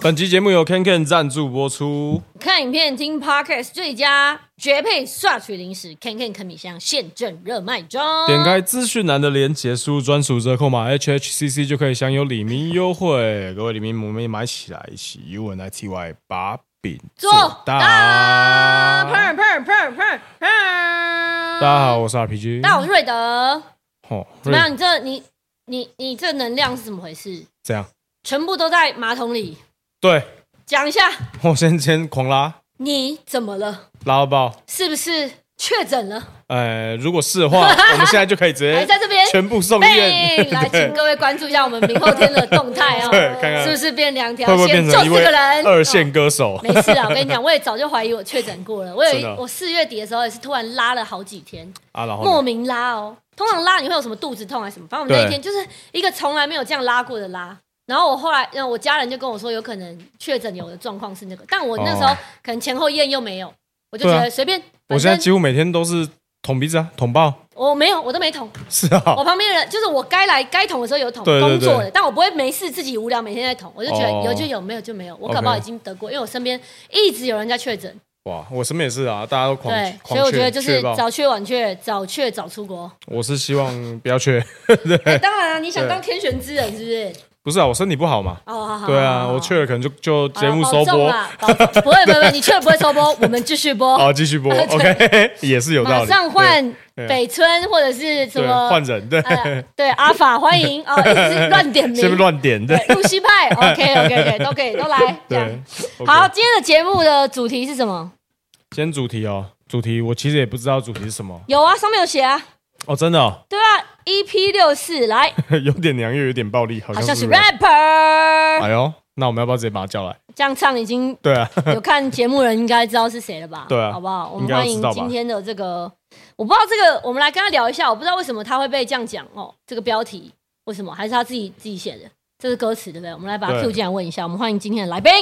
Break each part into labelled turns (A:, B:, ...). A: 本集节目由 KenKen 赞助播出。
B: 看影片、听 podcast 最佳绝配刷取零食，Can Can 啃米香现正热卖中。
A: 点开资讯栏的链接，输入专属折扣码 HHCC 就可以享有李明优惠。各位李明，我们也买起来，一起 UNITY 把饼
B: 做
A: 大。大
B: 大砰砰砰砰砰！
A: 家好，，我是 RPG。
B: 大家好，我是瑞德。
A: 哦，
B: 怎么样？你这你你你这能量是怎么回事？
A: 这样
B: 全部都在马桶里。
A: 对
B: 讲一下，
A: 我先先狂拉
B: 你怎么了？
A: 拉到爆。
B: 是不是确诊了？
A: 呃，如果是的话，我们现在就可以直
B: 来，
A: 接
B: 在这边
A: 全部送医
B: 被
A: 院。
B: 来，请
A: 对，
B: 各位关注一下我们明后天的动态哦，
A: 对看看
B: 是不是变两条
A: 会不会
B: 线？
A: 变
B: 就
A: 成一
B: 这
A: 位
B: 个人
A: 二线歌手？
B: 没事啊，我跟你讲，我也早就怀疑我确诊过了。我有一
A: 真的哦
B: 我四月底的时候也是突然拉了好几天，
A: 啊，然后呢
B: 莫名拉哦。通常拉你会有什么肚子痛还是什么？反正我们那一
A: 对
B: 天就是一个从来没有这样拉过的拉。然后我后来，嗯，我家人就跟我说，有可能确诊有的状况是那个，但我那时候
A: 哦
B: 可能前后验又没有，我就觉
A: 对
B: 得
A: 啊
B: 随便，
A: 我
B: 反
A: 现在
B: 正
A: 几乎每天都是捅鼻子啊，捅爆。
B: 我没有，我都没捅。
A: 是啊，
B: 我旁边的人就是我该来该捅的时候有捅，
A: 对对
B: 工作
A: 对
B: 的，但我不会没事自己无聊每天在捅，我就觉得
A: 哦
B: 有就有，没有就没有。我搞不好
A: OK
B: 已经得过，因为我身边一直有人在确诊。
A: 哇，我身边也是啊，大家都狂
B: 对，所
A: 狂
B: 以我觉
A: 缺
B: 得就
A: 缺
B: 是
A: 爆
B: 早缺晚缺，早缺早出 国。
A: 我是希望不要缺，
B: 哎当然啊，你想
A: 对
B: 当天选之人是不是？
A: 不是啊，我身体不好嘛。
B: 哦，好好好
A: 对啊，
B: 好
A: 我缺了可能就就节目
B: 好
A: 收
B: 保重啊
A: 播，
B: 啦保重 不会不会，不会你确实不会收播，我们继续播，
A: 好继 续播，OK，也哦 是有道
B: 马
A: 理。
B: 上换
A: 对
B: 北村或者是什
A: 对
B: 么
A: 换人，对，
B: 呃对阿法欢迎哦，一直乱点
A: 是不是
B: 名，
A: 乱点对
B: 对露西 派，OK OK OK 都可以都来这样
A: 对。。OK
B: 好，，今天的节目的主题是什么？
A: 今天主题哦，主题我其实也不知道主题是什么
B: 有啊，上面有写啊，
A: 哦，真的哦
B: 对啊，EP 六四来，
A: 有点娘又有点暴力，好
B: 好
A: 像
B: 像
A: 是啊
B: 是
A: rap
B: rapper，
A: 哎呦，那我们要不要直接把他叫来？
B: 这样唱已经
A: 对啊，
B: 有看节目人应该知道是谁了吧？
A: 对啊
B: 好不好？我们
A: 应该要
B: 欢
A: 知
B: 迎
A: 道吧
B: 今天的这个，我不知道这个，我们来跟他聊一下。我不知道为什么他会被这样讲哦，这个标题为什么？还是他自己自己写的？这是歌词对不对？我们来把他
A: 对
B: Q 进来问一下。我们欢迎今天的来宾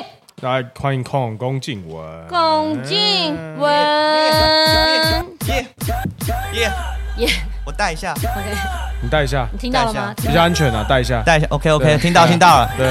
A: 来欢迎空宫静文，
B: 龚静文。
C: 耶耶
B: 耶、
C: 我带一下，
B: o k
A: 你带一下，
B: 你听到了吗？
A: 比较安全啊，带一下。
C: 带一下。OK
A: 对
C: OK，听到听到了。
A: 对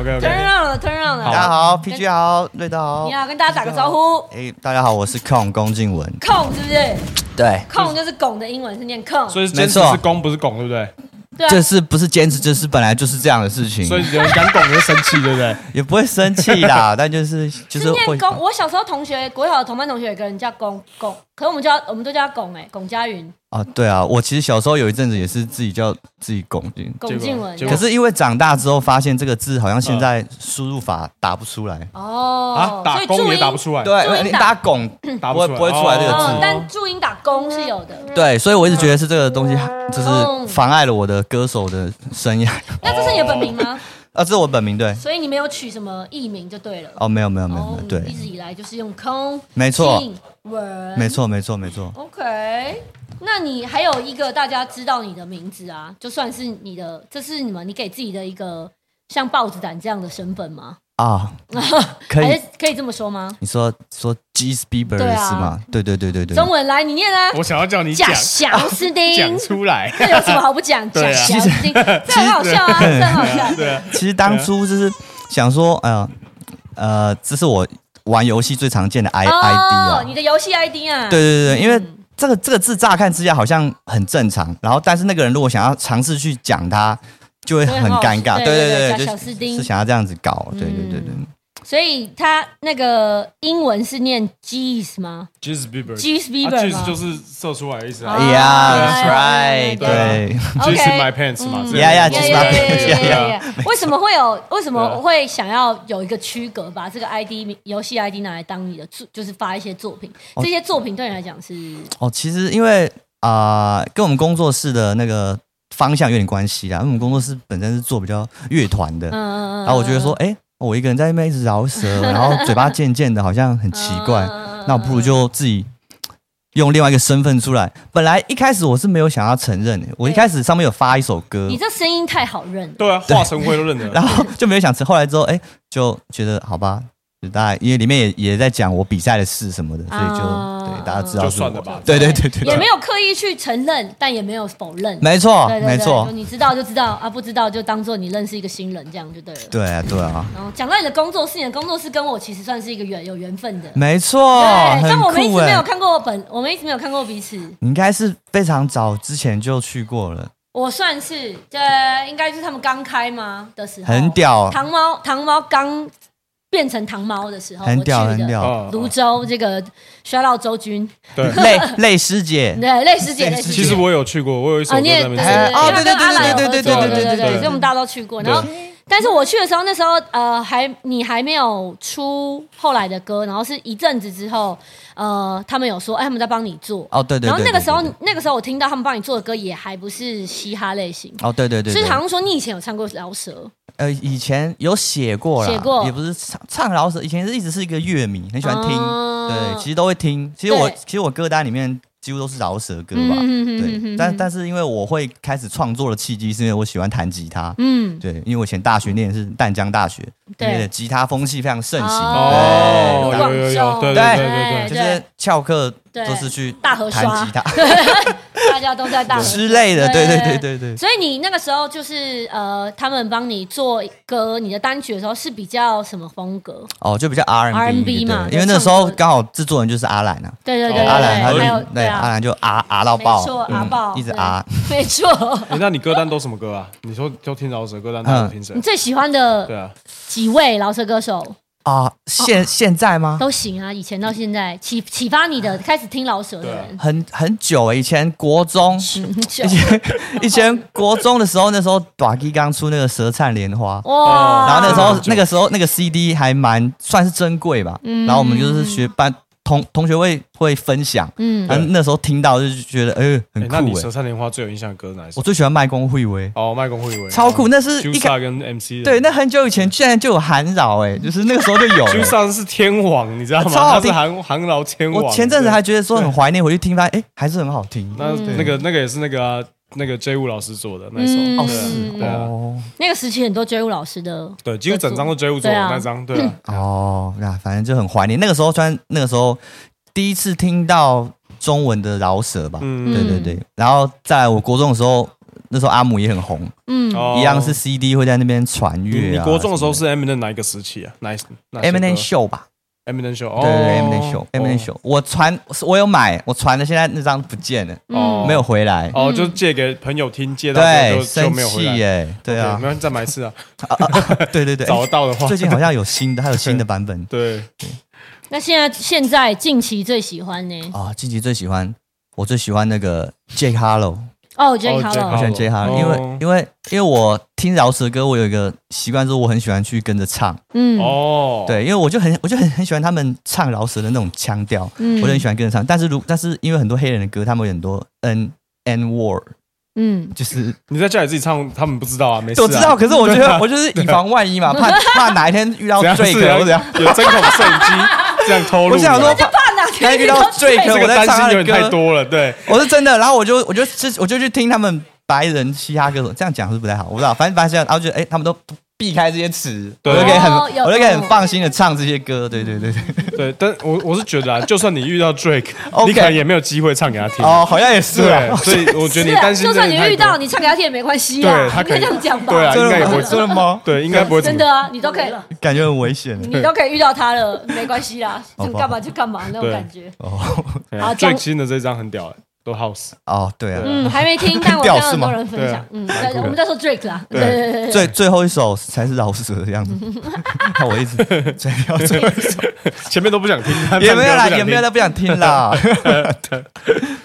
A: ，OK
B: turn
A: OK，
B: on 了，turn on
C: 大家
B: 了。
C: 好，PG 好，瑞德好
B: 你。好，跟大家打个招呼。
C: 哎，大家好，我是控龚静文。
B: 控是不是？
C: 对，
B: 控就是拱的英文是念控，
A: 所以坚持
C: 没错嗯
A: 是攻不是拱，对不对？
B: 对啊，
C: 这是不是兼职？这是本来就是这样的事情，
A: 所以有人敢拱你就生气，对不对？
C: 也不会生气 啦。但就是就是是
B: 念
C: 会
B: 龚，我小时候同学，国小的同班同学有个人叫龚龚，可是我们叫我们都叫他龚哎、龚佳云、
C: 啊，对啊，我其实小时候有一阵子也是自己叫自己龚静，
B: 龚静文
A: 结。果
C: 可是因为长大之后发现这个字好像现
B: 嗯
C: 在输入法打不出来，
B: 哦
A: 啊，，打
B: 所以注
A: 攻
B: 音
A: 也打不出来，
B: 注音
C: 对，你
B: 打
C: 打龚
A: 打
C: 不会不会出来这个
B: 哦
C: 字，
B: 但注音打龚是有的。
C: 对，所以我一直觉得是这个东西，
B: 嗯
C: 就是妨碍了我的歌手的生涯。
B: 那这是你的本名吗？
C: 啊，这是我本名对。
B: 所以你没有取什么艺名就对了。
C: 哦，没有没有没有没
B: 哦
C: 有，，
B: 你一
C: 对，
B: 直以来就是用空，
C: 没错
B: 静文，
C: 没。错没错没错。
B: OK，那你还有一个大家知道你的名字啊，就算是你的，这是你们你给自己的一个像豹子胆这样的身份吗？
C: 啊，可
B: 还
C: 以
B: 是，可以这么说吗？
C: 你说说 G s p i b e r
B: 对啊
C: 是吗？对对对对对。
B: 中文来，你念啊。
A: 我想要叫你讲哦
B: 假祥斯
A: 讲
B: 汀，
A: 出来，
B: 这有什么好不讲？
A: 对
B: 假
A: 啊
B: 祥斯汀，这很好笑啊，这很好笑。
A: 对啊，
C: 其实当初就是想说，哎呀，呃，这是我玩游戏最常见的 I I D
B: 哦
C: 啊，。
B: 你的游戏 ID 啊？
C: 对对对，因为
B: 嗯
C: 这个这个字乍看之下好像很正常，然后但是那个人如果想要尝试去讲它，就会
B: 就会
C: 很
B: 很
C: 尴
B: 好
C: 尬。
B: 笑
C: 对
B: 对
C: 对
B: 假
C: 对，
B: 小
C: 就
B: 斯
C: 是
B: 丁
C: 是想要这样子搞。对对对对
B: 嗯。所以他那个英文是念 G's 吗
A: j e s Bieber。
B: ？G's
A: j e
B: Bieber
A: s
B: 吗
A: 就是射出来的意思啊
B: 啊
C: Yeah, that's
B: 哎
C: right.
A: 对
C: 对，
A: j e s
B: OK
A: in my pants 嘛
B: 嗯
A: 这样
C: Yeah, yeah,
A: 子
C: jizz in my
A: 对啊
C: pants, yeah,
A: 对啊
B: yeah, yeah, yeah. 为什么会有？为什
A: 对啊
B: 么会想要有一个区隔，把这个 ID 游戏 ID 拿来当你的作，就是发一些作品？
C: 哦
B: 这些作品对你来讲是
C: 哦，其实因为啊、呃跟我们工作室的那个方向有点关系啦。因为我们工作室本身是做比较乐团的，
B: 嗯嗯，
C: 然后我觉得说，哎、我一个人在那边一直饶舌，然后 嘴巴贱贱的，好像
B: 嗯
C: 很奇怪，那我不如就自己。用另外一个身份出来。本来一开始我是没有想要承认的，我一开始上面有发一首歌
B: 你，这声音太好认了。
A: 对啊，化成灰都认得了。
C: 然后就没有想承。后来之后，哎，就觉得好吧，就大家因为里面也也在讲我比赛的事什么的，所以就、
B: 啊
C: 对大家知道
A: 就是算了
C: 我
A: 吧
C: 对对对对对
B: 也没有刻意去承认，但也没有否认。
C: 没错
B: 对对
C: 没
B: 对，
C: 错
B: 就，你知道就知道啊，不知道就当做你认识一个新人，这样就对了。
C: 对啊对啊，
B: 然后讲到你的工作室，你的工作室跟我其实算是一个缘有缘分的。
C: 没错，
B: 对，
C: 很
B: 但我们一
C: 酷
B: 直没
C: 哎
B: 有。看过本，我们一直没有看过彼此。
C: 你应该是非常早之前就去过了，
B: 我算是，这应该是他们刚开吗的时候，
C: 很屌
B: 糖猫，糖猫刚变成糖猫的时候，
C: 很
B: 我
C: 屌
B: 去的
C: 很。屌，
A: 哦
B: 泸州这个需要到周军，
A: 对，
C: 累累师姐，
B: 对，类似姐，类
C: 类似
B: 似
C: 姐
A: 其实我有去过，我有一首
B: 啊，
A: 歌
B: 你也
A: 在那
B: 对
A: 边
B: 对
A: 唱。
B: 对，
C: 哦
B: 因为跟阿兰有合
C: 对对
B: 作
A: 对对对
B: 对
A: 对对
B: 对
A: 对
B: 所以我们大家都去过。然后，但是我去的时候，那时候呃，还你还没有出后来的歌，然后是一阵子之后，呃，他们有说，哎，他们在帮你做。
C: 哦对对对，
B: 然后那个
C: 对
B: 时候
C: 对对，
B: 那个时候我听到他们帮你做的歌也还不是嘻哈类型，
C: 哦对对对，
B: 所以
C: 对
B: 好像说你以前有唱过饶舌，
C: 呃，以前有写过啦，
B: 写过
C: 也不是唱唱饶舌，以前是一直是一个乐迷，很喜欢听，
B: 哦
C: 对，其实都会听。其实我
B: 对
C: 其实我歌单里面几乎都是饶舌歌吧，
B: 嗯
C: 对。但但是因为我会开始创作的契机，是因为我喜欢弹吉他，
B: 嗯，
C: 对，因为我以前大学念的是淡江大学，
B: 对
C: 那边的吉他风气非常盛行，
A: 哦
B: 对
A: 有有有对
C: 对
A: 对
C: 对，就是翘课
B: 对
C: 都是去
B: 大河
C: 弹
B: 刷
C: 吉他
B: 大家都在大河
C: 之类的，对对对对对。
B: 所以你那个时候就是呃，他们帮你做歌，你的单曲的时候是比较什么风格？
C: 哦，就比较 R
B: R&B 嘛
C: 因为那时候刚好制作人就是阿兰啊，
B: 对对对
A: 哦
B: 对，
C: 阿兰他
B: 对还
C: 就
B: 有
C: 对阿
B: 啊，
C: 兰就 R R 到
B: 没
C: 爆，
B: 错，阿
C: 嗯
B: 豹
C: 一直
B: 对
A: 啊
C: R。
B: 没错。
A: 诶那你歌单都什么歌啊？你说就听饶舌歌单，那你听谁
B: 你？
C: 嗯
B: 最喜欢
A: 对
B: 的
A: 啊，
B: 几位饶舌歌手
C: 啊，现现在
B: 哦
C: 吗？
B: 都行啊，以前到现在启启发你的开始听饶舌的人，
C: 很很久欸以前国中，
A: 啊
C: 以前 以前国中的时候，那时候短 G 刚出那个《舌灿莲花》，
B: 哇！
C: 然后那个时候
A: 啊
C: 那个时候那个 CD 还蛮算是珍贵吧，
B: 嗯
C: 然后我们就是学班同同学会会分享，
B: 嗯
C: 然后那时候听到就是觉得哎
A: 诶
C: 很
A: 那你
C: 酷
A: 舌
C: 哎，
A: 灿莲花最有印象的歌是哪一首
C: 我？最喜欢麦公惠威，
A: 哦，麦公惠维，
C: 超酷，那是一
A: j
C: 开
A: u 跟 MC 的
C: 对，那很久以前居然就有韩饶哎，就是那个时候就有
A: j
C: 了。
A: u 是天王，你知道吗？
C: 超好
A: 他
C: 听
A: 是韩韩饶天王。
C: 我前阵子还觉得说
A: 对
C: 很怀念，回去听发现哎还是很好听
A: 那
B: 嗯
A: 那个那个也是那个啊那个 J 五老师做的那一首，
B: 嗯
C: 哦
A: 对啊
C: 是
A: 对啊，
C: 哦。
B: 那个时期很多 J 舞老师的，
A: 对，几乎整张都 J 五做的
B: 对啊
A: 那张，对啊，
C: 哦，那反正就很怀念那个时候穿，那个时候第一次听到中文的饶舌吧，
A: 嗯
C: 对对对。然后在我国中的时候，那时候阿姆也很红，
B: 嗯，
A: 哦
C: 一样是 CD 会在那边传
A: 你
C: 阅、
A: 你
C: 啊。
A: 国中的时候是 Eminem 哪一个时期啊？哪一哪些歌
C: Eminem 秀吧？
A: Eminem Show，哦
C: 对对对，Eminem 秀，Eminem 秀。我传我有买，我传的现在那张不见了，
B: 嗯
A: 哦
C: 没有回来。
A: 哦，就是借给朋友听，借到之后
C: 对，
A: 就就
C: 生
A: 没有回
C: 气
A: 来。
C: 耶！对啊
A: 没，关系，再买一次啊，
C: 对对对，
A: 找得
C: 哎
A: 到的话。
C: 最近好像有新的，还有新的 版本
A: 对，
B: 那现在现在近期最喜欢呢？
C: 啊。近期最喜欢，我最喜欢那个 Jake Harlow。
B: 哦，J
A: 哦
B: h
A: J
B: e
C: 我
A: Harlow
C: 喜欢 J 哈，
A: 哦
C: 因为因为因为我听饶舌歌，我有一个习惯，就是我很喜欢去跟着唱。
B: 嗯，
A: 哦，，
C: 对，因为我就很我就很很喜欢他们唱饶舌的那种腔调，
B: 嗯
C: 我就很喜欢跟着唱。但是如但是因为很多黑人的歌，他们有很多 n n word，
B: 嗯，
C: 就是
A: 你在家里自己唱，他们不知道啊，没事啊。
C: 我知道，可是我觉得我就是以防万一嘛，怕怕哪一天遇到
A: 怎样
C: 罪
A: 是
C: 客，我怎样？
A: 有针孔摄影机这样偷录。
C: 我想说，，怕
B: 怕
A: 啊
B: 哪
C: 哪一
B: 天
C: 天遇到罪
A: 这
C: 客，
A: 个
C: 我在
A: 担
C: 唱他
A: 心有
C: 的
A: 点太
C: 歌，
A: 多了，对。
C: 我是真的。然后我就我就去我就去听他们白人嘻哈歌手，这样讲是不太好，我不知道。反正反正这样，然后觉得哎、他们都避开这些词，
A: 对
C: 我就可以很、
B: 哦有
C: 我就可以很放心的唱这些歌。对对对对，
A: 对，但我我是觉得啊，就算你遇到 Drake，
C: OK
A: 你可能也没有机会唱给他听。
C: 哦，好像也是
A: 对，
C: 啊。
A: 所以我觉得
B: 是
A: 你
B: 啊，
A: 担心
B: 就算
A: 真
B: 你
A: 的太
B: 遇
A: 多
B: 到，你唱给他听也没关系
A: 对
B: 啦，
A: 他
B: 你可
A: 可以
B: 以这样讲吧？
A: 对啊，
C: 真
A: 应
C: 的
A: 该也不
C: 吗？
A: 会
C: 真的吗？
A: 对，应该不会怎
B: 真
A: 么
B: 的啊，你都可以，
C: 感觉很危险
B: 你都可以遇到他了，没关 系啦，
C: 好
B: 就
C: 吧
B: 干嘛就干嘛那种
A: 对
B: 感觉。
C: 哦
A: 对
B: 好
A: 啊
B: 讲
A: 最新的这张很屌，欸都 House。
C: 哦，对啊。
B: 嗯，还没 听，但我
C: 屌
B: 看到
C: 是
B: 很
C: 吗
B: 多人分享
A: 对啊。
B: 嗯，对我们在说 Drake 啦，对对对对
C: 最最后一首才是饶舌的样子，看我一直嘴瓢，嘴
A: 前面都不想 听，但
C: 也没有啦，
A: 唱歌
C: 也
A: 不想听
C: 没有啦，不想听啦。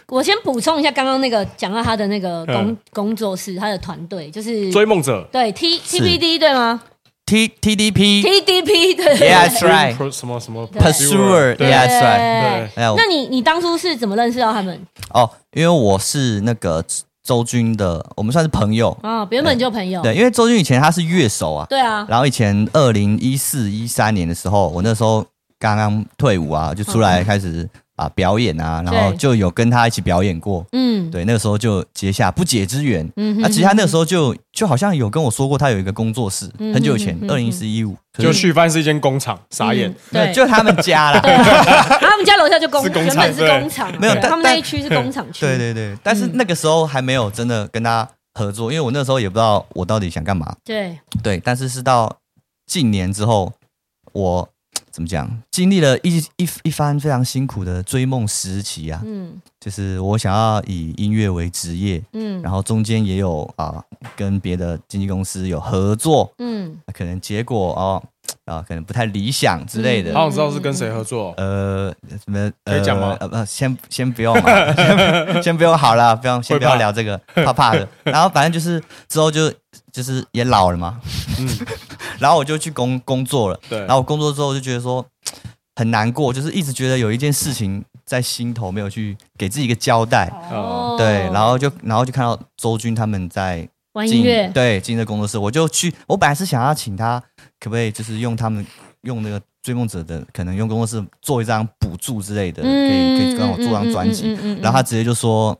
B: 我先补充一下刚刚那个讲到他的那个工
A: 嗯
B: 工作室，他的团队就是
A: 追梦者
B: 对 T T P D 对吗
C: T T D P
B: ？T D P 对。
C: Yeah that's
A: Dream
C: right
A: Pro- 什么什么
C: Pursuer
A: 对
C: Yeah
A: 对
C: that's 哎呀我
B: 那你你当初是怎么认识到他们
C: 哦，因为我是那个周军的，我们算是朋友。
B: 啊？原本就朋友。
C: 对，因为周俊以前他是乐手啊，
B: 对啊，
C: 然后以前二零一四一三年的时候，我那时候刚刚退伍啊，就出来开始啊表演啊，然
B: 嗯
C: 后
B: 对
C: 就有跟他一起表演过。
B: 嗯，
C: 对，那个时候就结下不解之缘。
B: 嗯哼
C: 那、其实他那个时候就就好像有跟我说过，他有一个工作室，
B: 嗯
C: 很久以前
B: 嗯，嗯
C: 二零一四一五，可是
A: 就旭帆是一间工厂，傻眼。
B: 嗯对，
C: 就他们家啦。
B: 啊他们家楼下就工，
A: 是工
B: 原
A: 厂
B: 本是
A: 对
B: 工厂，
C: 没有
B: 对
C: 但
B: 他们那一区是工厂区，
C: 对对对，但
B: 嗯
C: 是那个时候还没有真的跟他合作，因为我那时候也不知道我到底想干嘛。
B: 对
C: 对，但是是到近年之后，我怎么讲，经历了一一一番非常辛苦的追梦时期啊，
B: 嗯
C: 就是我想要以音乐为职业，
B: 嗯
C: 然后中间也有啊、跟别的经纪公司有合作，
B: 嗯
C: 可能结果哦啊、可能不太理想之类的。
B: 嗯
A: 好想知道是跟谁合作，
C: 呃，什么？
A: 可以讲吗
C: 呃，呃不，先先不用嘛，先 先不用好了，不用，先
A: 会
C: 不要
A: 怕
C: 聊 这个，怕怕的。然后反正就是之后就就是也老了嘛，嗯
A: 嗯，
C: 然后我就去工工作了。
A: 对
C: 嗯然，后我工作之后就觉得说很难过，就是一直觉得有一件事情在心头没有去给自己一个交代。
A: 哦
C: 对，然后就然后就看到周军他们在
B: 玩啊音
C: 进
B: 乐，
C: 对进这工作室，我就去，我本来是想要请他，可不可以就是用他们用那个追梦者的，可能用工作室做一张补助之类的，可以可以让我做张专辑。
B: 辑
C: 然后他直接就说，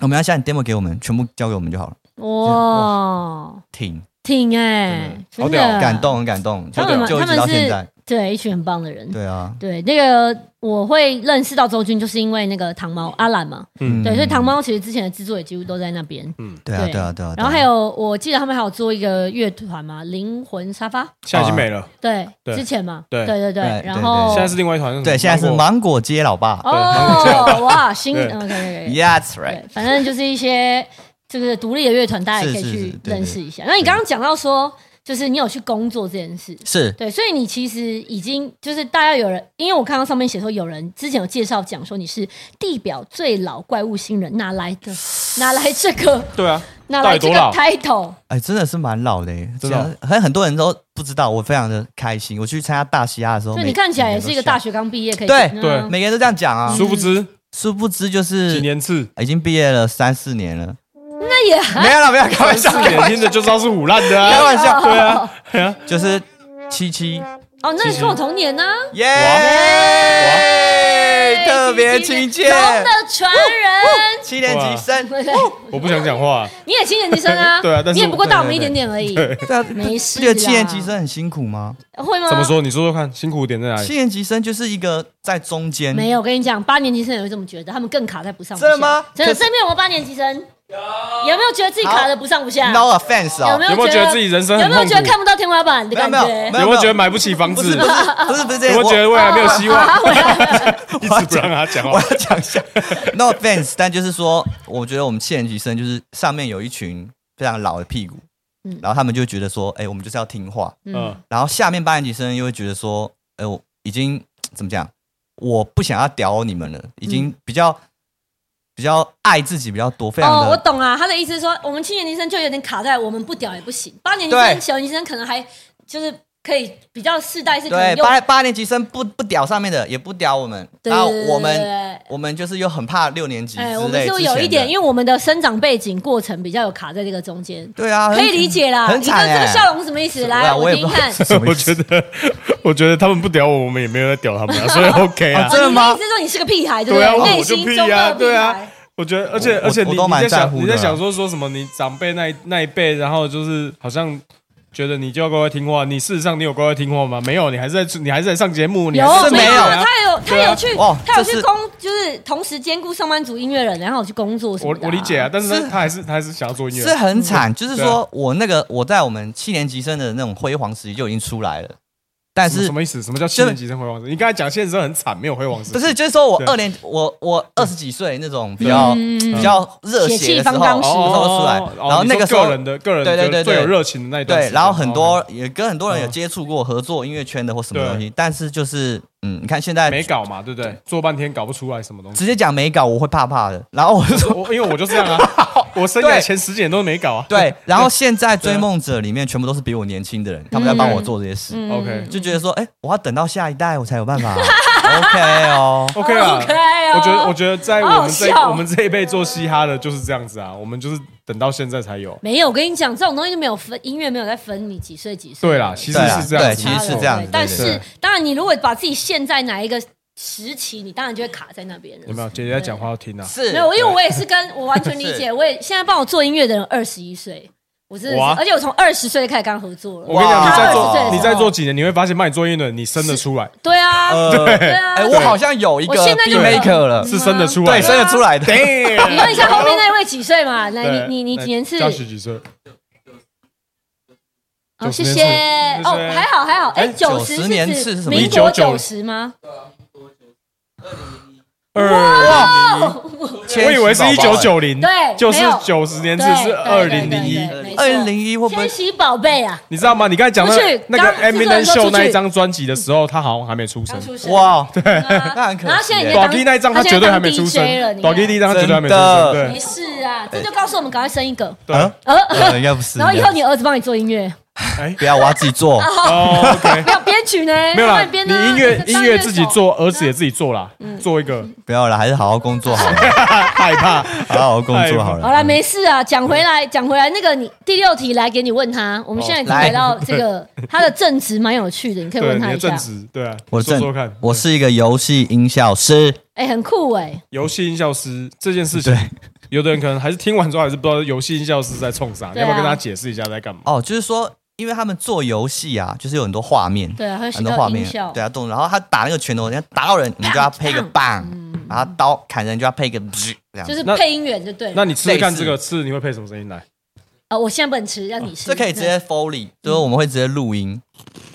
C: 我们要下你 demo 给我们，全部交给我们就好了。
B: 他哇，
C: 挺
B: 挺哎，
A: 真的好
B: 真
A: 屌
B: 的
C: 感，动，很感动，就
B: 他们
C: 就一
B: 他
C: 直
B: 们
C: 到现
B: 是
C: 在。
B: 对一群很棒的人，
C: 对啊，
B: 对，那个我会认识到周军，就是因为那个糖猫阿兰嘛，
A: 嗯
B: 对，所以糖猫其实之前的制作也几乎都在那边。
C: 对啊，对啊，对啊。
B: 然后
C: 对啊
B: 还有，我记得他们还有做一个乐团嘛，灵魂沙发，
A: 现在已经没了，
B: 对，
A: 对
B: 之前嘛，
A: 对
B: 对对对
C: 对，
B: 然后
A: 现在是另外一团。
C: 对，现在是
A: 芒
C: 芒果街老爸。
B: 哦，哇，新
A: 对
B: 嗯，可以可以可以，
C: Yeah, that's
B: 对
C: right。，
B: 反正就是一些这个独立的乐团，大家也可
C: 是
B: 以
C: 是是
B: 去
C: 对
B: 认识一下。那你刚刚讲到说，就是你有去工作这件事，
C: 是，
B: 对，所以你其实已经就是大家有人，因为我看到上面写说有人之前有介绍讲说你是地表最老怪物新人，哪来的？哪来这个？
A: 果对啊，
B: 哪来这个
A: 到底
B: title？
C: 哎，真的是蛮老的耶，
A: 真的哦
C: 很很多人都不知道，我非常的开心。我去参加大西亚的时候，
B: 就
C: 每
B: 你看起来也是一个大，学刚毕业，可以嗯
A: 对
C: 每个人都这样讲啊。
A: 殊不知
C: 殊不知就
A: 嗯几
C: 是
A: 年次，
C: 已经毕业了三四年了，
B: 那也还
C: 没有了，没有，开 玩笑，
A: 四年听着就知道是腐烂的
C: 开
A: 啊。
C: 玩笑，
A: 对啊，对啊，
C: 就是七七，
B: 哦，那你跟我同年啊呢，
C: 耶，特别亲切哦
B: 龙，的传人，
C: 七年级生，哦
B: 对
A: 我不想讲话，
B: 你也七年级生 啊，
A: 对啊但是
B: 你也不过大我们一
C: 对对
B: 点点而已，
C: 对啊，
B: 没事
C: 不觉得七
B: 啦
C: 年级生很辛苦吗？
B: 会吗？
A: 怎么？说？你说说看，辛苦点在哪
C: 七
A: 里？
C: 年级生就是一个在中间，
B: 没有，我跟你讲，八年级生也会这么觉得，他们更卡在不上不
C: 嗯真的
B: 下
C: 吗
B: 真的，
C: 可是
B: 身边有没有八年级生？有，有没有觉得自己卡的不上不下？
C: ，no offense 哦，
B: 有没
A: 有没有
B: 觉
A: 觉得自己人生很
B: 有没有觉得
A: 痛苦嗯
B: 看不到天花板的感
C: 没有没
B: 觉？
C: 有
A: 有没有觉得买不起房
C: 不是
A: 子
C: 不？是不是不是
A: 有
C: 这
A: 没
C: 样，
A: 有觉得未来没有希望？ 一
C: 我
A: 直不让他讲
C: 我
A: 话
C: 要。讲一下，no offense，但就是说，我觉得我们七年级生就是上面有一群非常老的屁股，
B: 嗯
C: 然后他们就觉得说，哎、我们就是要听话，
B: 嗯
A: 嗯，
C: 然后下面八年级生又会觉得说，哎、我已经怎么讲，我不想要屌你们了，已经
B: 嗯
C: 比较、比较爱自己比较多，非常
B: 哦，
C: 的、
B: 我懂啊，他的意思是说，我们七年级生就有点卡在我们不屌也不行，八年级
C: 对
B: 生、小年级生可能还就是可以比较世代是可能
C: 对
B: 用
C: 八八年级生不不屌上面的，也不屌我们，
B: 对
C: 然后
B: 对对
C: 我们。
B: 对
C: 我们就是又很怕六年级之类
B: 哎，我们是不是
C: 之前
B: 有一
C: 的
B: 点，因为我们的生长背景过程比较有卡在这个中间，
C: 对啊，
B: 可以
C: 很
B: 理解啦。
C: 很
B: 你看
C: 惨
B: 这个
C: 哎
B: 笑容是什么意思？来，
C: 我
B: 我
C: 也
B: 听听
C: 不知道
B: 看。
C: 是什么
A: 我
C: 意思
A: 觉得， 我觉得他们不屌我，我们也没有在屌他 们啊，所以 OK 啊
C: 哦。真的吗
B: 哦你的意思是说你是个屁孩，对不
A: 对啊，
B: 对？
A: 我
B: 内
A: 我就
B: 心
A: 屁
B: 中
A: 啊，
B: 二屁
A: 对
B: 孩
A: 啊。。我觉得，而且
C: 我
A: 而且
C: 我
A: 你
C: 都
A: 你
C: 蛮
A: 在
C: 在乎
A: 想
C: 的
A: 你在
C: 啊
A: 想说说什么？你长辈那一那一辈，然后就是好像觉得你就要乖乖听话，你事实上你有乖乖听话吗？没有，你还是在你还是在上节目，你
B: 有
A: 还是在
C: 没有
A: 啊
B: 他有他
A: 对啊
B: 有去
C: 哇，
B: 他有
C: 这
B: 去
C: 是
B: 工，就是同时兼顾上班族音乐人，然后有去工作什么
A: 我
B: 的。
A: 我理解啊，，但是
C: 是
A: 他他还是他还是想要做音
C: 是
A: 乐，
C: 很惨，就是
A: 嗯对啊
C: 说我那个我在我们七年级生的那种辉煌时期就已经出来了，但
A: 什么
C: 是
A: 什么意思？什么叫七
C: 就
A: 年级生辉煌时？你刚才讲现实生很惨，没有辉煌时，
C: 不是就是说我
A: 对啊嗯
C: 二年我我二十几岁那种比较
B: 嗯
C: 比较热血
B: 血气
C: 的时
B: 方
C: 候，
B: 刚时
C: 候出来
A: 哦，
C: 然后那
A: 你
C: 个时
A: 说
C: 候
A: 个人的个人
C: 对
A: 觉
C: 对
A: 得
C: 对
A: 最
C: 对
A: 有热情的那一段时
C: 对，
A: 间，
C: 然后很
A: 哦
C: 多也跟很多人有
A: 嗯
C: 接触过合作音乐圈的或什么
A: 对
C: 东西，但是就是嗯，你看现在
A: 哦没搞嘛，对不对？做半天搞不出来什么东西。
C: 直接讲没搞，我会怕怕的。 然后我就说
A: 我因为我就这样 啊，我生涯
C: 对
A: 前十年都没搞啊。
C: 对，然后现在追梦者里面全部都是比我年轻的人，他们在帮我做这些事。
B: 嗯
A: OK
C: 就觉得说，哎、我要等到下一代我才有 办法。OK 哦，
A: OK 啊
B: OK 哦
A: 我觉得我觉得在我
B: 好好
A: 们这
B: 笑
A: 我们这一辈做嘻哈的就是这样子啊，我们就是等到现在才有。
B: 没有，我跟你讲，这种东西就没有分，音乐没有在分你几岁几岁。
A: 对啦，其实
C: 对啊
A: 是这样
C: 对
A: 子，
C: 其实是这样子
B: 对但
C: 对
B: 是
A: 对
B: 当然，你如果把自己陷在哪一个时期，你当然就会卡在那边了。
A: 有没有？姐姐在讲话要听啊。
D: 是
B: 没有，因为我也是跟我完全理 解，我也现在帮我做音乐的人二十一岁，我真的是
A: 哇，
B: 而且我从二十岁就开始跟他合作
A: 我跟
B: 了。
A: 你讲，你再
B: 哇
A: 做你再做几呃年，你会发现帮你做音乐，你生得出来，
B: 对啊，对啊，
C: 哎，我好像有一个
B: 我现在
C: B
B: 就
C: maker 了，
A: 是生得出来
C: 对，
A: 的。
C: 生得出来的。
B: 你问一下后面那位几岁嘛？来，
A: 对
B: 你你你几年次？
A: 嘉许几岁？
B: 哦，谢
A: 90
B: 谢
A: 年。次
B: 哦
A: 90，
B: 还好还好。哎，
C: 哎
B: 九十
C: 90年次是什么
B: 民国九
A: 1990
B: 十吗？
A: 二，
C: 千
A: 我
C: 禧
A: 以为是
C: 宝宝
A: 一九，九零，
B: 对
A: 就是
B: 没有
A: 九十年次
B: 对
A: 是
B: 对
A: 二
B: 对
A: 零零一
B: 对。对没错
C: 二零一会不会
B: 千禧宝贝啊，
A: 你知道吗？你刚才讲那
B: 出去
A: 那个
B: 刚
A: Eminem
B: 制作人说
A: 秀
B: 出去
A: 那一张专辑的时候，他好像还没出生
B: 刚。出生。
C: 哇？哦
B: 对啊，
C: 那很可惜
B: 然后现在已经
A: 短
B: 当
A: K 那一张他绝对还没出生
B: 他现在当 DJ 了你看
A: 短 K 第一张他绝对还没出生。
C: 真的
A: 对
B: 没事啊，
C: 哎
B: 这就告诉我们赶快生一个。
A: 对，
C: 啊
B: 呃，
C: 呃应该不是。
B: 然后以后你儿子帮你做音乐，
A: 哎
C: 不要，我要自己做。
A: 哦，OK，
B: 没有编曲呢？
A: 没 有啦，
B: 乱编
A: 你
B: 啊
A: 音乐
B: 当
A: 音乐自己
B: 手
A: 做，儿子也自己做啦，
B: 嗯
A: 做一 个
C: 不要了，还是好好工作好了，
A: 害怕。
C: 好好工作好
B: 好
C: 了。
B: 了，没事啊。讲回来，讲回来，那个你第六题来给你问他。我们现在已经
C: 哦来
B: 来到这 个他的正职蛮有趣的，你可以
A: 对，
B: 问
A: 你
B: 他
A: 的
B: 一
A: 正
B: 下。
A: 职，对啊，
C: 我
A: 你说
C: 正
A: 说看，，
C: 我是一个游戏音效师。
B: 哎，很酷哎，
A: 游戏音效师这件事情
C: 对，，
A: 有的人可能还是听完之后还是不知道游戏音效师在冲啥，你
B: 对啊
A: 要不要跟大家解释一下在干嘛？
C: 哦，就是说，因为他们做游戏啊，就是有很多画面，
B: 对啊，还有
C: 很
B: 许
C: 多
B: 多
C: 画
B: 音
C: 面
B: 效，，
C: 对啊，动作。然后他打那个拳头，人家打到人，你就要配个棒，然后刀砍人就要配个这样
B: 嗯就。是
A: 那
B: 配音员就对了。
A: 那你吃吃看这个吃，你会配什么声音来？
B: 啊，我现在不能吃，让你吃。
C: 哦这可以
B: 嗯
C: 直接 foley，就是我们会直接录音，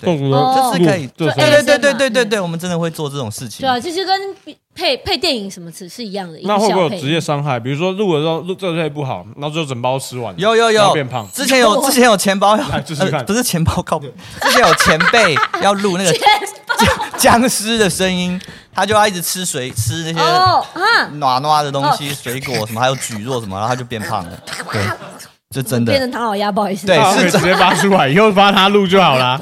C: 对
B: 哦
C: 这是可以。
A: 对
B: 对
C: 对对对对
B: ASMR
C: 对对对，我们真的会做这种事情
B: 对。啊，嗯这就跟配配电影什么词是一样的。
A: 那会不会有
B: 音效配音
A: 职业伤害？比如说录了之后录这这一不好，然后就整包吃完，
C: 有有
A: 然后
C: 有
A: 变胖，
C: 之前有之前有钱包要
A: 来试试看
C: 呃不是钱包靠，之前有前辈要录 那个僵僵尸的声音，他就要一直吃水吃那 些
B: 哦啊，
C: 暖暖的东西，水果什么，还有蒟蒻什么，然后他就变 胖了。对，就真
B: 变
C: 的
B: 成唐老鸭，不好意思。
C: 对
A: 那可以
C: 是
A: 直接发出来，以后发他录就好啦。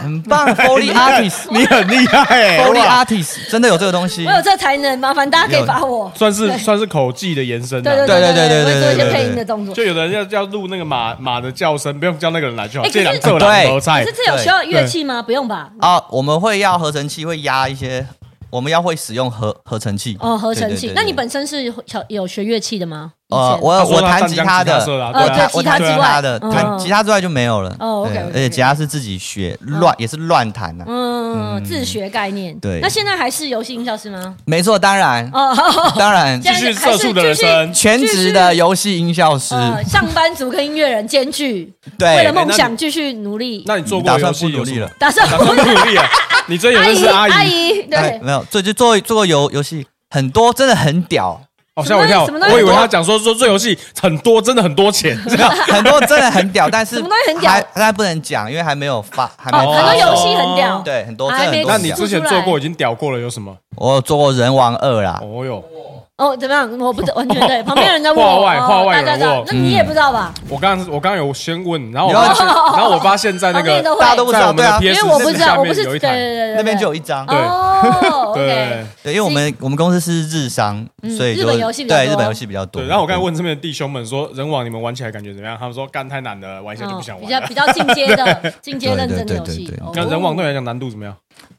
C: 很棒，Foley artist，
A: 你很厉害、欸，
C: Foley
A: 哇，
C: artist 真的有这个东西
B: 我。有这才能，麻烦大家可以罚我。
A: 算是算是口技的延伸、
B: 对
A: 啊。
B: 对对
C: 对对对
B: 我会做一
C: 对
B: 些
C: 对
B: 配
C: 对
B: 音的动作。
A: 就有的人要要录那个马马的叫声，不用叫那个人来就好。
B: 哎可是
A: 这两这两头菜
B: 可是，这有需要乐器吗？不用吧。
C: 啊，我们会要合成器，会压一些，我们要会使用合合成器。
B: 哦，合成
C: 对
B: 器
C: 对对。
B: 那你
C: 对
B: 本身是有有学乐器的吗？以
C: 呃，
B: 前
C: 我
A: 他
C: 有
A: 说
C: 我
A: 他
C: 弹
A: 弹
C: 吉
A: 钢
C: 他
A: 吉他
C: 的，
A: 社的啊
C: 我
A: 对
C: 弹
B: 啊
C: 我弹
B: 对
C: 吉
B: 啊
C: 他的，
B: 嗯
C: 弹吉他之外就没有了。
B: 哦
C: 对
B: OK，OK，OK
C: 而且吉他是自己学乱，也是乱弹的。
B: 嗯，自学概念。
C: 对
B: 那现在还是游戏音效师吗？
C: 没错，当然
B: 哦，
C: 当然，
B: 这
A: 继
B: 样
A: 续社畜的人
B: 还是
A: 生。
C: 全职的游戏音效师，
B: 呃，上班族跟音乐人兼具，
C: 对，
B: 为了梦
A: 哎那
B: 想继续努力。
A: 那你做
C: 你
A: 过
C: 打
A: 游
C: 算
A: 戏
C: 不
A: 有
C: 努
A: 什
C: 力
A: 么
C: 了？？
B: 打 算
A: 打算不努 力啊？你真有认识阿
B: 阿
A: 姨？
B: 姨，
C: 哎
B: 对，
C: 没有，这就做做过游游戏，很多真的很屌，
A: 哦，吓我一跳！
B: 什么东西
A: 我以为他讲说说做游戏很多，真的很多钱。
C: 很多真的很 屌，但是
B: 什么东西很屌
C: 还但不能讲，因为还没有发，还没
B: 哦，
C: 有
B: 很多
C: 发售
B: 游戏很屌。
C: 对，很多
B: 还
C: 真的很
B: 没
C: 多
A: 那
C: 很
A: 你
C: 屌
A: 之前做过已经屌过了，有什么？
C: 啊我做过《人王二》啦，
A: 哦哟，
B: 哦，怎么样？我不 知完全对，旁边人在问我。
A: 话外
B: 哦
A: 话外
B: 大家知道
A: 人问嗯
B: 那你也不知道吧？
A: 我刚我刚有先问，然后我
C: 有啊
A: 发现， 然后我发现在那
B: 旁
A: 个
B: 边人都
C: 大家哦都
B: 会，
C: 不知
A: 在我
C: 道，
A: 们
C: 对
A: 的
C: 啊，
B: 因
A: PS
B: 为我不知道，我不
A: 面
B: 是
A: 有
B: 对
A: 一
B: 对
A: 台，
B: 对对，啊
C: 那边就有一张，
A: 对
B: 哦，OK
A: 对。
C: 对，因为我们我们公司是日商，
B: 嗯
C: 所以就
B: 日本游戏比较
C: 对
B: 多
C: 日本游戏比较多。
A: 对，然后我刚才问身边的弟兄们说，人网你们玩起来感觉怎么样？他们说干太难了，玩一下就
B: 哦
A: 不想
B: 比
A: 玩
B: 较
A: 了。
B: 比较进阶的、进阶认真的
C: 对对
B: 游戏
C: 对对对。
B: 哦
A: 那人网对你来讲难度怎么样？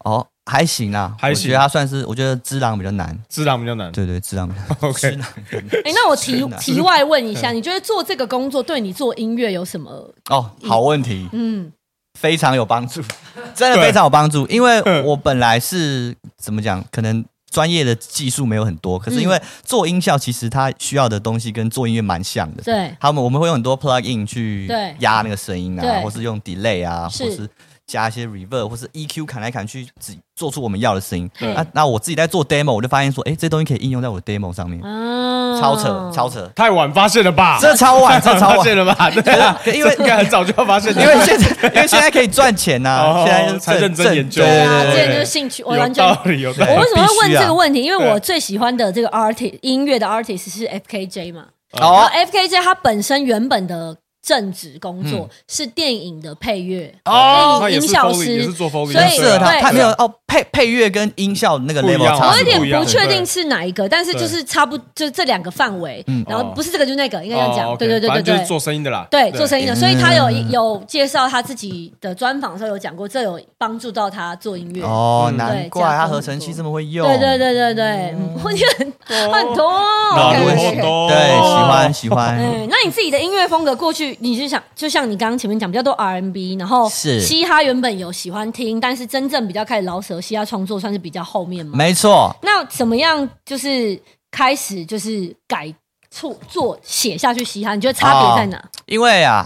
C: 哦，还行啊，
A: 还行
C: 我觉得它算是，我觉得只狼比较难。
A: 智囊比较难。
C: 对对，只狼比较难
A: OK，
B: 哎，那我题
C: 是哪
B: 题外问一下，你觉得做这个工作对你做音乐有什么？
C: 哦，好问题，
B: 嗯，
C: 非常有 帮助，真的
A: 对
C: 非常有帮助。因为
A: 嗯
C: 我本来是怎么讲，可能专业的技术没有很多，可是因
A: 嗯
C: 为做音效，其实它需要的东西跟做音乐蛮像的。
B: 对，
C: 他们我们会用很多 plug in 去
B: 对
C: 压那个声音
B: 对
C: 啊，或是用 delay 啊，
B: 是
C: 或是加一些 reverb 或是 EQ 砍来砍去，只做出我们要的声音。
B: 对
C: 那那我自己在做 demo，我就发现说，哎，这东西可以应用在我的 demo 上面，
A: 嗯
B: 啊
C: 超扯超扯，
A: 太晚发现了吧？
C: 这超晚，这 超
A: 发现
C: 晚。
A: 了 吧？对啊，
C: 因为
A: 这应该 很早就要发现了，
C: 因为现在，因为现在可以赚钱呐、
A: 哦
C: 现在就是
A: 才
C: 正
A: 认真
C: 正
A: 研究
C: 对
B: 啊，这
C: 对对
B: 个
C: 对
B: 就
A: 对
B: 是兴趣，我
A: 有
B: 完全。
A: 道理，有道
B: 我
A: 理
C: 对。
B: 为什么会问
C: 必须啊
B: 这个问题？因为
A: 对
B: 我最喜欢的这个 artist 音乐的 artist 是 F K J 嘛，然后
C: 哦，
B: F K J 他本身原本的正职工作，是电影的配乐，
A: 哦他
B: 电
A: 也
B: 影音
A: 是
B: 效
A: Foley，也是
B: 师。
A: 做 Foley，
B: 所以
A: 对
C: 是
A: 啊
C: 他
B: 对
C: 他没有哦，配配乐跟音效那个
A: 不一样
C: level 差
A: 啊
B: 我
C: 很
B: 有
C: 多
B: 点
A: 不一样
B: 不确
A: 对
B: 定是哪一个，但是就是差不就这两个范围，然后不是这个就是那个，应该这样讲。
A: 哦
B: 对对对
A: 反
B: 对
A: 正就
B: 对
A: 是，做声音的啦，
B: 对，做生意的，
C: 嗯
B: 所以他有有介绍他自己的专访的时候有讲过，这有帮助到他做音乐。
C: 哦，
A: 嗯
C: 难
B: 对
C: 怪
B: 加工
C: 他
B: 很
C: 合成器
B: 多
C: 这么会用。
B: 对对对对对，嗯我觉得很很多哦。
A: 那
C: 如
A: 如
C: 果
A: 何多
C: 对，喜欢喜欢。
B: 嗯，那你自己的音乐风格过去，你是想就像你刚刚前面讲比较多 R&B，然后
C: 是
B: 嘻哈原本有喜欢听，但是真正比较开始饶舌嘻哈创作算是比较后面嘛。
C: 没错，
B: 那怎么样就是开始就是改错做写下去嘻哈？你觉得差别在哪？
C: 因为啊，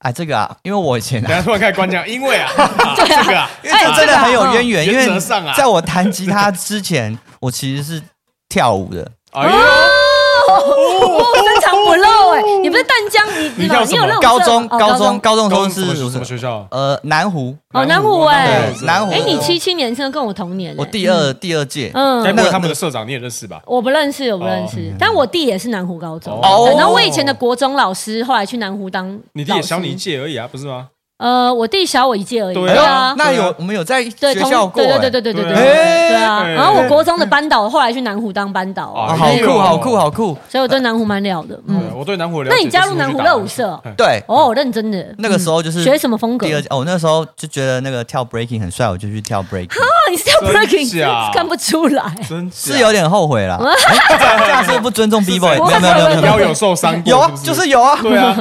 C: 哎，这个啊，因为我以前
A: 等一
C: 啊，
A: 下突然开始关讲，因为 啊，这个啊，
C: 因为哎这 真的很有渊源，因
A: 原
C: 为
A: 则上啊
C: 在我弹吉他之前，我其实是跳舞的，
A: 哎呦，
B: 哦，深藏不露哎、你不是淡江，你
A: 你
B: 有
A: 跳
B: 你
A: 什么
B: 有那种
C: 高
B: 社
C: 中
B: 哦
C: 高中高中的时
A: 高
C: 候
A: 中什么
C: 是
A: 什么学校？啊
C: 呃南湖，
B: 哦南湖哎
A: 对
C: 南湖
B: 哎、你七七年生跟我同年、欸，
C: 我第二第二届，
A: 该
B: 嗯。
A: 不会他们的社长你也认识吧？
B: 我不认识，我不认识，但我弟也是南湖高中。
A: 哦
B: 对然后我以前的国中老师后来去南湖当，
A: 你弟也小你一？届而已啊，不是吗？
B: 呃，我弟小我一届而已。
A: 对
C: 哎
A: 啊
C: 呦
B: 啊，
C: 那有
A: 对啊
C: 我们有在
B: 对，
C: 学
B: 同
C: 校过，
B: 对对对
C: 哎
B: 对对对
A: 对
B: 对
A: 啊
B: 对啊！
A: 哎
B: 然后我国中的班导后来去南湖当班导
C: 哦
A: 哎
B: 啊，
A: 呦
C: 好酷好酷好酷，
B: 所以我对南湖蛮了的。
A: 对啊
B: 嗯，
A: 我对南湖的了
B: 那
A: 解
B: 你加
A: 就
B: 入
A: 是
B: 南
A: 去
B: 湖
A: 打
B: 热
A: 篮
B: 舞
A: 球
B: 社哦
A: 哎
C: 对，
B: 哦，认真的。嗯
C: 那个时候就是
B: 学什么风格？
C: 第二届，哦，我那时候就觉得那个跳 breaking 很帅，我就 去跳 breaking，
B: 啊，你是跳 breaking
A: 真假
B: 看不出来。
A: 真假
C: 是有点后悔啦，哎这样这样是不尊重 b boy，
B: 不
C: 没
B: 会
C: 有没有没有没有没有
A: 腰，有受伤过，
C: 有啊
A: 不，
C: 就是有啊，
A: 对啊，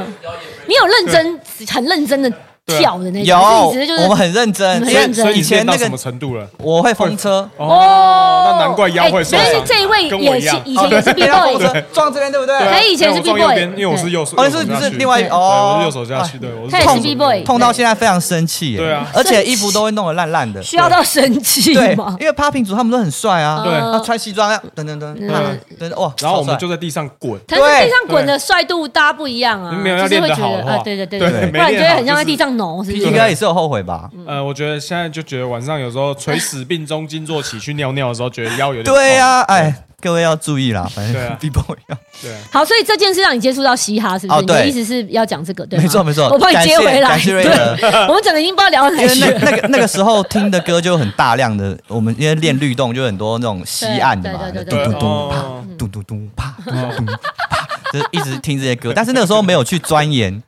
B: 你有认真、很认真的跳的那种，还
C: 啊有
B: 是你只是就，是
C: 我们很认真，
B: 很
C: 因为
B: 认真
A: 所以
C: 以
A: 你练
C: 前
A: 到
C: 那
A: 什
C: 个
A: 么程度了？
C: 我会风车，
B: 哦，
A: 那难怪腰会受伤
B: 哎但是这一位
A: 跟我
B: 也
A: 一
B: 是
A: 样
B: 以前也是 B
C: 被他风
B: boy，
C: 车撞这边对不
A: 哦对啊
B: 哎
C: 对？
B: 以前是
A: 因为我撞右
B: B-boy
A: 边因为我是右手，
C: 哦，
A: 右
C: 你
A: 手
C: 是你
A: 下
C: 是
A: 去
C: 另外一
B: 对
A: 对，我
C: 哦
A: 是右，手下去，对，我
B: 他也
A: 左
B: 是
A: 手
B: B boy，
C: 碰到现在非常生气耶，
A: 对啊
C: 而且衣服都会弄得烂烂的，
B: 需要到生气
C: 对
B: 吗，？
C: 因为 popping 组他们都很帅啊，
A: 对
C: 他穿西装啊，等等等
B: 嗯
C: 等等，哇，
A: 然后我们
C: 超
A: 就在地上滚，
B: 可是地上滚的帅度大家不一样啊，
A: 没有要
B: 就
A: 练
B: 是会
A: 得
B: 觉
A: 好的
B: 得
A: 话
B: 啊，，对对对
A: 对，
B: 对，
A: 没
B: 不然觉
A: 练
B: 得
A: 好
B: 很像在地。
A: 就是
B: 上挪，是不
C: 帅
B: 是
C: 应？该也是有后悔吧？
B: 嗯
A: 呃，我觉得现在就觉得晚上有时候垂死病中经坐起去尿尿的时候，觉得腰有点痛。
C: 对呀，哎，各位要注意啦，反
A: 哦对
C: 正
A: 啊
C: b boy 要
A: 对啊，
B: 好，所以这件事让你接触到嘻哈，是不是？
C: 哦
B: 你的
C: 对
B: 意思是要讲这个，对吗
C: 没错没错
B: 我帮你接回来。
C: 感谢感谢瑞德
B: 对，我们整个已经不知道聊到哪
C: 因
B: 里
C: 为
B: 去了。
C: 那那个那个时候听的歌就很大量的，我们因为练律动就很多那种西岸的嘛，
B: 对对
C: 咚
B: 对
C: 咚咚啪
A: 哦，
C: 咚咚咚啪，咚咚咚啪，就是一直听这些歌。但是那个时候没有去钻 研，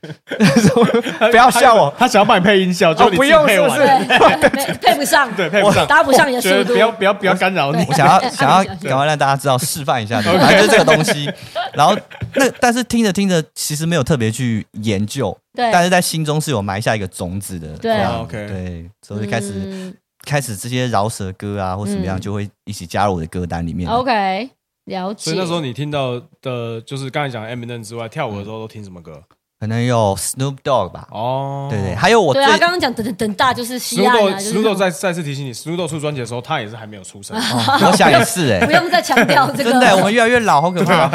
C: 不要笑我，
A: 他想要帮你配音效，就
C: 哦
A: 你
C: 不
A: 自己
C: 用
A: 配
C: 是不
A: 完
C: 是
B: 对，没配不上，
A: 对，配不上，
B: 搭不上你 的
A: 觉
B: 速
A: 得
B: 度。
A: 不要不要不要干扰你
C: 我。想要
B: 哎
C: 想要
B: 哎
C: 赶快让大家知道示范一下，反正就是这个东西。然后那但是听着听着，其实没有特别去研究，
B: 对
C: 但是在心中是有埋下一个种子的。
B: 对
C: 这样
A: 哦，OK
C: 对，所以就开始
B: 嗯
C: 开始这些饶舌歌啊或怎么样，
B: 嗯
C: 就会一起加入我的歌单里面。
B: OK，了解。
A: 所以那时候你听到的，就是刚才讲 Eminem 之外，跳舞的时候都听什么歌？
C: 可能有 Snoop Dogg 吧，
B: 嗯
A: 哦，
C: 对对，还有我最
B: 对啊，刚刚讲等等等大就是西岸啊，就是那
A: Snoop
B: 种
A: Dogg 再再次提醒你，Snoop Dogg 出专辑的时候，他也是还没有出生，
C: 我想也是哎
B: 不，用再强调这个。哎
C: 真的，我们越来越老，好可怕。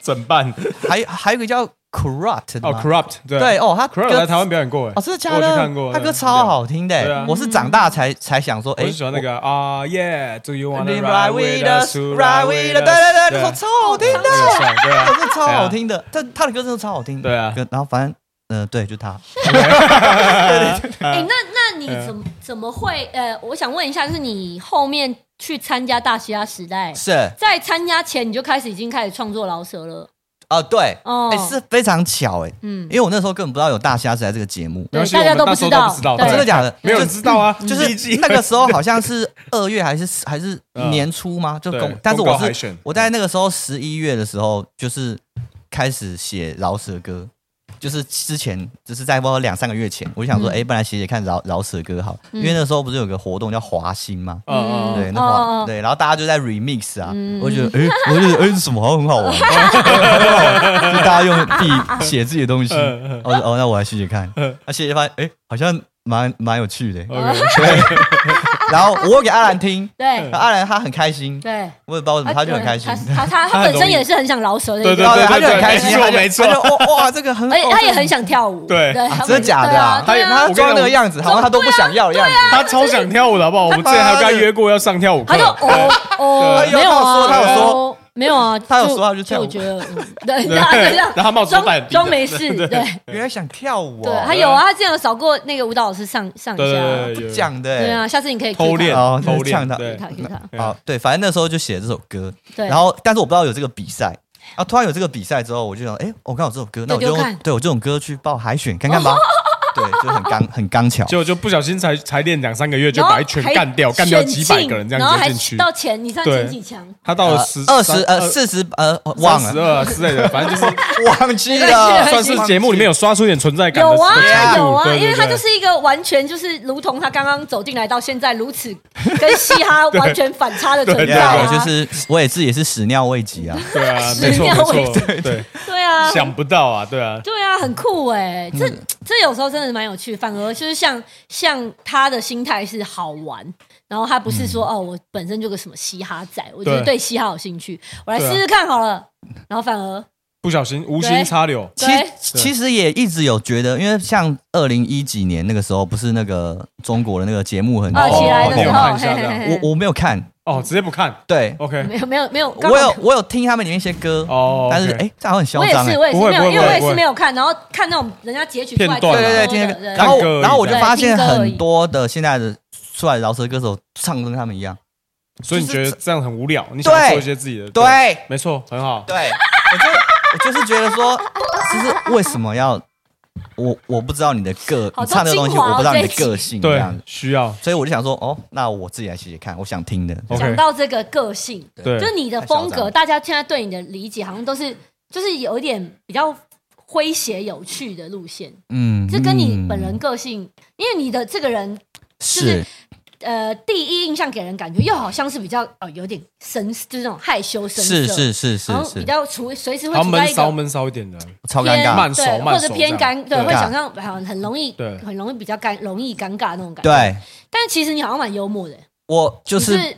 A: 怎么 办？
C: 还还有一个叫 Corrupt 的
A: 哦
C: 吗
A: ，Corrupt，对
C: 对哦，他
A: Corrupt 来
C: 歌
A: 台湾表演过，哎
C: 哦，真的假
A: 我有
C: 的？
A: 去看过，
C: 他歌
A: 对
C: 超，好听的
A: 对
C: 欸
A: 啊，
C: 我是长大才才想说，
A: 我
C: 哎，
A: 就喜欢那个啊，Yeah，Do you
C: 我。
A: wanna ride
C: Live right
A: with
C: with
A: us?
C: us, right
A: Ride
C: with
A: with
C: us，对
A: us？
C: 对对，那首超好听的，
A: 那个对啊，
C: 真的超好 听的，他他的歌真的超好听。
A: 对啊
C: 歌然后反正嗯，对，就他。
B: 哎、那那你
A: 嗯
B: 怎么怎么会？呃，我想问一下，就是你后面去参加大嘻哈时代，
C: 是
B: 在参加前你就开始已经开始创作饶舌了，
C: 哦，对，
B: 哦
C: 哎，是非常巧哎，
B: 嗯
C: 因，为我那时候根本不知道有大虾子来这个节目。
A: 没关系
B: 大家
A: 我们那
B: 不
A: 时候
B: 知
A: 都
B: 道，
A: 不知道
C: 哦，
B: 对
C: 真的假的？
A: 没有人
C: 就
A: 知道啊， 第
C: 就
A: 一
C: 是
A: 季
C: 那个时候好像是二月还是还是
A: 嗯
C: 年初吗？就
A: 对
C: 公，但是
A: 公告
C: 我
A: 海
C: 是
A: 选嗯
C: 我在那个时候十一月的时候，就是开始写饶舌歌，就是之前就是在不知道两三个月前，我就想说，
B: 嗯
C: 哎，不然写写看饶饶舌歌好，因为那个时候不是有个活动叫华星吗？
A: 嗯
C: 对，
A: 嗯
C: 那
B: 哦哦
C: 华对，然后大家就在 remix 啊
B: 嗯，
C: 我就觉得，哎，我就觉得，哎，什么好像很好玩， 就大家用自己写自己的东西，
A: 嗯
C: 哦哦，那我来写写看，啊，写写发现，哎，好像蛮蛮有趣的，
A: ，OK，
C: 然后我给阿兰听，
B: 对
C: 然
A: 嗯
C: 后阿兰她很开心，
B: 对，
C: 我也不知道为什么，她就很开心。
B: 他他他他
A: 他很
B: 本
A: 容易
B: 身也是很想饶舌的一个人，
A: 对
C: 然后
A: 对
C: 她就很开心，
A: 没错
C: 她就
A: 没错
C: 她就哇哇，这个很，
B: 而且他也很想跳舞，
A: 对
C: 哦
B: 他
C: 真的假的啊？她
B: 对
C: 也
B: 啊，
C: 她
A: 我跟你
C: 装
A: 讲
C: 那个样子，好像她都不想要的样子。
A: 他超想跳舞的好不好？我们之前还有跟他约过要上跳舞课
B: 他，就哦哦，没有
C: 对他有
B: 啊，
C: 他有说他有
B: 哦，没有啊，
C: 他有说他就
B: 就
C: 跳舞
B: 我觉得，嗯 对， 他就这样
A: 然后他帽子都戴
B: 装
A: 很低的
B: 装没 事，对对，
C: 原来想跳舞
B: 他
C: 哦，
B: 有啊，他之前有扫过那个舞蹈老师上上一
A: 对
B: 下，
A: 对对，哎有
C: 讲的欸
B: 对啊，下次你可以 cue
A: 偷练
B: 他
C: 哦
A: 偷练
C: 呛他
A: 对
B: ，cue 他 cue 他，
A: 对
C: 好，对，反正那时候就写了这首歌，
B: 对，
C: 然后但是我不知道有这个比赛。啊！突然有这个比赛之后，我就想，哎、我刚好有这首歌，那我就
B: 那就看
C: 用对我这种歌去报海选看 看吧。对，就很刚很刚巧。
A: 结果就不小心才才练两三个月，就
B: 然后
A: 把一圈
B: 还
A: 干掉，干掉几百
B: 选
A: 个人这
B: 进然后
A: 样
B: 还
A: 就进去。
B: 到前，你算
A: 对
B: 前几强？
A: 他到了十
C: 二十呃四十呃忘
A: 十
C: 了
A: 二之类的，反正就是
C: 忘记
B: 没关
C: 了，
B: 系
A: 算是节目里面有刷出一点存在感的
B: 有啊
A: 程度
B: 有啊，
A: 对对
B: 因为他
A: 对
B: 就是一个完全就是如同他刚刚走进来到现在如此跟嘻 哈完全反差的存
A: 对
B: 在
A: 啊
C: 呀，
B: 啊，
C: 我就是我也自己也是屎尿未及啊。
A: 对啊，
B: 十
A: 没错
B: 秒
A: 没
B: 为
A: 错，对，
B: 对啊，
A: 想不到啊，对啊，
B: 对啊，很酷哎、
A: 嗯
B: 这这有时候真的蛮有趣，反而就是像像他的心态是好玩，然后他不是说、哦，我本身就个什么嘻哈仔，我就是
A: 嗯对
B: 对嘻哈有兴趣，我来
A: 对啊哦
B: 试试看好了，然后反而
A: 不小心无心插柳，
C: 其
B: 对
C: 其实也一直有觉得，因为像二零一几年那个时候，不是那个中国的那个节目很
A: 哦
B: 二啊起来
A: 哦
B: 的
A: 你
B: 时
A: 有
B: 候，
A: 看一
B: 嘿
A: 下
B: 嘿
A: 这样
B: 嘿
C: 我我没有看，
A: 哦，直接不看
C: 对
A: ，OK，
B: 没有没有没有，刚好
C: 我有我有听他们里面一些歌，
A: 哦，
C: 但是
A: OK
C: 哎，这好像很嚣
B: 我也
C: 张哎
B: 是，我也是
A: 欸不会
B: 没有，
A: 不会
B: 因为我也
A: 不会
B: 是没有看，然后看那种人家截取出来
A: 片段啊
C: 对
B: 的
C: 对对，听那个，
B: 对
C: 然后
A: 看歌而已
C: 然后我就
B: 对
C: 发
B: 听
C: 现
B: 歌而已
C: 很多的现在的出来的饶舌歌手唱得跟他们一样，
A: 所以你
C: 就是
A: 觉得这样很无聊，你想要
C: 对
A: 做一些自己的，，
C: 对
A: 没错，很好，
C: 对，我就我就是觉得说，其实为什么要我我不知道你的个，
B: 好多
C: 你唱这个东西
B: 精华哦
C: 我不知道你
B: 这
C: 的
B: 一集
C: 个性这
A: 对
C: 样，子，
A: 需要
C: 所以我就想说，哦，那我自己来写写看，我想听的。
A: OK
B: 讲到这个个性，
A: 对
B: 就，你的风格，大家现在对你的理解好像都是就是有一点比较诙谐有趣的路线，
C: 嗯，
B: 这跟你
C: 嗯
B: 本人个性，因为你的这个人
C: 是
B: 呃第一印象给人感觉又好像是比较哦有点深，就是那种害羞深
C: 是
B: 涩
C: 是是是
B: 然后比
C: 是，
B: 较处随时会
A: 好
B: 处在
A: 闷
B: 一
A: 骚
B: 个。
A: 闷骚一点的，
C: 超尴
B: 偏
C: 尬，
A: 慢熟
B: 对，
A: 慢
B: 或
A: 熟
B: 者偏
A: 这样
B: 尴，对，
A: 对
B: 会想象好像很容易，
A: 对
B: 很容易比较尴，容易尴尬那种感觉。，
C: 对。
B: 但其实你好像蛮幽默的，
C: 我就
B: 你
C: 是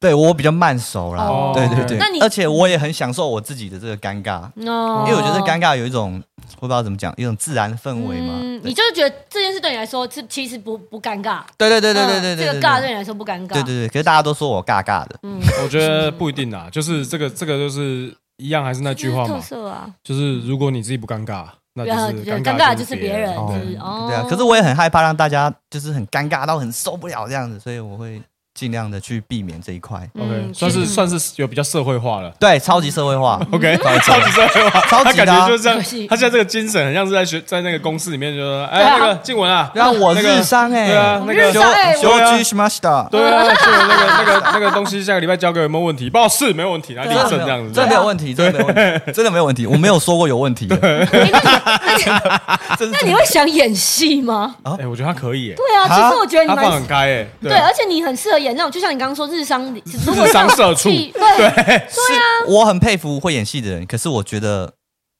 C: 对我比较慢熟啦，
B: 哦
C: 对对对，
B: 那你
C: 而且我也很享受我自己的这个尴尬，
B: 哦
C: 因为我觉得尴尬有一种我不知道怎么讲，一种自然氛围嘛。
B: 嗯，
C: 对
B: 你就是觉得这件事对你来说是其实不不尴尬，
C: 对对对对对
B: 嗯
C: 对对，
B: 这
C: 对
B: 个尬对你来说不尴尬，
C: 对对对，可是大家都说我尬尬的，
B: 嗯，
A: 我觉得不一定啦，就是这个这个就是一样，还是那句话
B: 这是特
A: 嘛，
B: 色啊，
A: 就是如果你自己不尴尬，那就是
B: 对啊
A: 尴
B: 尴尬
A: 就是
B: 就是别人
A: 对
B: 是不是哦
C: 对啊，可是我也很害怕让大家就是很尴尬到很受不了这样子，所以我会尽量的去避免这一块。
A: OK，
B: 嗯
A: 算是
B: 嗯
A: 算是有比较社会化了。
C: 对，超级社会化，
A: OK，超级社会化，
C: 超
A: 他
C: 级
A: 感
C: 的
A: 觉
C: 啊
A: 就是。这样
B: 可惜，
A: 他现在这个精神很像是在学在那个公司里面就说，哎
B: 对，啊
A: 那个静文啊，
C: 让我
A: 那个
C: 日商哎，
A: 对啊，那个
B: 日商哎
C: 修
A: 对啊
C: 居什么的，
A: 对啊，就那个那个那个东西，下个礼拜交给我有没有问题？报是没有问题，然后立正这样子，
C: 真的没啊有问题，真的没有问题，真的没有 问题，我没有说过有问题的，
A: 哎
B: 诶那 你那你
C: 真的
B: 那你会想演戏吗？
A: 哎、我觉得他可以、耶
B: 对啊，
C: 啊
B: 其实我觉得你
A: 他放
B: 蛮
A: 很。开、耶啊
B: 对，而且你很适合演那种，就像你刚刚说 日商，如果
A: 日商社畜
B: 戏对
C: 是我很佩服会演戏的人，可是我觉得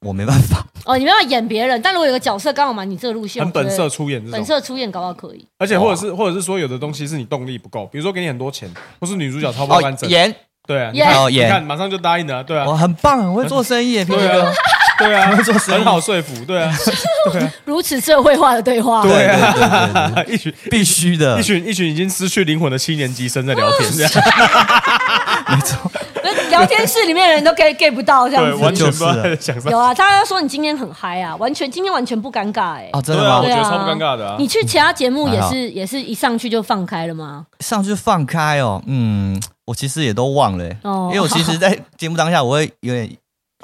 C: 我没办法。
B: 哦，你没办法演别人，但如果有个角色刚好嘛，你这个路线，
A: 很本
B: 我觉
A: 色
B: 得
A: 出演这
B: 本
A: 种，
B: 色出演，搞不好可以。
A: 而且或者是或者是说有的东西是你动力不够，比如说给你很多钱，或是女主角超不
C: 哦
A: 完，整，
C: 演
A: 对啊，你
B: 演
A: 看
C: 哦
A: 你看
C: 演，
A: 马上就答应了啊，对啊
C: 我，很棒，很会做生意，皮皮
A: 对啊
C: 哥。，
A: 对啊，
C: 做生意
A: 很好说服， 对啊，
B: 如此社会化的对话，
A: 对
C: 对对对
A: 啊，一群
C: 对必须的
A: 一，群一群已经失去灵魂的七年级生在聊
B: 嗯
A: 天，这样
B: 不 是聊天室里面的人都 get get 不到 这
A: 对，
B: 样
A: 完
B: 子。
A: 全不知道他在 想啥
B: 有。啊，大家说你今天很嗨啊，完全今天完全不尴尬哎、
C: 哦，真
A: 对
C: 的
A: 啊，
C: 吗
A: 我？觉得
B: 对啊
A: 超不尴尬的啊
B: 你。去其他节目也
C: 还好
B: 是也是一上去就放开了吗？
C: 上去放开哦，嗯，我其实也都忘了欸，
B: 哦
C: 因为我其实，在节目当下，我会有点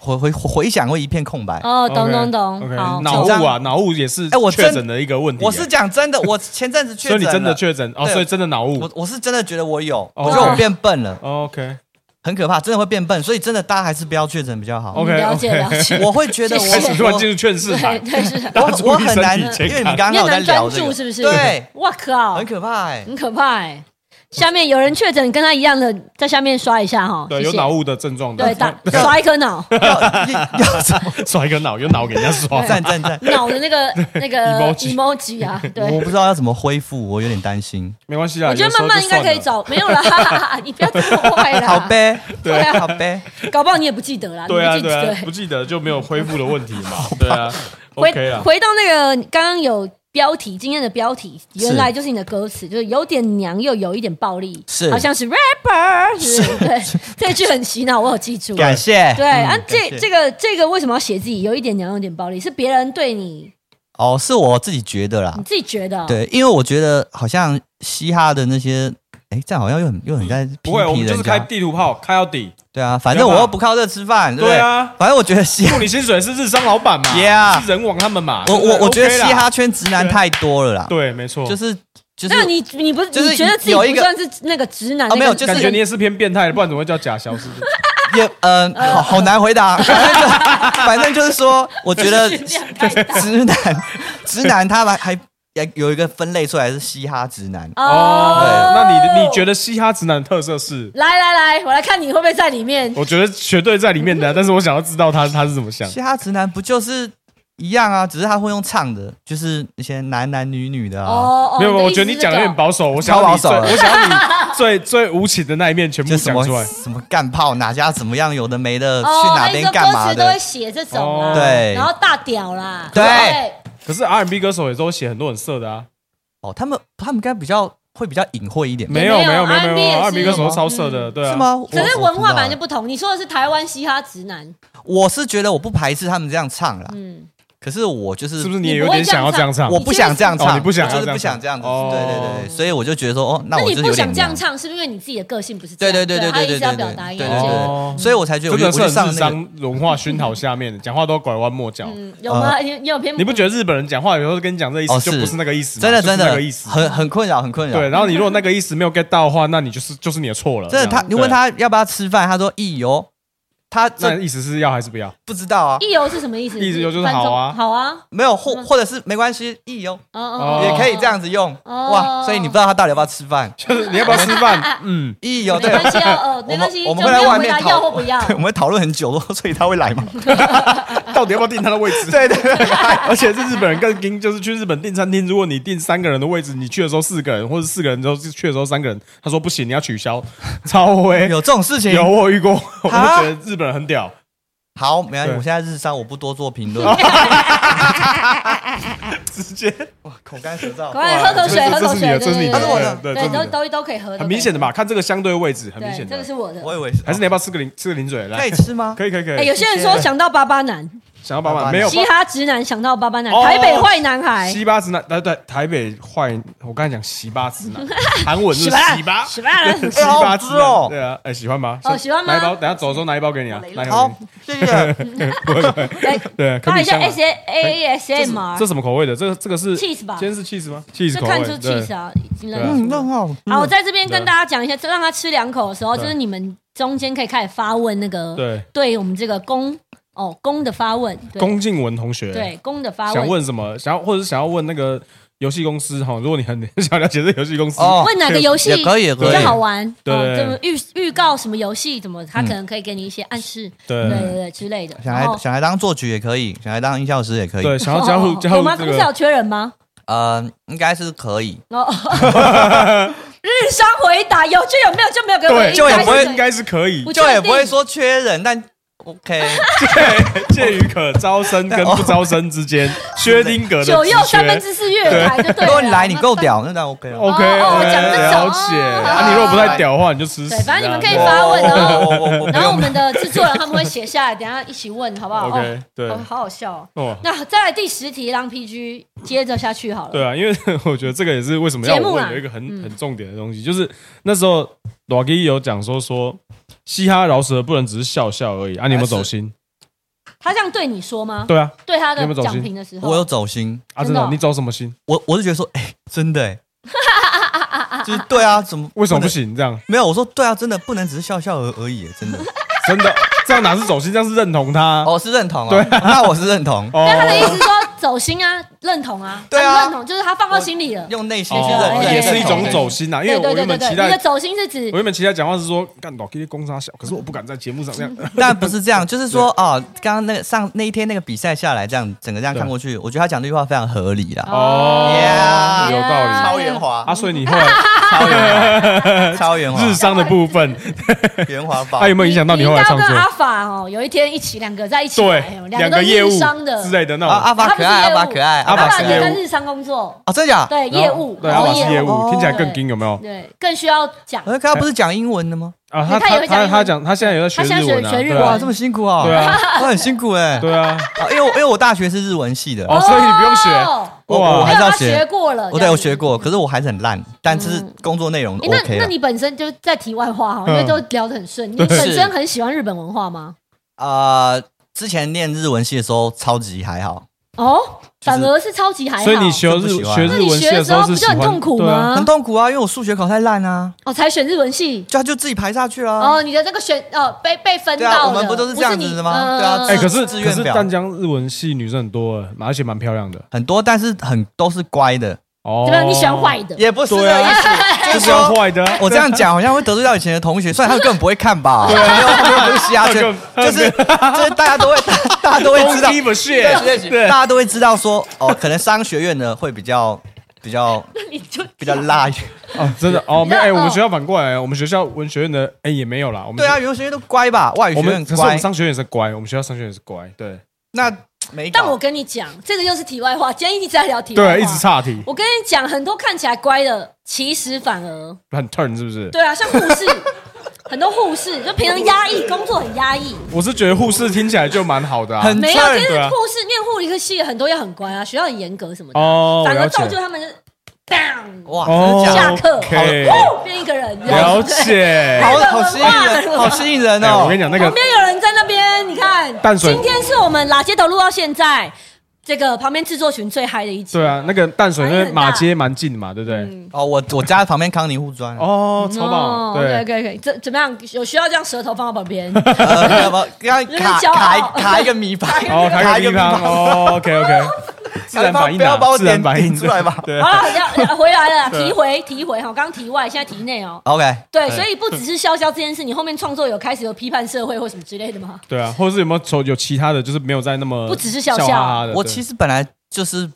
C: 回回回想会一片空白。
B: 哦，懂
A: OK，
B: 懂懂，
A: OK，
B: 好，
A: 脑
C: 紧张
A: 雾啊，脑雾也是
C: 哎我真
A: 确诊的一个问题啊。
C: 我是讲 真的，我前阵子确
A: 所以你
C: 诊了，
A: 真的确诊哦，
C: 对
A: 所以真的脑雾
C: 我。我是真的觉得我有，
A: 哦
C: 我觉得我变笨了，
A: OK
C: 很可怕，真的会变笨，所以真的大家还是不要确诊比较好。
A: OK
B: 了解
A: OK
B: 了解，
C: 我会觉 得我
B: 谢
A: 哦开始突然
C: 我
A: 进入劝世
B: 对
A: 牌，
B: 对是，
A: 大家
C: 我我
A: 注意身
C: 很难，
A: 体
C: 因为
A: 健康
C: 你们。刚
B: 你
C: 刚有
B: 很
C: 在
B: 难
C: 聊
B: 专
C: 这个
B: 注，是不是？哦
C: 对，
B: 我靠
C: 很，可怕哎、
B: 很可怕哎。下面有人确诊，跟他一样的，在下面刷一下哈，
A: 对，
B: 谢
A: 有
B: 谢
A: 脑雾的症状
B: 对
A: 的，
B: 打刷一颗脑，
C: 要要怎么。
A: 刷一个脑，有脑给人家刷
C: 赞赞赞？
B: 脑的那个那个
A: Emoji
B: emoji 啊，
C: 我
B: 对。
C: 不知道要怎么恢复，我有点担心。
A: 没关系啊，
B: 我 觉
A: 有
B: 得
A: 时候就
B: 慢慢应该可以
A: 算了。
B: 找，没有啦，哈哈 哈你不要这么坏啦。
C: 好，呗，
B: 对啊
C: 好呗，
B: 搞不好你也不记得啦，
A: 对啊，
B: 你不
A: 对
B: 记 得
A: 啊，不记得就没有恢复的问题嘛。对啊
B: 回
A: ，OK 啊，
B: 回到那个刚刚有标题，今天的标题原来就是你的歌词，就是有点娘又有一点暴力，
C: 是
B: 好像是 rapper，是对，这句很洗脑，我有记住。
C: 感谢
B: 对啊，这
C: 感谢
B: 这个这个为什么要写自己有一点娘有点暴力？是别人对你，
C: 哦，是我自己觉得啦
B: 你，自己觉得？
C: 对，因为我觉得好像嘻哈的那些，哎，这样好像又很又很在批
A: 嗯不会，我
C: 评
A: 们就
C: 人
A: 是开
C: 家，
A: 地图炮，开到底。
C: 对啊，反正我又不靠这吃饭，对不
A: 对啊，
C: 反正我觉得嘻哈
A: 付你薪水是日商老板嘛
C: Yeah
A: 是人王他们嘛。
C: 我
A: 对不
C: 我
A: 对
C: 我觉得
A: OK 啦
C: 嘻哈圈直男太多了啦，
A: 对，没错，
C: 就是就是
B: 那你你不
C: 就是
B: 你觉得自己
C: 有一
B: 不
C: 个
B: 算是那个直男？
C: 哦没有
B: 那个
C: 就是
A: 感觉你也是偏变态的，不然怎么会叫假消 失？
C: 也嗯、
B: 呃
C: 好好难 回答，反正就反正就是说，我觉得直男 直男他们还还有一个分类出来是嘻哈直男，
B: 啊
A: 哦，那你你觉得嘻哈直男的特色是？
B: 来来来，我来看你会不会在里面。
A: 我觉得绝对在里面 的啊，但是我想要知道他他是怎么想。
C: 嘻哈直男不就是一样啊？只是他会用唱的，就是那些男男女女的啊。
B: 哦哦，
A: 没有，
B: 的意思
A: 我觉得你
B: 是
A: 讲的有
B: 这个
A: 点保守，我想要
C: 超
A: 你最
C: 保守了
A: 我想要你最最无情的那一面全部
C: 就什
A: 讲
C: 么
A: 出来。
C: 什么干炮，哪家怎么样，有的没的，
B: 哦，
C: 去哪边干
B: 那
C: 嘛
B: 你说歌词都
C: 的
B: 会，写这种啦，
A: 哦
C: 对
B: 然后大屌啦，
C: 对
A: 可是 R&B 歌手也都写很多很色的啊，
C: 哦，他们他们应该比较会比较隐晦一点，
A: 没有
B: 也没
A: 没
B: 有
A: 有没有
B: R&B
A: 没
B: 也
A: 有
B: 是
A: ，R&B 歌手都超色的，对啊，
C: 是？吗？
B: 可是
C: 我
B: 文化本来就
C: 我不知
B: 不
C: 道
B: 同。你说的是台湾嘻哈直男，
C: 我是觉得我不排斥他们这样唱啦，
B: 嗯，
C: 可是我就是
A: 是不是你也有点想要这样唱？
C: 我不想这样
A: 哦
C: 唱，
A: 你不想
C: 我就
A: 要这
C: 是
A: 样
C: 不想这样子，
A: 唱
C: 对对对对，所以我就觉得说，哦，那我
B: 你
C: 就是
B: 不
C: 有点
B: 想这样
C: 娘，
B: 唱，是不是因为你自己的个性不是这
C: 对
B: 样？
C: 对对对
B: 他
C: 对
B: 一
C: 对
B: 直
C: 对
B: 要
C: 对
B: 表达一
C: 对
B: 个
C: 对
A: 意见
C: 对，所以我才觉得
A: 真
C: 我就
A: 的
C: 我就是
A: 很
C: 上
A: 智
C: 那个，
A: 商文化熏陶下面，讲话都拐弯抹角。
B: 嗯，有吗？你你有偏
A: 呃 你不觉得日本人讲话有时候跟你讲这意思
C: 哦
A: 就是不是那个意思吗，
C: 真
A: 就
C: 的
A: 是
C: 真的
A: 那个意 思。
C: 很很困扰，很困扰。
A: 对，然后你如果那个意思 没有 get 到的话，那你就是就是你的错了。
C: 真的
A: 这样
C: 他，你问，
A: 对
C: 他要不要吃饭，他说意哟，他
A: 那
C: 这
A: 意思是要还是不 要？
C: 不知道啊，
B: 意由是什么意思？
A: 意由就是
B: 翻中
A: 好啊
B: 好啊，
C: 没有或或者是没关系，意哟
B: 哦哦，
A: 哦
C: 也可以这样子用
B: 哦
C: 哇，所以你不知道他到底要不要吃饭，
A: 就是你要不要吃饭？ 嗯，
C: 意哟
B: 没
C: 对。
B: 关系哦，呃，没
C: 我
B: 关
C: 们
B: 系，
C: 我们
B: 就
C: 会
B: 没
C: 在
B: 有
C: 外
B: 回
C: 面
B: 答
C: 讨
B: 要或不要。
C: 对，我们会讨论很久，所以他会来吗？
A: 到底要不要订他的位置？
C: 对对对，
A: 而且是日本人更精，就是去日本订餐厅，如果你订三个人的位置，你去的时候四个人，或者四个人之后去的时候三个人，他说不行，你要取 消，超威。
C: 有这种事情
A: 有我遇过，我就
C: 啊
A: 觉得日本人很屌。
C: 好，没关系，
A: 对
C: 我现在日商我不多做评论，
A: 直接，
C: 口干舌 燥。
B: 快喝口水，
A: 这
B: 喝
A: 这
B: 口
A: 是你
B: 水，
A: 的，
B: 对
A: 这是你的，
B: 对
C: 他是我
B: 对
C: 的
A: 对，这
B: 对，
A: 是
B: 都
A: 你的
B: 都可以喝，都可以
A: 很明显的嘛，看这个相对位置，很明
B: 对，
A: 显
B: 这个
A: 的。
B: 是我的。
C: 我以为是
A: 还是你要不要吃个零吃个零嘴
C: 可
A: 来
C: 以？吃吗？
A: 可以可以可
B: 哎，
A: 以
B: 有，些人说想到巴巴男，
A: 想要帮
C: 麻
A: 忙
C: 烦
A: 没有？
B: 嘻哈直男想到巴巴男，
A: 哦
B: 台北坏男孩，
A: 西巴直男，对对，台北坏，我刚才讲西巴直 男，韩文是
B: 喜欢
A: 西巴，
B: 喜 欢
A: 对西巴直
C: 哎好吃哦
A: 男，对啊，哎，喜欢吗？
B: 哦喜欢吗
A: 拿一包，等下走的时候拿一包给你啊，拿一包
C: 好
A: 给你，
C: 谢谢。
B: 来
A: 对，可
B: 看
A: 比
B: 一下
A: 香啊
B: S A A S
A: 这是
B: M R，
A: 这什么口味的？这个这个是
B: Cheese 吧
A: 今天是 cheese 吗？cheese
B: 就
A: 口味，
B: 看出
A: 对
B: cheese 啊，已经
A: 对啊
B: 认
C: 嗯，
B: 出
C: 那很好吃。
B: 啊，我在这边跟
A: 对
B: 大家讲一下，就让他吃两口的时候，就
A: 对
B: 是你们中间可以开始发问那个，
A: 对，
B: 对我们这个公哦公的发问，对
A: 龚静文同学，
B: 对公的发
A: 想
B: 问，
A: 问什么？想要或者是想要问那个游戏公司哈？如果你很 想了解这游戏公司，
C: 哦
B: 问哪个游戏
C: 也可以也可以
B: 比较好玩？
A: 对嗯
B: 哦怎么预预告什么游戏？怎么他可能可以给你一些暗示，对对
A: 对
B: 对之类的。
C: 想
B: 然后
C: 来想来当作曲也可以，想来当音效师也可以。
A: 对，想要加入
B: 哦
A: 加入
B: 有吗？
A: 这
B: 公司有
A: 个，
B: 缺人吗？
C: 呃，应该是可以，
B: 哦， 日商回答有就有，没有就没有给我
A: 对，
B: 一
C: 就也
B: 百
C: 不会
B: 分
A: 应该是可以
B: 不，
C: 就也不
B: 确
C: 会
B: 定
C: 说缺人，但 OK。
A: 对，介于可招生跟不招生之间，薛定谔的
B: 九又
A: 直觉
B: 三分之四月台就对了。
C: 如果你来，你够屌，那当然 OK 了。
A: OK，
B: 哦哦
A: OK，
B: 讲这种
A: 了解。
B: 哦
A: 啊，你如果不太屌的话，你就吃屎啊。
B: 对，反正你们可以
A: 对
B: 发问，然后
C: 我我我
B: 然后我们的制作人他们会写下来，等一下一起问，好不好
A: OK，对
B: 哦，好好好笑、哦。
A: 哦，
B: 那再来第十题，让 PG 接着下去好了。
A: 对啊，因为我觉得这个也是为什么要
B: 节
A: 我
B: 目啦
A: 问有一个很很重点的东西，就是那时候罗基有讲说说嘻哈饶舌不能只是笑笑而已啊，你有没有走心？
B: 他这样对你说吗？
A: 对啊，
B: 对他的
A: 你有没有走心
B: 讲评的时候，
C: 我有走心，
A: 啊，
B: 真
A: 真
B: 的哦
A: 的，你走什么心？
C: 我我是觉得说，哎，真的，哎，就是对啊，怎么
A: 为什么不
C: 能？
A: 行？这样
C: 没有，我说对啊，真的不能只是笑笑而而已， 真的。
A: 真的，这样哪是走心，这样是认同他。
C: 哦，是认同啊，
A: 对
C: 那我是认同，
B: 但
A: 哦，
B: 他的意思是说走心啊，认同啊，
C: 对啊
B: 他认同就是他放到心里了。
C: 用内心去认
A: 哦
C: 同，
B: 对
A: 也是一种
B: 对
A: 走心呐，因为
B: 对对
A: 我
B: 对
A: 原
B: 对
A: 本
B: 对，
A: 期
B: 你
A: 待
B: 的走心是指
A: 我原本期待讲话是说干老 K 攻杀小，可是我不敢在节目上这样。
C: 但不是这样，就是说哦，刚刚那个上那一天那个比赛下来，这样整个这样看过去，我觉得他讲这句话非常合理啦，
A: 哦
C: Yeah
A: 有道理。
C: 超圆滑，
A: 啊，所以你后来
C: 超 圆滑，超圆滑，
A: 日哎商的部分，
C: 圆滑包
A: 它。有没有影响到你后来创
B: 你应该要跟阿
A: 作？
B: 法哦，有一天一起两个在一起来
A: 对
B: 哦，
A: 两
B: 个
A: 个业务
B: 商的
A: 之类的那
C: 啊，
A: 种。
C: 阿发可爱，阿发可爱，
A: 阿阿
B: 爸
A: 爸
B: 爸
A: 是
B: 也
A: 业
B: 在
A: 务，
B: 日商工作，
C: 啊，真的假的？
B: 对业务，哦
A: 对，
B: 然
A: 阿
B: 后
A: 爸是业
B: 务，
A: 务，听哦起来更精有没有？
B: 对，更需要讲。
C: 呃，可他不是讲英文的吗？
A: 啊，他
B: 他也
A: 他
B: 会讲英
A: 他
B: 文
A: 他讲，他现在也在
B: 他现在
A: 日文啊，
B: 学学日
A: 对
B: 文
A: 啊
C: 哇，这么辛苦啊！
A: 对，啊，
C: 我很辛苦哎。
A: 对 啊，
C: 啊因为我因为我大学是日文系的，
A: 哦，所以你不用学，
B: 哦
C: 我
A: 哇
C: 我还是要
B: 因为他
C: 学
B: 学。过了，
C: 我对我学过，可是我还是很烂，但是工作内容
B: 这样子。诶
C: OK 啊
B: 那那
C: 了
B: 你本身就在题外话哈，
A: 嗯
B: 因为都聊得很顺。你
A: 对
B: 本身
C: 是
B: 很喜欢日本文化吗？
C: 啊。之前念日文系的时候超级还好，
B: 哦，
C: 就
B: 反
C: 是
B: 而是超级还好。
A: 所以你学
C: 就
A: 日
C: 不喜欢
A: 学
B: 那
A: 日
B: 你
A: 文系
B: 学的时
A: 时
B: 候
A: 是
B: 不
A: 喜
B: 就很
A: 欢
B: 痛苦
A: 对啊
B: 吗
C: 很？痛苦啊，因为我数学考太烂啊，
B: 哦，才选日文系。
C: 就他就自己排下去了啊。
B: 哦，你的那个选哦被被分
C: 对啊
B: 到的，
C: 我们不都是这样子的吗
B: 不是你
C: 对啊
B: 嗯
A: 哎、
C: 是
A: 可是
C: 志
A: 可
C: 愿
A: 是
C: 表
A: 淡江日文系女生很多，哎而且蛮漂亮的。
C: 很多，但是很都是乖的，
A: 哦，
B: 怎么样？啊你喜欢坏的？
C: 也不是
A: 对
C: 的意思，
A: 就
C: 就是
A: 喜欢
C: 说
A: 坏的啊、
C: 我这样讲好像会得罪到以前的同学，虽然他们根本不会看吧，对，他们不是嘻哈圈
A: 根，本
C: 就是就是大家都会大家都会知道
A: Don't，give a shit
C: 对对
A: 对
C: 对，大家都会知道说哦，可能商学院的会比较比较
B: 你就
C: 比较辣一点，
A: 哦，真 的哦，没有哎、
B: 你知道
A: 我们
B: 哦
A: 学校反过来，我们学校文学院的哎、也没有啦，我们
C: 对啊，，语文学院都乖吧，外语
A: 我
C: 学
A: 们
C: 院
A: 可是我
C: 乖啊
A: 们，商学院也是乖，我们学校商学院也是乖，对
C: 那没搞
B: 但我跟你讲，这个又是题外话，今天一直在聊题外话，
A: 对，一直。岔题，
B: 我跟你讲，很多看起来乖的，其实反而
A: 很 turn 是不是？
B: 对啊，像护 士，很多护士就平常压抑，工作很压抑。
A: 我是觉得护士听起来就蛮好的、啊，
C: 很
B: 没有，
C: 正
B: 其实
A: 对啊
B: 护士念护理科系的很多也很乖啊，学校很严格什么的，
A: 哦，
B: 反而
A: 了
B: 造就
A: 解，
B: 他们就是，bang，
C: 哇，
A: 哦
C: 真的假
B: 下
C: 的？
B: 课哦
A: OK
B: 呼变一个人，
A: 了解。
C: 好好吸引人，好吸引人
A: 哎、
C: 哦！
A: 我跟你讲，那
B: 旁
A: 个
B: 边有人在那边，你看，
A: 淡水
B: 今天是我们拉街头录到现在，这个旁边制作群最嗨的一集。
A: 对啊，那个淡水
B: 反
A: 因
B: 应
A: 为
B: 很大
A: 马街蛮近的嘛，对不对？
C: 哦，我我家旁边康宁护专，啊
A: 哦，超棒，
B: 嗯
A: 对，
B: 对对对，怎怎么样？有需要这样舌头放到旁 边？
C: 呃，没有没有 要卡
B: 骄傲
C: 卡一卡一个米盘，
A: 哦，台个地方，哦，OK OK，自然反应啊，
C: 不要把我
A: 自然
C: 点
A: 反应
C: 点出来吧
A: 对
B: 好，了，要回来了啦，
A: 对
B: 提回提回哈，刚提外，现在提内哦。
C: OK，
B: 对，所以不只是潇潇这件事，你后面创作有开始有批判社会或什么之类的吗？
A: 对啊，或者是有没有丑有其他的就是没有在那么
B: 不只是笑笑
A: 哈哈的，
C: 我其
A: 实
C: 实本来就是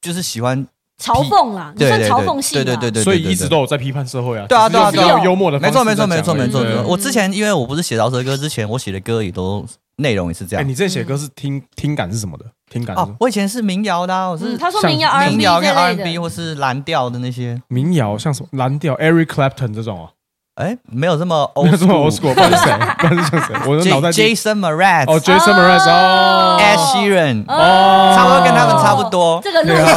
C: 就是喜欢，
B: 嘲讽啦，你
C: 对
B: 算
C: 对
B: 嘲讽系啊
C: 对对
B: 吧
C: 对对，
A: 所以
C: 对对
A: 一直都有在批判社会啊，
C: 对啊
A: 只是用
B: 对啊
A: 比较
B: 对啊
A: 幽默的
C: 没
A: 方
C: 错
A: 式
C: 没错
A: 在
C: 没
A: 讲
C: 错
A: 而已嗯
C: 没错没错。
A: 对
C: 我之前因为我不是写饶舌歌，之前我写的歌也都内容也是这
A: 哎，
C: 样
A: 你这写歌是听听感是什么的？听感是什
C: 哦
A: 么。
C: 我以前是民谣的啊，我是
B: 嗯，他说民谣
A: 像
B: R&B
C: 民谣跟
B: 之
C: R&B
B: 类的，
C: 或是蓝调的那些，
A: 民谣像什么蓝调，Eric Clapton 这种啊，
C: 哎，没有这么
A: 没
C: old
A: 有这么
C: school
A: old school，不知道是谁， 不知道是谁，我的脑袋
C: J- Jason Mraz、
A: 哦 Jason
B: 哦
A: Mraz 哦
C: Ed Sheeran，
A: 哦
C: 差不多跟他们差不多啊
B: 这个路
A: 了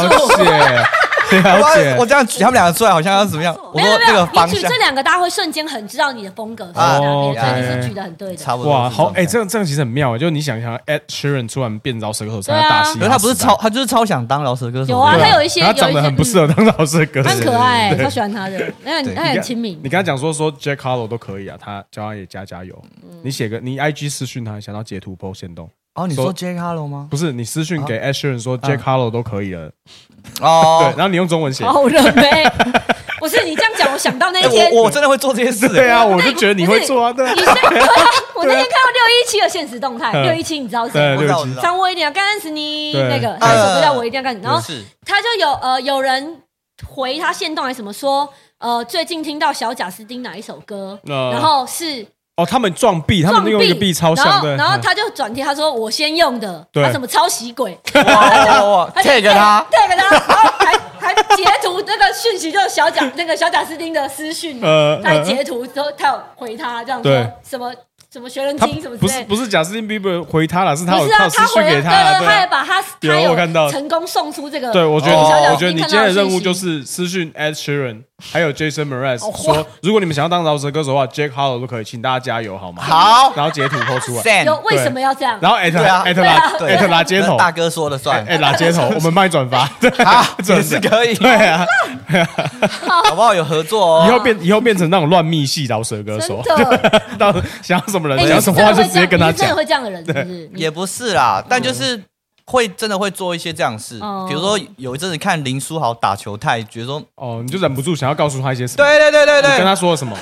B: 数。
A: 解了
C: 我
A: 解，
C: 我这样举他们两个出来，好像要怎么样？我
B: 没有
C: 说
B: 没
C: 这
B: 有
C: 个，方
B: 你举
C: 向
B: 这两个，大家会瞬间很知道你的风格是
C: 啊
B: 哪边，所以你
A: OK
B: 是举的很对的。
C: 差不多。
A: 哇，好哎，这
C: 样，
A: 样这样其实很妙，就是你想一想，Ed Sheeran 突然变饶舌歌手，参
B: 对啊
A: 加大戏，
C: 可是他不是超，他就是超想当饶舌歌手。
B: 有啊
C: 对
A: 对啊，
B: 他有一些
A: 他长
B: 有一
A: 得
B: 些
A: 很不适合当老师的歌
B: 他
A: 手，
B: 很可爱，超喜欢他的，那很
C: 对
B: 那
A: 你
B: 很
A: 跟
B: 亲
A: 你
B: 民。
A: 刚才讲说说 Jack Harlow 都可以啊，他叫他也加加油。
B: 嗯
A: 你写个你 IG 私讯他，想要截图 PO 线动，
C: 哦，你说
A: 说
C: J Carlo 吗？
A: 不是你私
B: 哦
A: 讯给 Ed Sheeran
B: 嗯
A: 说 Jack Harlow 都可以了，对，
C: 哦
A: 然，后你用中文写。
B: 好人呗， 不是你这样讲，我想到那一天
C: 哎， 我我真的会做这些事。
A: 对啊，我
B: 哦那
A: 就觉得你会做啊，对啊
B: 你 那我
C: 啊
B: 那天看到六一七的现实动态，
A: 嗯
B: 六一七你知道是
A: 对
B: 谁吗？
C: 我知道
A: 六
C: 我知
A: 七
C: 道。
B: 张威廉要干死你
A: 对
B: 那个，
A: 对
B: 他首歌叫我一定要干死你，然后
C: 是
B: 他就有呃有人回他现动还是什么说呃最近听到小贾斯汀哪一首歌，
A: 呃
B: 然后是
A: 哦，他们撞壁，他
B: 撞
A: 们
B: 壁，
A: 用一个壁超
B: 然
A: 像，
B: 后
A: 对，
B: 然后
A: 嗯
B: 他就转贴他说我先用的，
A: 对
B: 他什么抄袭鬼，
C: 哇哇
B: 他就哎
C: ，take 啊 他，
B: ，tag 他，然后还还截图那个讯息，就是小贾那个小贾斯汀的私讯，
A: 呃
B: 他还截图之后他有回他这样说
A: 对
B: 什么什么学人
A: 他
B: 精什么之
A: 不
B: 类
A: 是
B: 的。
A: 不是贾斯汀 Bieber 回他了，是他有
B: 不是啊，
A: 有私
B: 回
A: 讯给
B: 对
A: 啊
B: 对，
A: 对
B: 他也
A: 啊。
B: 把他
A: 有
B: 他
A: 我看到
B: 成功送出这个，
A: 对，我觉得
B: 小贾斯汀
A: 我觉得你今
B: 看到
A: 天的
B: 的
A: 任务
B: 讯息
A: 就是私讯 Ed Sheeran 还有 Jason Mraz
B: 哦
A: 说，如果你们想要当饶舌歌手的话，Jack Harlow 都可以，请大家加油好吗？
C: 好
A: 然后截图 PO 出来。
B: 有
C: Sam，
B: 为什么要这样？
A: 然后艾特
C: 对啊
A: 艾特
C: 对
A: 拉
B: 啊
A: 艾特啊拉街头，
C: 大哥说了算，
A: 哎拉街头，我们帮你转发，对，
C: 好，
A: 真
C: 也
A: 的
C: 是可以，
A: 对啊，哎
C: 好不好？有合作
A: 以
C: 哦。
A: 后变以后变成那种乱密系饶舌歌
B: 真
A: 手，
B: 的，
A: 到想要什么人
B: 哎，
A: 想
B: 你
A: 要
B: 是
A: 什
B: 真
A: 么话
B: 的
A: 就直
B: 会这
A: 接
B: 样，
A: 跟
B: 你
A: 他
B: 是真的
A: 讲，
B: 会这样的人，是不是？
C: 也不是
A: 嗯
C: 啦，但就是会真的会做一些这样的事
B: 哦，
C: 比如说有一阵子看林书豪打球太，觉得说，
A: 哦，你就忍不住想要告诉他一些什么，
C: 对对对对
A: 你跟
C: 对，
A: 他说了什么？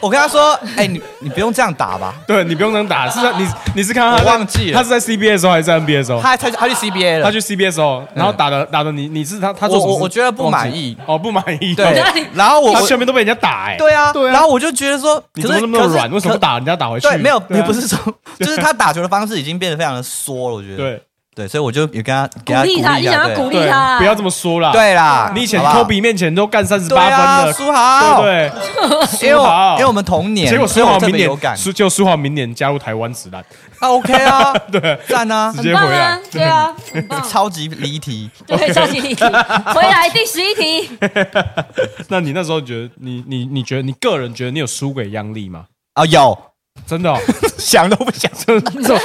C: 我跟他说，哎，你你不用这样打吧，
A: 对你不用能打，是在你你是看到他在
C: 我忘记了
A: 他是在 CBA 的时候哦还是在 NBA 的时候？
C: 他他他去 CBA 了，
A: 他去 CBA 的时候，哦然后打的打的你你是他他做什么
C: 我
A: 事
C: 我觉得不满意
A: 忘记哦不满意，
C: 对
B: 那你，
C: 然后我
A: 哦他
C: 我
A: 下面都被人家打哎，
C: 对啊，
A: 对啊
C: 然后我就觉得说，
A: 你
C: 可
A: 怎么
C: 是
A: 那么软？
C: 可是
A: 为什么
C: 可
A: 不打人家打回去？
C: 对，没有，
A: 啊
C: 也不是说，就是他打球的方式已经变得非常的缩了，我觉得。
A: 对，
C: 对，所以我就也跟他给
B: 鼓
C: 他
B: 励他，你想要鼓
C: 励
B: 励
A: 对
B: 他，，
A: 不要这么说啦。
C: 对，对啦，
A: 你以前
C: 好不好
A: 科比面前都干三十
C: 对
A: 八分
C: 啊，
A: 了，
C: 苏豪，
A: 对不
C: 因为
A: 苏豪
C: 我因为我们同
A: 对？
C: 年，
A: 结果
C: 所
A: 苏
C: 以我
A: 豪
C: 特
A: 明
C: 别有感
A: 年，，苏就苏豪明年加入台湾直男，
C: 啊 OK 啊，对，赞啊，
A: 直
B: 很
A: 接
B: 棒
A: 回
B: 啊
A: 来，嗯
B: 对啊，很棒，
C: 超级离题，
B: 对，超级立体，回来第十一题，
A: 那你那时候觉得你你你觉得你个人觉得你有输给央丽吗？
C: 啊，有
A: 真 的哦，
C: 想都不想
A: 这这么这么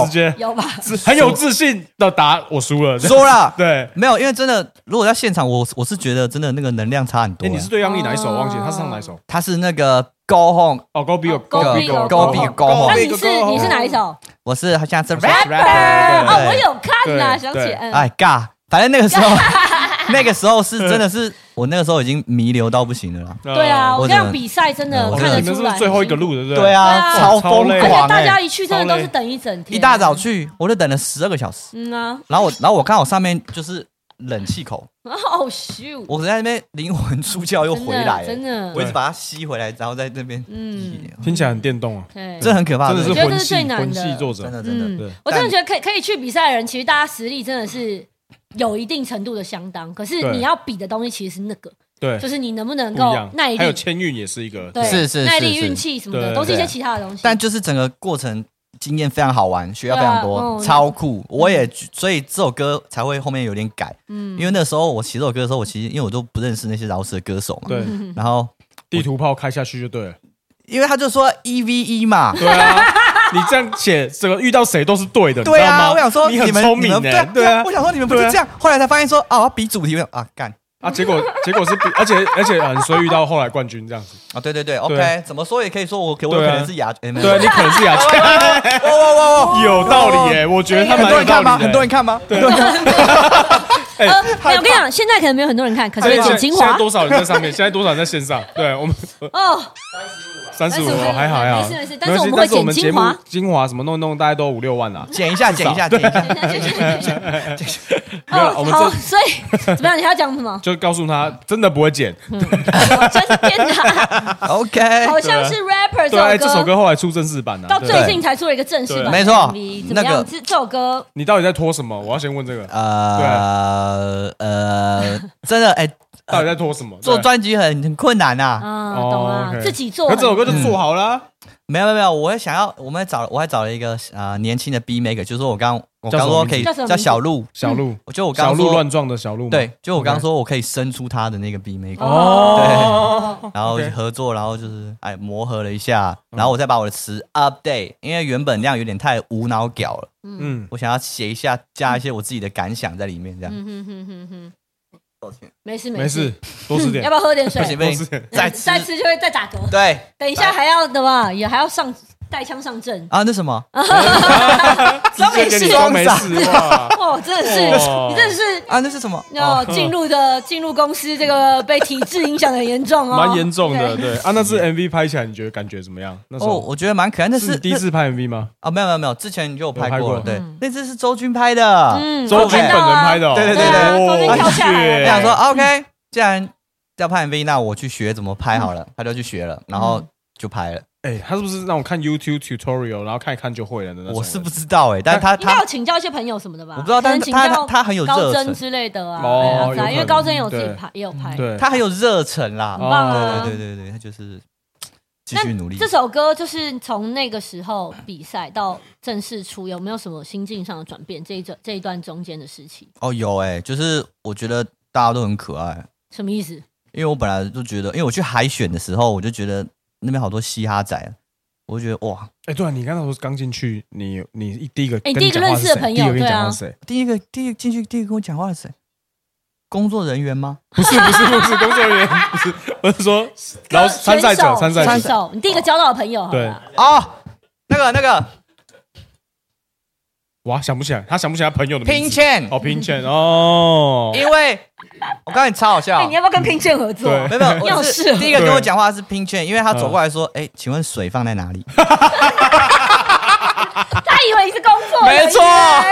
C: 有
A: 直接，
B: 有 吧？
A: 自很有自信的答我输了，
C: 说 啦，啊
A: 对。
C: 没有，因为真的，如果在现场，我我是觉得真的那个能量差很多欸
A: 哎，。你是对央丽哪一首？
B: 哦
A: 忘记他是唱哪一首？
C: 他是那个高哄，
A: 哦，Go Big
B: 哦，Go
A: Go
C: Big
A: Big
C: Go Big Go Big
B: 那啊你是你是哪一首？
C: 我是好像是 rap，
A: rapper？
B: 哦，我有看呐，
A: 对
B: 想起，
A: 对
B: 嗯，
C: 哎尬，反正那个 时候，那个时候是真 的是我那个时候已经弥留到不行了啦。
B: 对啊，
C: 我
B: 我这样
C: 真的
B: 比赛真的
C: 我
A: 嗯我
B: 看
A: 看
B: 得
A: 哦你们
B: 出
A: 是不
B: 来，
A: 是最后一个，录的？对不
C: 对
B: 对
C: 啊，
B: 啊
C: 超
A: 超
C: 疯
A: 累
B: 而且
C: 狂
B: 大家
C: 哎！
B: 一去真的都是等一整天，
C: 一大早，去，我就等了十二个小时，
B: 嗯啊，
C: 然后我然后我刚好上面就是冷气口，
B: 哦咻，
C: 我在那边灵魂出窍又
B: 真的
C: 回来
B: 真
C: 了，
B: 的
C: 我，一直把它吸回来，然后在那边，
B: 嗯，
A: 听起来很电动啊，
B: 对，
C: 这很可怕，
A: 真的是
B: 我觉得
A: 魂
B: 这是
A: 系
B: 最难的
A: 魂系作
C: 真
A: 者，
C: 的啊真的。
A: 对
B: 嗯我真的
C: 但
B: 觉得可以可以去比赛的人，其实大家实力真的是有一定程度的相当，可是
A: 对
B: 你要比的东西其实是那个，
A: 对
B: 就，是你能不能
A: 不
B: 够
A: 一样
B: 耐。
A: 还有
B: 力，
A: 千韵也是一个，
B: 对，
C: 是是
B: 耐力、
C: 是是
B: 运气什么的，
A: 对
B: 都是一些
C: 对
B: 其他的东西。
C: 但就是整个过程经验非常好玩，学到非常多，
B: 对啊嗯
C: 超酷。我也所以这首歌才会后面有点改，
B: 嗯
C: 因为那时候我写这首歌的时候，我其实因为我都不认识那些饶舌歌手嘛，
A: 对，
B: 嗯
C: 然后
A: 地图炮开下去就对了。
C: 因为他就说一 v 一嘛。
A: 对啊，你这样写，这个遇到谁都是对的，
C: 对
A: 你知道
C: 啊，
A: 吗
C: 我想说
A: 你
C: 们
A: 很聪明
C: 你们对
A: 欸
C: 啊
A: 对
C: 啊
A: 啊，
C: 我想说你们不是
A: 对啊
C: 这样，后来才发现说啊，我要比主题啊，干
A: 啊，结果结果是比，而且而且很衰遇到后来冠军这样子，
C: 啊，对对对，OK，怎么说也可以说我可我有
A: 对啊
C: 可能是亚军，
A: 对啊，你可能是亚军，
C: 哇哇哇哇，
A: 有道理耶，欸我觉得他
C: 很
A: 蛮
C: 多
A: 有
C: 人看吗？
A: 道理
C: 很多
A: 的啊
C: 人
A: 耶。
C: 看吗？很多人看，
A: 哎
B: 呃，没有，我跟你讲，现在可能没有很多人看，可
A: 而
B: 是
A: 且
B: 有
A: 现
B: 精
A: 现在
B: 华
A: 多少人在上面？现在多少人在线上？对我们
B: 哦，
A: 三十五哦
B: 35
A: 还好还好，
B: 没事没事
A: 关系
B: 但是我们会
A: 但是我们
B: 剪
A: 节目
B: 精华
A: 精华什么弄一弄，大概都五六万啦。
C: 剪一下，剪一下，
A: 啊
C: 剪一下。
A: 没有啦我
B: 哦，
A: 们
B: 好，
A: 这？
B: 所以怎么样？你还要讲什么
A: 就告诉他真的不会剪。
B: 真天哪，
A: 啊
C: OK，
B: 好像是 rapper
A: 对啊，这首
B: 歌。
A: 歌后来出正式版的。啊
B: 到
A: 对
B: 最近才出了一个正式版的 MV，
A: 对
C: 没错
B: 怎么
C: 那个
B: 样？这这首歌
A: 你到底在拖什么？我要先问这个，
C: 呃 呃，真的哎、
A: 到底在拖什么？
C: 做
A: 对
C: 专辑很很困难啊。
B: 啊，
A: 哦
B: 懂啊，
A: OK
B: 自己做
A: 可
B: 很，嗯
A: 这首歌就做好了啊
C: 没有没有没有，我也想要，我们找我还找了一个呃年轻的 B maker，就是我刚我
A: 叫
C: 刚
A: 什么
C: 说可以
B: 名字
C: 叫小鹿，
A: 小鹿，
B: 嗯
C: 我就我
A: 小
C: 刚
A: 鹿
C: 说
A: 乱撞的小鹿吗，
C: 对，就我刚说我可以生出他的那个 B maker，、
A: 哦，
C: 然后
A: OK 嗯
C: 合作，然后就是哎磨合了一下，然后我再把我的词 update，因为原本那样有点太无脑屌了，
A: 嗯，
C: 我想要写一下加一些我自己的感想在里面，这样。
B: 嗯哼哼哼哼，
C: 抱歉
B: 嗯没事
A: 没
B: 事
A: 事，，多吃
B: 要
A: 点
B: 不，要喝点水
C: 不？行不
A: 多
C: 行
A: 吃，点。
C: 再
B: 再
C: 吃
B: 吃就会再打嗝。
C: 对
B: 等一下还要的嘛，也还要上带枪上阵。
C: 啊，那什么
A: 直接给你装没事 哇！
B: 哦，真的是，
A: 哦
B: 你真的是
C: 啊，那是什么？
B: 要进入的进入公司，这个被体制影响的很严重哦，
A: 蛮严重的，
B: 对。
A: 对啊，那支 MV 拍起来，你觉得感觉怎么样？那时
C: 哦，
A: 候
C: 我觉得蛮可爱，那
A: 是你
C: 是
A: 第一
C: 那
A: 次拍 MV 吗？
C: 哦，没有没有没有，之前你就有拍
A: 有拍
C: 过
A: 过
C: 了，对，那次是周军拍的，
B: 嗯
A: 周军本人拍的哦，
C: 对对
B: 对啊周军
A: 哦
B: 跳下来
C: 我
A: 谢
B: 了
C: 想说啊 OK，既然要拍 MV，那我去学怎么拍好
A: 嗯
C: 了，他就去学了，然后就拍了。
A: 哎，他是不是让我看 YouTube tutorial，然后看一看就会了的那种人？
C: 我是不知道哎，但他
B: 应该
C: 他
B: 有请教一些朋友什么的吧？
C: 我不知道
B: 可能
C: 但是
B: 请
C: 他
B: 教
C: 他很有
B: 高
C: 热
B: 真
C: 忱
B: 之类的啊，
A: 哦有可
B: 哎呀
A: 能
B: 因为高真有自己
A: 对
B: 拍，也有拍，
A: 对，
C: 他很有热忱啦
A: 哦
B: 很，棒啊！
C: 哦对对对对，他就是继续努力
B: 这。首歌就是从那个时候比赛到正式出，有没有什么心境上的转变？这一这这一段中间的时期，
C: 哦，有哎，就是我觉得大家都很可爱，
B: 什么意思？
C: 因为我本来就觉得，因为我去海选的时候，我就觉得那边好多嘻哈仔，我就觉得哇，
A: 哎，对啊，你刚才说刚进去，你你一第一个
B: 哎
A: 跟
B: 第一
A: 你
B: 个
A: 讲话
B: 认
A: 是
B: 识
A: 谁，
B: 的朋友
A: 第一个跟你
B: 对啊
A: 讲话是谁？
C: 第一个第一个进去第一个跟我讲话的谁？工作人员吗？
A: 不是不是不是工作人员，不是，我是说，然后参赛者
B: 呃选手
A: 参赛
B: 选
A: 者，
B: 手，你第一个交到的朋友，好
A: 对
B: 吧？，
C: 哦，那个那个
A: 哇，想不起来，他想不起来他朋友的名
C: 拼
A: 字，
C: 券，
A: 哦，平权哦，
C: 因为我告诉你超好笑
B: 哎，你，要不要跟聘健合作？
A: 对
C: 没有没有，
B: 要
C: 我
B: 是
C: 是第一个跟我讲话是拼券，因为他走过来说，
A: 嗯
C: 哎，请问水放在哪里？
B: 他以为你是工作人员，
C: 没 错
A: 啊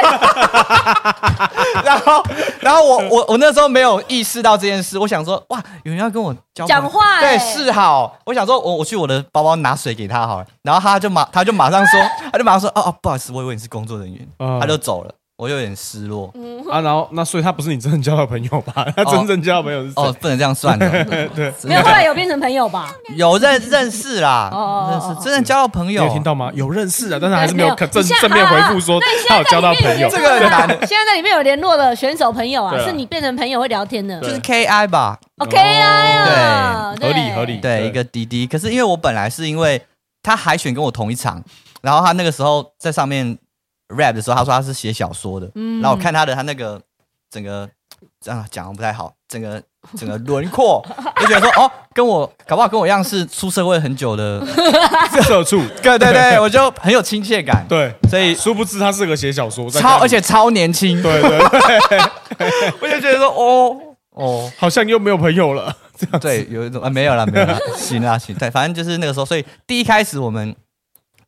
C: 然后然后我我我那时候没有意识到这件事，我想说哇，有人要跟我交朋
B: 讲话
C: 对
B: 哎
C: 示好，我想说我我去我的包包拿水给他好了，然后他就马他就马上说，他就马上说哦哦不好意思，我以为你是工作人员，
A: 嗯
C: 他就走了。我有点失落。
A: 啊，然后那所以他不是你真正交的朋友吧？他真正交的哦朋友是谁？
C: 哦，不能这 样算的，
B: 没有，后来有变成朋友吧？
C: 有认认识啦
B: 哦哦，
C: 认
B: 哦哦
C: 识真的交到朋
A: 你
C: 友
A: 有，听到吗？有认识啊的，但是还是没
B: 没
A: 有
B: 有
A: 可正
B: 你现在
A: 正面回复说
B: 啊啊啊
A: 他有交到朋友。
C: 这个很难，
B: 现在在里面有联络的选手朋友啊，
A: 对啊
B: 是你变成朋友会聊天的
A: 对哦
C: 就是 KI 吧，
B: ，OK 啊，
A: 对合理合理对
C: 对，一个滴滴。可是因为我本来是因为他海选跟我同一场，然后他那个时候在上面 rap 的时候，他说他是写小说的，
B: 嗯
C: 然后我看他的他那个整个这样讲得不太好，整个整个轮廓， 就觉得说哦，跟我搞不好跟我一样是出社会很 久的，
A: 社畜，
C: 对对对，我就很有亲切感，
A: 对，
C: 所以
A: 殊不知他适合写小说，在
C: 超
A: 家里
C: 而且超年轻，
A: 对对， 对
C: 我就觉得说哦哦，
A: 好像又没有朋友了。
C: 对，有一种啊，没有啦，没 有啦，行啦，行，对，反正就是那个时候，所以第一开始我们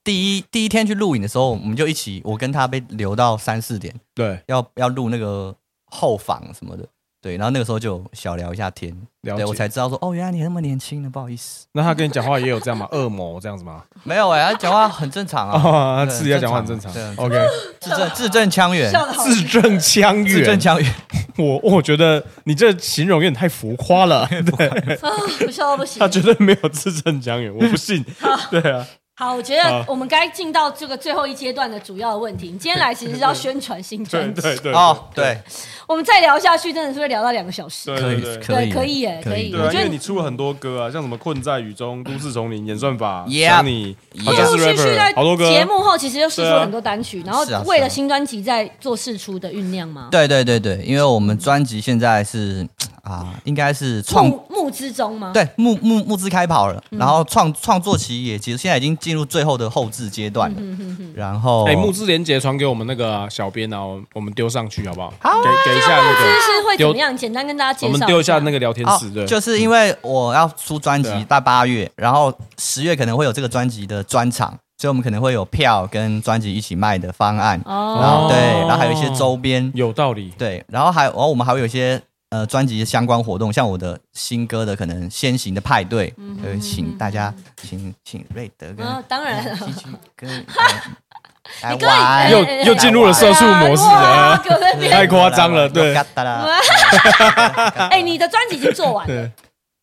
C: 第一第一天去录影的时候，我们就一起，我跟他被留到三四点，
A: 对，
C: 要要录那个后访什么的，对，然后那个时候就小聊一下天，
A: 了
C: 对我
A: 解。
C: 才知道说，哦，原来你那么年轻呢，不好意思，
A: 那他跟你讲话也有这样吗？恶魔这样子吗？
C: 没有哎、他讲话很正常啊，
A: 啊，他
C: 对
A: 自己要讲话很正常
C: 正。常
A: OK，
C: 字正字正腔圆，
B: 笑的好，
A: 字正腔
C: 字正
A: 圆。
C: 腔圆，
A: 我我觉得你这形容有点太浮夸 了。对，
B: 不笑到不行
A: 他。绝对没有字正腔圆，我不 信。对啊，
B: 好，我觉
A: 好
B: 得我们该进到这个最后一阶段的主要的问题。你今天来其实是要宣传新
A: 对
B: 专辑，
A: 对对。
C: 哦，对，
B: 我们再聊下去真的是会聊到两个小时。
A: 对
C: 可以
A: 对
C: 可以
B: 可以耶可以
A: 对
B: 我
A: 啊，
B: 觉
A: 因
B: 得
A: 为
B: 你
A: 你出了很多歌啊，像什么《困在雨中》《都市丛林》《演算法》
C: Yeah
A: 想你，好像是
B: 陆续续在
A: rapper，好多歌。
B: 节目后，其实又试出
A: 对啊
B: 很多单曲，然后
C: 是啊是啊
B: 为了新专辑在做试出的酝酿吗？
C: 对对对对，因为我们专辑现在是啊，应该是创
B: 募募之中吗？，
C: 对，募募募资开跑了，
B: 嗯
C: 然后创创作期也其实现在已经进入最后的后置阶段
B: 嗯
C: 了。然后，
A: 哎，木之连结传给我们那个啊小编啊，我们我们丢上去好不好？
C: 好啊
A: 给给一下那
B: 这
A: 个，
B: 是会怎么样？简单跟大家介
A: 我
B: 绍。
A: 们丢一下那个聊天
C: 哦
A: 室，对，
C: 就是因为我要出专
A: 对啊
C: 辑，在八月，然后十月可能会有这个专辑的专场，所以我们可能会有票跟专辑一起卖的方案。然
B: 哦，
C: 后对，然后还有一些周边，
A: 有道理。
C: 对，然后还然后我们还会有一些呃专辑的相关活动，像我的新歌的可能先行的派对，
B: 嗯
C: 呃，请大家请请瑞德跟
B: 啊当然了
C: 西君 跟呃来来
B: 你可以
C: 玩，
A: 又
B: 哎
A: 又进入了社畜模式了，
B: 对啊哇给我在那边
A: 太夸张了对
C: 嘎哒啦
B: 哎，你的专辑已经做完了，
A: 对，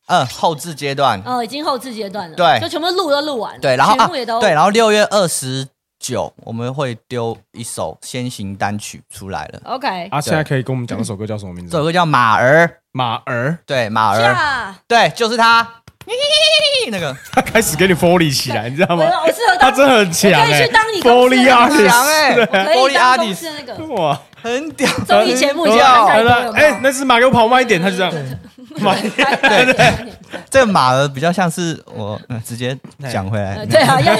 C: 嗯，后置阶段，
B: 哦，已经后置阶段了，
C: 对
B: 就全部录都录完了，
C: 对，然后
B: 曲
C: 啊
B: 目也都，
C: 对，然后六月二十九我们会丢一首先行单曲出来了，
B: ，OK，
A: 啊，现在可以跟我们讲那首歌叫什么名
C: 这首
A: 字？
C: 歌叫《马儿》，
A: 马儿
C: 对，马儿，
B: 下，
C: 对，就是他， 那个
A: 他开始给你 foley 起来，你知道
B: 我
A: 吗？
B: 我适合
A: 他
B: 当
A: 真的很强
B: 我可以
A: 哎
B: 去当你公司
A: ，foley
B: 的那
A: artist
B: 个
C: 强哎
B: 啊我可以
C: ，Foley
B: 当公司
C: Artist
B: 的那个
A: 哇，
C: 很屌，
B: 综艺节目已经
C: 哇
B: 看太多了，
A: 哎，那只马给我跑慢一点，他就这样，慢一点。
B: 对
C: 这个马儿比较像是我、呃直接讲回来，
B: 对啊，要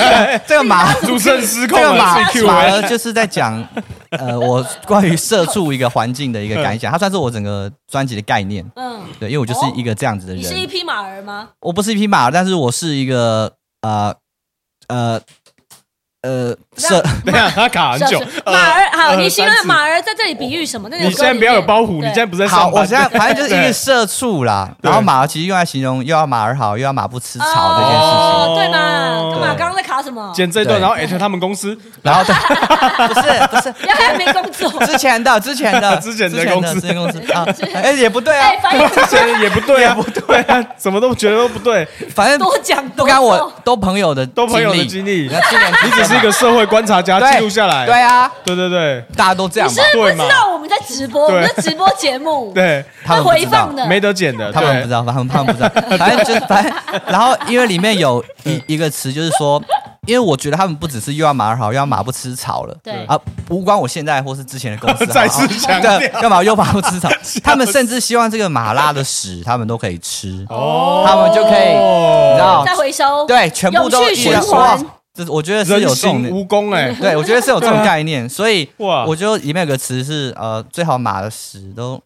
C: 这个
B: 啊
C: 马。
A: 主持人失
C: 这
A: 控
C: 个马
A: 了，CQ
C: 马
A: 哎
C: 儿就是在讲，呃，我关于社畜一个环境的一
A: 嗯
C: 个感想，它算是我整个专辑的概念。
B: 嗯，
C: 对，因为我就是一个这样子的
B: 你
C: 人，
B: 是一匹马儿吗？
C: 我不是一匹马，但是我是一个呃呃呃社，
A: 等一下，他卡很久
B: 是。是马儿，好，
A: 呃
B: 你形容
A: 单字
B: 马儿在这里比喻什么？那个
A: 你现在不要有包袱，你
B: 对
A: 现在不是在
C: 好，
A: 上班。
C: 我现在反正就是一个
A: 对
C: 社畜啦。然后马儿其实用来形容又要马儿好，又要马不吃草这件事情。
B: 哦，
A: 情
B: 对嘛？干嘛？
C: 对
B: 刚刚在卡什么？
A: 剪这一段，
C: 对
A: 然后 at 他们公司，
C: 然后对，不是不是。
B: 要还没工作，
C: 之前的，之前 的，
A: 之前的公司
C: 之前 公司啊，哎，也不对啊
B: 哎，，反正
A: 这些也不对啊，不对啊，怎么都觉得都不对，
C: 反正
B: 多讲
C: 不
B: 多
C: 干我
B: 做，
C: 都朋友的，
A: 都朋友的经历
C: 你。看今年
A: 你只是一个社会观察家，
C: 对
A: 记录下来。
C: 对啊，
A: 对对对
C: 大家都这
B: 你
C: 样
B: 是
C: 嘛，
B: 不是
A: 对
B: 不
A: 嘛
B: 知道我们在直播，我
A: 对
B: 们在直播节目，
A: 对，
C: 他们不
B: 回
C: 知道
B: 放。的，
A: 没得剪的。
C: 他们不
A: 对
C: 知道，他们他们不知道，反正就是反正，然后因为里面有一一个词，就是说，因为我觉得他们不只是又要马儿好，又要马不吃草了，
B: 对
C: 啊，无关我现在或是之前的公 司好，啊
A: 再次强调
C: 对，干嘛又马不 吃草？他们甚至希望这个马拉的屎，他们都可以吃，
A: 哦
C: 他们就可以你知道
B: 再回收，
C: 对，全部都
B: 永续循环
C: 哇这我觉得是有
A: 人
C: 这种
A: 形蜈蚣哎，
C: 对，我觉得是有这种概念，所以
A: 啊哇
C: 我觉得里面有个词是呃，最好马的屎都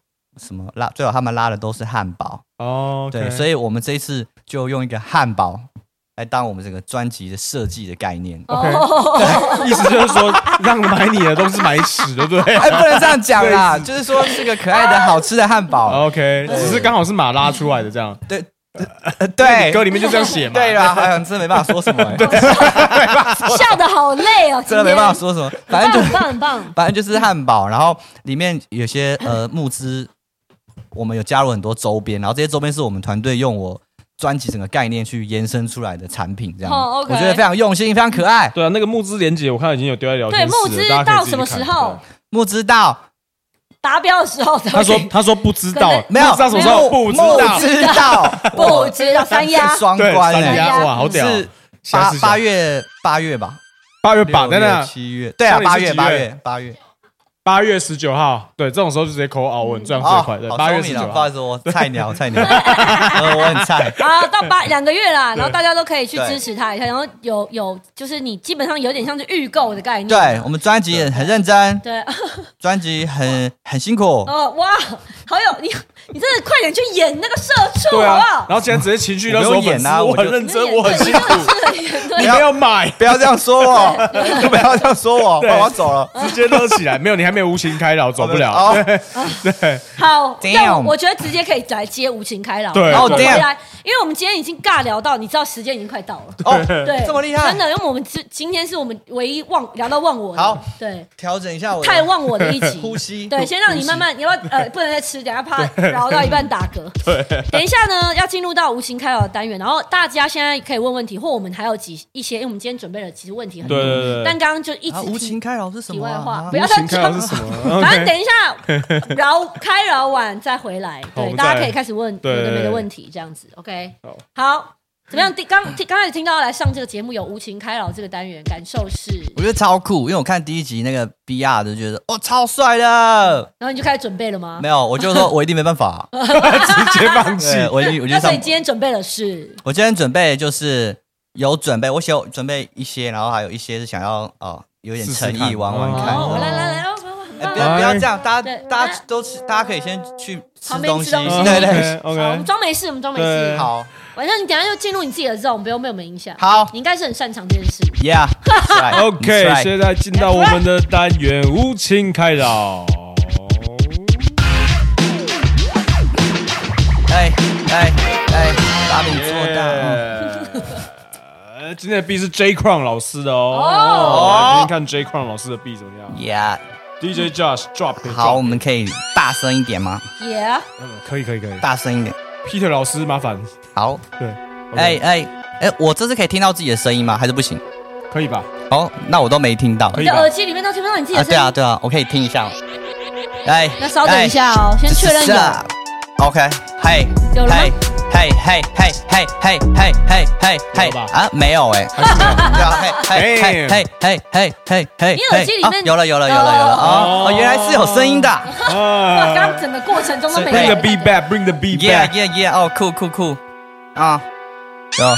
C: 什么拉，最好他们拉的都是汉堡。
A: 哦，
C: 对，所以我们这一次就用一个汉堡来当我们这个专辑的设计的概念。
A: 哦以意思就是说，让买你的都是买屎，对不对
C: 哎，不能这样 讲啦，就是说是个可爱的好吃的汉堡。
A: ？OK，只是刚好是马拉出来的这样。
C: 对，呃对，
A: 歌里面就这样写嘛。
C: 对啦，哎呀，真的没办法说 什么、欸，
B: 笑的好累哦，
C: 真的没办法说什么，反正
B: 今
C: 就
B: 天，很棒很棒很棒，
C: 反正就是汉堡，然后里面有些呃募资，我们有加入很多周边，然后这些周边是我们团队用我专辑整个概念去延伸出来的产品，这样、
B: 哦，OK
C: 我觉得非常用心，非常可爱。
A: 对啊，那个募资连接我看已经有丢在聊天
B: 对
A: 室了
B: 募资
A: 大家可以自己
B: 到什么
A: 去看
B: 时候
C: 木知道
B: 达标的时候才
A: 他
B: 会
A: 说他说不知道，
C: 没有？
A: 不知道什么时候不知道
C: 木，知道
B: 不知道三 压
C: 是双
A: 对，
C: 关
A: 三
C: 哎、
A: 压
B: 三
A: 哇，好屌！
C: 是
A: 下
C: 八
A: 次讲
C: 八月八月吧，
A: 八月八
C: 六
A: 在那
C: 七月对啊，
A: 那你是几
C: 八月八
A: 月
C: 月八月
A: 八月十九号，对，这种时候就直接扣澳文赚最快。对，
C: 好
A: 八月
C: 聪
A: 十
C: 明
A: 九
C: 嗯哦，不好
A: 号
C: 意，思，我菜鸟菜 鸟，呃，我很菜。
B: 啊，到八两个月啦，然后
A: 对
B: 大家都可以去
C: 对
B: 支持他一下，然后有有就是你基本上有点像是预购的概念，
C: 对我们专辑也很认真，
B: 对，
C: 专辑很很辛苦，
B: 哦哇，好有你你真的快点去演那个社畜
A: 对
B: 好不
A: 啊。
B: 好？
A: 然后竟然直接情绪勒
C: 我没
A: 索
C: 有
A: 粉
C: 演
A: 丝，
C: 啊
A: 我
C: 我就
A: 很认真，
B: 你
A: 我很
B: 真
A: 辛
B: 的
A: 苦，
B: 是演对
A: 你没有买，
C: 不要这样说 我，不要这样说我，
A: 对
C: 我要走了，
A: 直接勒起来，没有，你还没有无情开导，走不了。
C: 好。
B: 好，
C: Damn
B: 那我我觉得直接可以来接无情开朗。
A: 对
B: 然后我们
C: 哦，damn
B: 回来，因为我们今天已经尬聊到，你知道时间已经快到了。
C: 哦，
B: 对，
C: 这么厉害
B: 真的，因为我们今今天是我们唯一忘聊到忘我的。
C: 好，
B: 对，
C: 调整一 下我的
B: 太忘我的一集。
C: 呼吸
B: 对，先让你慢慢，你要不要呃，不能再吃，等一下怕聊到一半打嗝。 对，等一下呢，要进入到无情开导的单元，然后大家现在可以问问题，或我们还有几一些，因为我们今天准备了其实问题很多
A: 对，对对
B: 但刚刚就一直
C: 啊，无
B: 提
C: 情开导是什
B: 题
C: 么
B: 外
C: 啊？
B: 话，
C: 啊
B: 不要再
A: 无情开
B: 装
A: 朗
B: 了
A: 是什么
B: 反正等一下聊开聊完再回来，
A: 好我
B: 对，
A: 们
B: 大
A: 再
B: 家可以开始问有
A: 对
B: 的没的问题，这样子，OK
A: 好。
B: 好，怎么样？第刚刚开始听到来上这个节目有无情开朗这个单元，感受是，
C: 我觉得超酷，因为我看第一集那个 B R 就觉得哦超帅的，
B: 然后你就开始准备了吗
C: 没？有，我就 说我一定没办法，
A: 直接放弃。
C: 对我一定我就
B: 那所
C: 上
B: 以，今天准备的是
C: 我今天准备就是有准备，我写准备一些，然后还有一些是想要哦有点
A: 试试
C: 诚
A: 看
C: 意玩玩
A: 哦
C: 看。
B: 哦，
A: 哦
B: 来来来，哦，哦很棒
C: 哎，不要
A: 哎
C: 不要这样，大家
B: 对
C: 大家都吃，大家可以先去吃
B: 旁边
C: 东
B: 吃
C: 西，
A: 啊
B: 东西
C: 对对，
B: 好，我们
A: ，OK，
B: 装没事，我们装没事
A: 对。
C: 好
B: 反正你等一下就进入你自己的 zone，不用被我们影响。
C: 好
B: 你应该是很擅长这件事。
C: ，Yeah，right,
A: OK，
C: right
A: 现在进到我们的单元无情开导。
C: 哎哎哎，把你做大，
A: 呃 今天的 B 是 J Crown 老师的哦，
B: 哦
A: 哦今天看 J Crown 老师的 B 怎么样
C: ，Yeah，
A: ？DJ Josh drop it，
C: 好，
A: drop
C: 我们可以大声一点吗？
B: Yeah，
A: it，嗯可以可以可以
C: 大声一点，
A: ，Peter 老师麻烦，
C: 好，
A: 对，
C: 哎
A: 哎，
C: 哎哎，我这次可以听到自己的声音吗？还是不行？
A: 可以吧？
C: 哦，那我都没听到，
A: 可
B: 你
A: 以
B: 的
A: 吧
B: 耳机里面都听不到你自己
C: 啊，
B: 的声
C: 对
B: 音。
C: 啊对啊，我可以听一下，哎，
B: 那稍等一下哦，
C: 哎，
B: 先确认有。
C: OK，嘿，
B: 有了吗
C: 嘿，嘿嘿嘿嘿嘿嘿嘿嘿嘿
A: 有吧
C: 啊，没有哎。
A: 还是没 有
C: 对啊嘿嘿嘿嘿嘿嘿嘿，
B: 你耳机里面
C: 嘿啊有了有了有了有了哦哦，原来是有声音的
B: 哇，刚
A: 啊
B: 刚整个过程中都没
A: ，Bring
B: 有
A: the beat back，Bring the beat
C: ，yeah
A: back，
C: yeah yeah，哦酷酷酷，啊，有，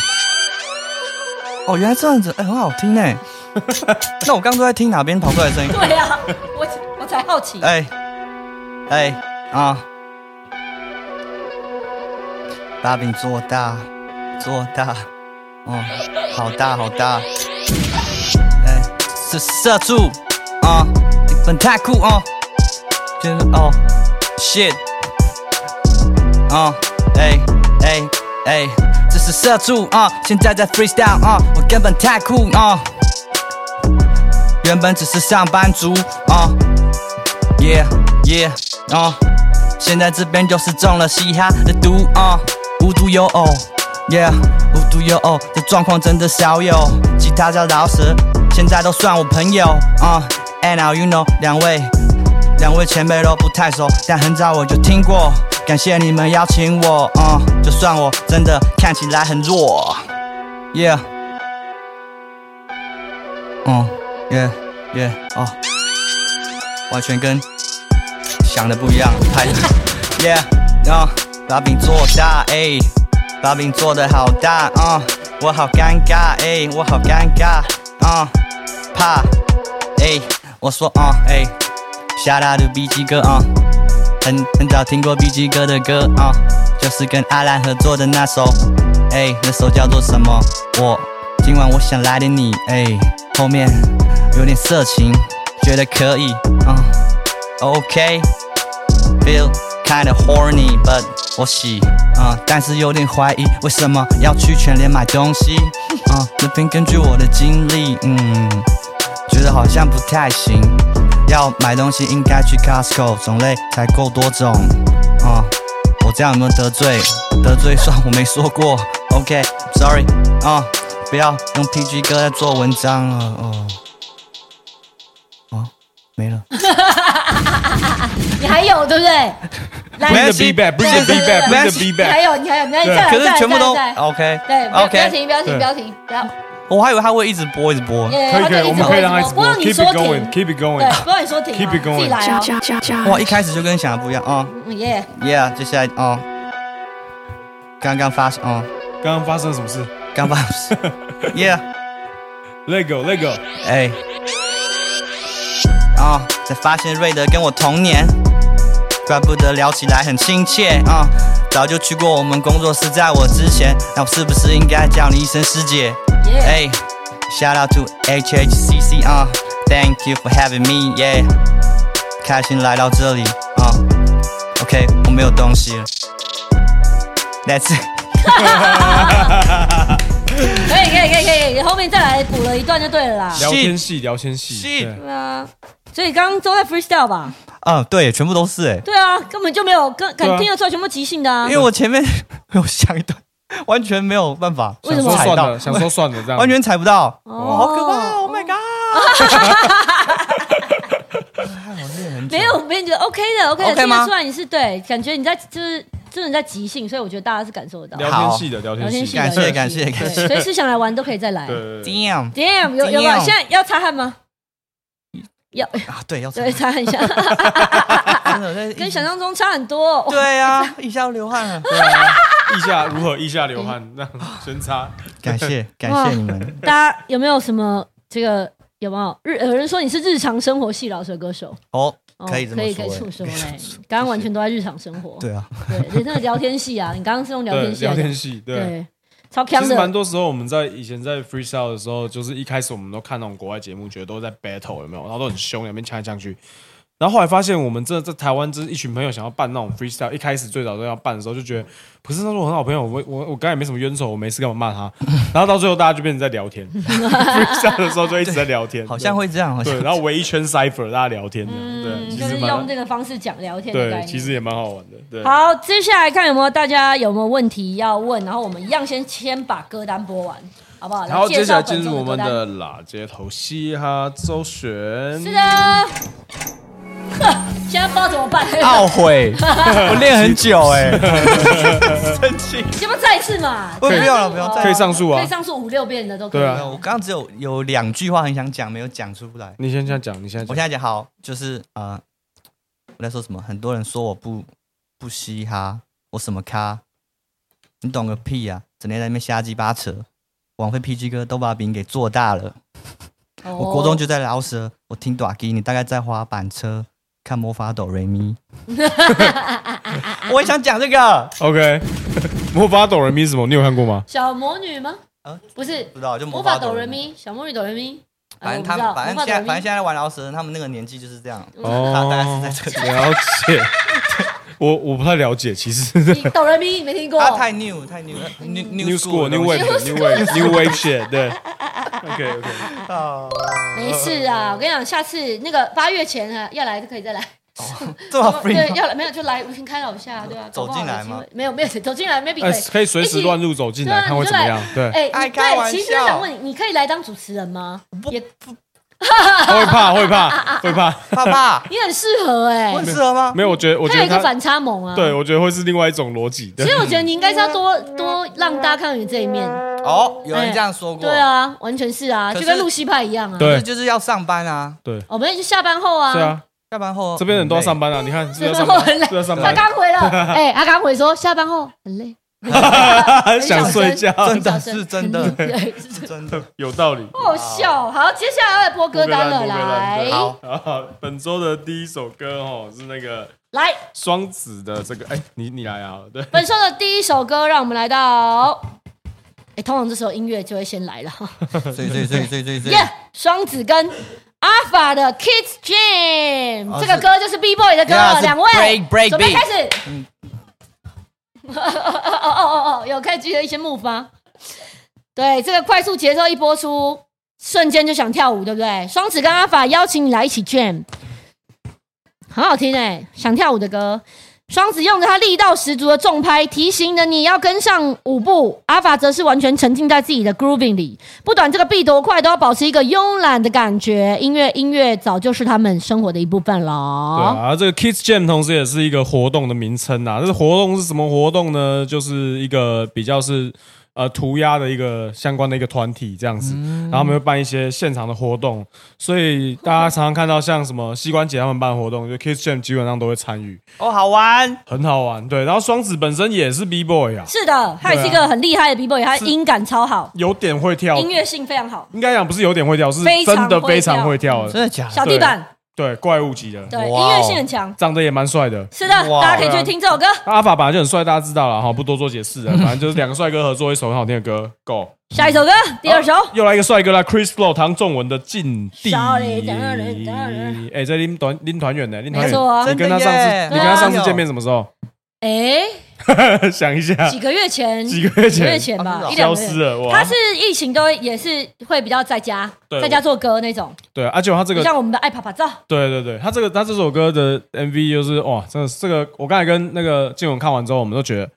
C: 哦原来这样子，哎很好听呢。那我刚刚都在听哪边跑出来的声音？
B: 对啊，我我才好奇。
C: 哎哎啊，把饼做大做大，哦好大好大，哎是社畜啊，你本太酷啊，真的哦 shit 啊，哎哎哎，这是社畜啊，现在在 freestyle 啊，我根本太酷啊。原本只是上班族啊，yeah yeah 啊、现在这边就是中了嘻哈的毒啊无独有偶，yeah，无独有偶，这状况真的少有。其他叫饶舌，现在都算我朋友啊、a n d now you know，两位，两位前辈都不太熟，但很早我就听过，感谢你们邀请我啊、就算我真的看起来很弱，yeah。哦，耶耶哦，完全跟想的不一样， 拍耶啊，把饼做大哎，把饼做的好大啊、我好尴尬哎，我好尴尬啊、怕哎，我说啊哎，下大的 B G 哥啊。很很早听过 B G 哥的歌啊、就是跟阿兰合作的那首，哎，那首叫做什么？我今晚我想来点你，哎，后面有点色情，觉得可以啊、o k f e e l kind of horny but 我喜，啊、但是有点怀疑为什么要去全联买东西，啊、那边根据我的经历，嗯，觉得好像不太行，要买东西应该去 Costco，种类才够多种，啊、我这样有没有得罪？得罪算我没说过，OK，sorry，、啊、不要用 PG 哥在做文章了，哦，哦，没了。
B: 你还有对不对？来，
A: Bring the beat back，Bring the beat
B: 来来
A: back，Bring
B: 来
A: the beat
B: 你还
A: back。
B: 有，你还有，你还有，再来，
C: 可是
B: 再来
C: 全部都
B: 再来再来
C: OK，
B: 对，不要不要
C: OK。
B: 停，不要停，
A: 对
B: 不要停，不要。
C: 我还以为他会一直播，一直播。
B: 耶
A: 可以可
B: 他就
A: 以，
B: 一
A: 我
B: 直
A: 们可以让他一
B: 播
A: 直
B: 不
A: 播
B: 让你
A: ，Keep
B: 说
A: it
B: 停，
A: going，Keep it
B: 对
A: going。，
B: 不让你说停啊，
A: Keep it going
B: 自己来
D: 加
B: 啊。
D: 加加加！
C: 哇，一开始就跟想的不一样啊。
B: 嗯耶，
C: Yeah，接下来啊，刚刚发生啊，
A: 刚刚发生了什么事
C: 刚发生。Yeah，
A: ？Let go，Let go。
C: 哎，啊，才发现瑞德跟我同年，怪不得聊起来很亲切啊。早就去过我们工作室，在我之前，那我是不是应该叫你一声师姐？
B: 耶，
C: Hey, shout out to HHCC 啊、Thank you for having me, yeah. 开心来到这里啊、OK，我没有东西了。That's it.
B: 可以可以可以可以，你后面再来补了一段就对了啦。
A: 聊天戏，聊天戏。
C: Shit
A: 对
B: 对啊，所以刚刚都在 freestyle 吧？
C: 嗯，对，全部都是哎，
B: 对啊，根本就没有跟，
A: 对
B: 肯
A: 啊
B: 听得出来全部即兴的啊
C: 因为。我前面 没有想一段，完全没有办法，
B: 为什
A: 想
B: 么
A: 说
C: 踩
A: 算
C: 到
A: 了，想说算了，这样
C: 完全踩不到，
B: 哦
C: 好可怕！Oh my god！害我练很久
B: 没有，没有，你觉得 OK 的，OK 的，
C: OK
B: 听
C: 吗
B: 得出来你是对，感觉你在就是真的在即兴，所以我觉得大家是感受得到
A: 聊天戏的，聊
B: 聊
A: 天
B: 天
A: 戏
B: 系
A: 的。
C: 感
B: 的
C: 谢
B: 东西，
C: 感谢
B: 对
C: 感谢
B: 所以是想来玩都可以再来。
A: 对对对，
C: ，Damn
B: Damn，有有吧？
C: Damn
B: 现在要擦汗吗？要
C: 啊，对，要踩
B: 对，擦汗一下，
C: 真的在
B: 跟想象中差很多。
C: 对啊，一下流汗了，
A: 对啊腋下如何？腋下流汗，那全擦。
C: 感谢感
B: 哇
C: 谢你们。
B: 大家有没有什么这个有没有日有人说你是日常生活系饶舌歌手？
C: 哦，
B: 哦
C: 可以这么
B: 可以
C: 说
B: 可以这么
C: 欸
B: 说
C: 可以
B: 嘞，刚刚完全都在日常生活。
C: 对啊，
B: 对，你真的聊天系啊，你刚刚是用聊
A: 对
B: 天，系来
A: 聊
B: 讲，
A: 天戏。对，
B: 对，超
A: 其
B: 强
A: 实蛮
B: 的。
A: 多时候我们在以前在 freestyle 的时候，就是一开始我们都看那种国外节目，觉得都在 battle 有没有？然后都很凶，两边呛来呛去。然后后来发现，我们真的在台湾，就是一群朋友想要办那种 freestyle。一开始最早都要办的时候，就觉得不是那是我很好朋友，我我我刚才也没什么冤仇，我没事干嘛骂 他？然后到最后大家就变成在聊天，freestyle 的时候就一直在聊天，
C: 好像会这样，好像
A: 对，然后围一圈 cipher 大家聊天的，对，
B: 嗯，
A: 其
B: 就
A: 实
B: 是用
A: 蛮
B: 这个方式讲聊天的概
A: 对，
B: 念。
A: 其实也蛮好玩的，对。
B: 好，接下来看有没有大家有没有问题要问，然后我们一样先先把歌单播完，好不好？
A: 然后接
B: 介
A: 下来
B: 绍
A: 进
B: 本
A: 入
B: 周
A: 我们
B: 歌单
A: 的拉街头嘻哈周旋。
B: 是的。 现在不知道怎么办，
C: 懊悔，我练很久 哎，生气。
B: 你要不要再一次嘛？哦
C: 不不要了，不要
A: 可
C: 再
A: 以。上诉啊
B: 可以上诉五六遍的都可以。
A: 对
C: 没有
A: 啊
C: 我刚刚只有有两句话很想讲，没有讲出来。
A: 你先这样讲，你现在
C: 我
A: 讲
C: 现。在讲好，就是呃，我在说什么？很多人说我不不嘻哈，我什么咖？你懂个屁啊！整天在那边瞎鸡巴扯，枉费 PG 哥都把饼给做大了。
B: 哦
C: 我国中就在饶舌，我听短基，你大概在滑板车看魔法斗 瑞咪。我也想讲这个，
A: OK，魔法斗人咪是什么？你有看过吗？
B: 小魔女吗？
C: 啊
B: 不是，
C: 不知道就
B: 魔
C: 魔
B: 法
C: 法
B: 斗
C: 斗
B: 人
C: 人咪。
B: 咪，小魔女斗人咪。
C: 反正
B: 哎
C: 他
B: 我不知道
C: 们，反
B: 魔
C: 正
B: 法斗人
C: 现在，反正
B: 咪
C: 现在玩饶舌，他们那个年纪就是这样。
A: 哦，
C: 大概是在这个地
A: 了解。我我不太了解，其实。
B: 你斗人咪没听过？
C: 他啊太 new，太 new，new new
A: New school, new
C: 的东西
A: wave, new wave, new wave shit，对。OK OK，
C: 啊
B: 没事啊，我跟你讲，下次那个八月前啊，要来就可以再 来。
C: 这么哦 free
B: 对，
C: 吗
B: 要来没有就来，我先开导一下，对吧、
C: 走
B: 搞不好
C: 进来
B: 有机
C: 吗
B: 会？没有没有 走进来，maybe 可
A: 哎
B: 以。，
A: 可以随时乱入走进来，
B: 对啊
A: 看会怎么样。对，
B: 哎、
C: 爱
B: 你
C: 开
B: 对，
C: 玩
B: 其实我
C: 笑
B: 想问你，你可以来当主持人吗？也，
A: 会怕会怕会怕。
C: 爸爸，
B: 你很适合哎、
C: 我很适合吗？
A: 没有，我觉得我觉
B: 他有
A: 得
B: 一个
A: 他，
B: 反差萌啊。
A: 对，我觉得会是另外一种逻辑。对
B: 所以我觉得你应该是要多多让大家看到你这一面。
C: 哦，有人这样说过。
B: 哎对，啊，完全是啊，
C: 可
B: 就是跟露西派一样啊。
A: 对
C: 这就是要上班啊，
B: 我们就下班后啊。
A: 对啊，
C: 下班后
A: 这边人都要上班了，你看是不是
B: 下
A: 要上
B: 班后
A: 班，
B: 很
A: 是
B: 累。
A: 不是要上
B: 他
A: 班。
B: 刚回了，哎、他刚回说下班后很累，
A: 很想睡觉，
C: 真的
B: 很小声
C: 是真的
B: 对，是真的
C: 真的
A: 有道理。
B: 好好笑。好，接下来要来播歌单了，
A: 播歌单
B: 来
A: 对
C: 好。
A: 啊，本周的第一首歌哦是那个
B: 来，
A: 双子的这个，哎，你你来啊，对，
B: 本周的第一首歌，让我们来到。哎，通常这时候音乐就会先来了哈。
C: 所以所以所以所以所以所以
B: 耶，双子跟阿法的 Kids Jam，、
C: 哦
B: 这个
C: 是
B: 歌就是 B Boy 的歌
C: Yeah，是
B: 两位
C: break- break
B: 准备
C: beat
B: 开始。哦哦哦哦，有看记得一些幕吗？对，这个快速节奏一播出，瞬间就想跳舞，对不对？双子跟阿法邀请你来一起 jam，很好听哎、想跳舞的歌。双子用着他力道十足的重拍，提醒了你要跟上舞步。阿法则是完全沉浸在自己的 grooving 里，不管这个 beat 多快，都要保持一个慵懒的感觉。音乐，音乐早就是他们生活的一部分
A: 对
B: 了。
A: 啊，这个 Kids Jam 同时也是一个活动的名称呐、啊。这个活动是什么活动呢？就是一个比较是呃涂鸦的一个相关的一个团体这样子，
B: 嗯
A: 然后他们会办一些现场的活动，所以大家常常看到像什么膝关节他们办活动，就 Kids Jam 基本上都会参与，
C: 哦，好玩，
A: 很好玩。对，然后双子本身也是 B boy 啊，
B: 是的，他也是一个很厉害的 B boy，他音感超好，
A: 有点会跳，
B: 音乐性非常好，
A: 应该讲不是有点会跳，是
B: 非常
A: 真的
B: 会
A: 非常
B: 跳
A: 会跳
C: 真
A: 的，
C: 的假
B: 小
C: 的？
B: 地板，
A: 啊对，怪物级的，
B: 对，
C: 哇
B: 音
C: 哦
B: 乐性很强。
A: 长得也蛮帅的。
B: 是的，
C: 哇
B: 大家可以去听这首歌。
A: 阿法本来就很帅，大家知道了哈，不多做解释啊 了。反正就是两个帅哥合作一首很好听的歌，Go。
B: 下一首歌，第二首，
A: 又来一个帅哥啦，Chris Flow 唐仲文的《禁地》。
B: Sorry，等等等等
A: 哎，这拎团拎团员呢？拎团
B: 没错啊
A: 远，你跟他上
C: 真
A: 次
C: 的耶
A: 你跟他上次见面什么时候？
B: 哎，
A: 想一下，
B: 几个月前，
A: 几个月前哦
B: 几个月前吧，
C: 啊
B: 一
A: 消
B: 两个月
A: 失。了哇
B: 他！是疫情都也是会比较在家，
A: 对
B: 在家做歌那种，
A: 对，而且他这
B: 就
A: 个，
B: 像我们的爱啪啪照，
C: 哦
A: 对对对，他这个他这首歌的 MV 就是哇，真的是这个，我刚才跟那个静文看完之后，我们都觉得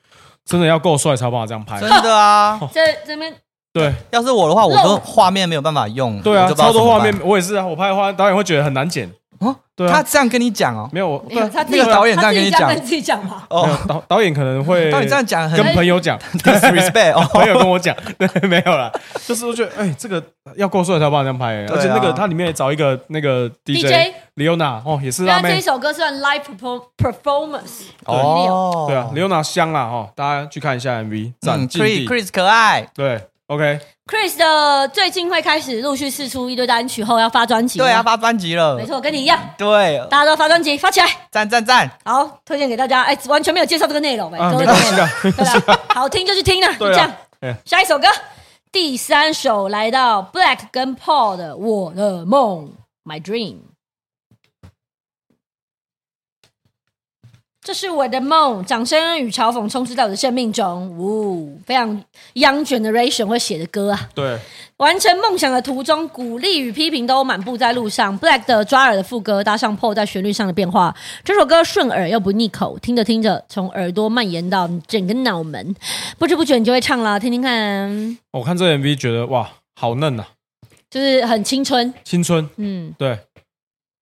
A: 真的要够帅才有办法这样拍。
C: 真的啊！
B: 这这边
A: 对
C: 要是我的话，我
B: 漏
C: 都画面没有办法用，
A: 对
C: 我
A: 啊，
C: 就不知道
A: 超
C: 怎
A: 多
C: 么
A: 画
C: 办
A: 面，我也是啊，我拍的话导演会觉得很难剪。
C: 哦。
A: 对啊
C: 他这样跟你讲哦，
A: 没有我，啊
B: 没有哎他自己
C: 那个导演这
B: 他
C: 样
B: 自
C: 跟
B: 己
C: 你
B: 这样
C: 讲
B: 跟自己讲 嘛，
A: 没有
C: 哦，
A: 导导演可能 会
C: 到你这样讲很
A: 跟朋友讲，
C: disrespect
A: 朋
C: 哦。
A: 友跟我讲，对， 没有啦，就是我觉得，哎、这个要够帅才有办法这样拍、
C: 对啊
A: 而且那个它里面也找一个那个 DJ,
B: DJ
A: 李优娜哦，也是
B: 那
A: 辣
C: 啊
B: 这一
A: 妹，
B: 首歌算 live perform- performance，
C: 哦，
A: 对啊，李优娜香啦哦，大家去看一下 MV，赞
C: 嗯
A: 禁地
C: ，Chris，Chris 可爱，
A: 对，OK，
B: Chris 的最近会开始陆续试出一堆单曲后要发专辑，
C: 对啊，，发专辑了
B: 没，错，跟你一样，
C: 对，
B: 大家都发专辑发起来，
C: 赞赞赞，
B: 好，推荐给大家。哎，完全没有介绍这个内容，哎，
A: 啊，
B: 各
A: 没
B: 位
A: 关系
B: 朋友
A: 的，
B: 对 吧？好听就去听了，就
A: 对
B: 这样
A: 啊。，哎
B: 下一首歌，第三首来到 Black 跟 Paul 的《我的梦》（My Dream）。这是我的梦，掌声与嘲讽充斥在我的生命中。呜、非常 Young Generation 会写的歌啊！
A: 对，
B: 完成梦想的途中，鼓励与批评都满布在路上。Black 的抓耳的副歌搭上 Paul 在旋律上的变化，这首歌顺耳又不腻口，听着听着从耳朵蔓延到整个脑门，不知不觉你就会唱了。听听看，
A: 哦我看这 MV 觉得哇，好嫩呐、
B: 就是很青春，
A: 青春，
B: 嗯，
A: 对，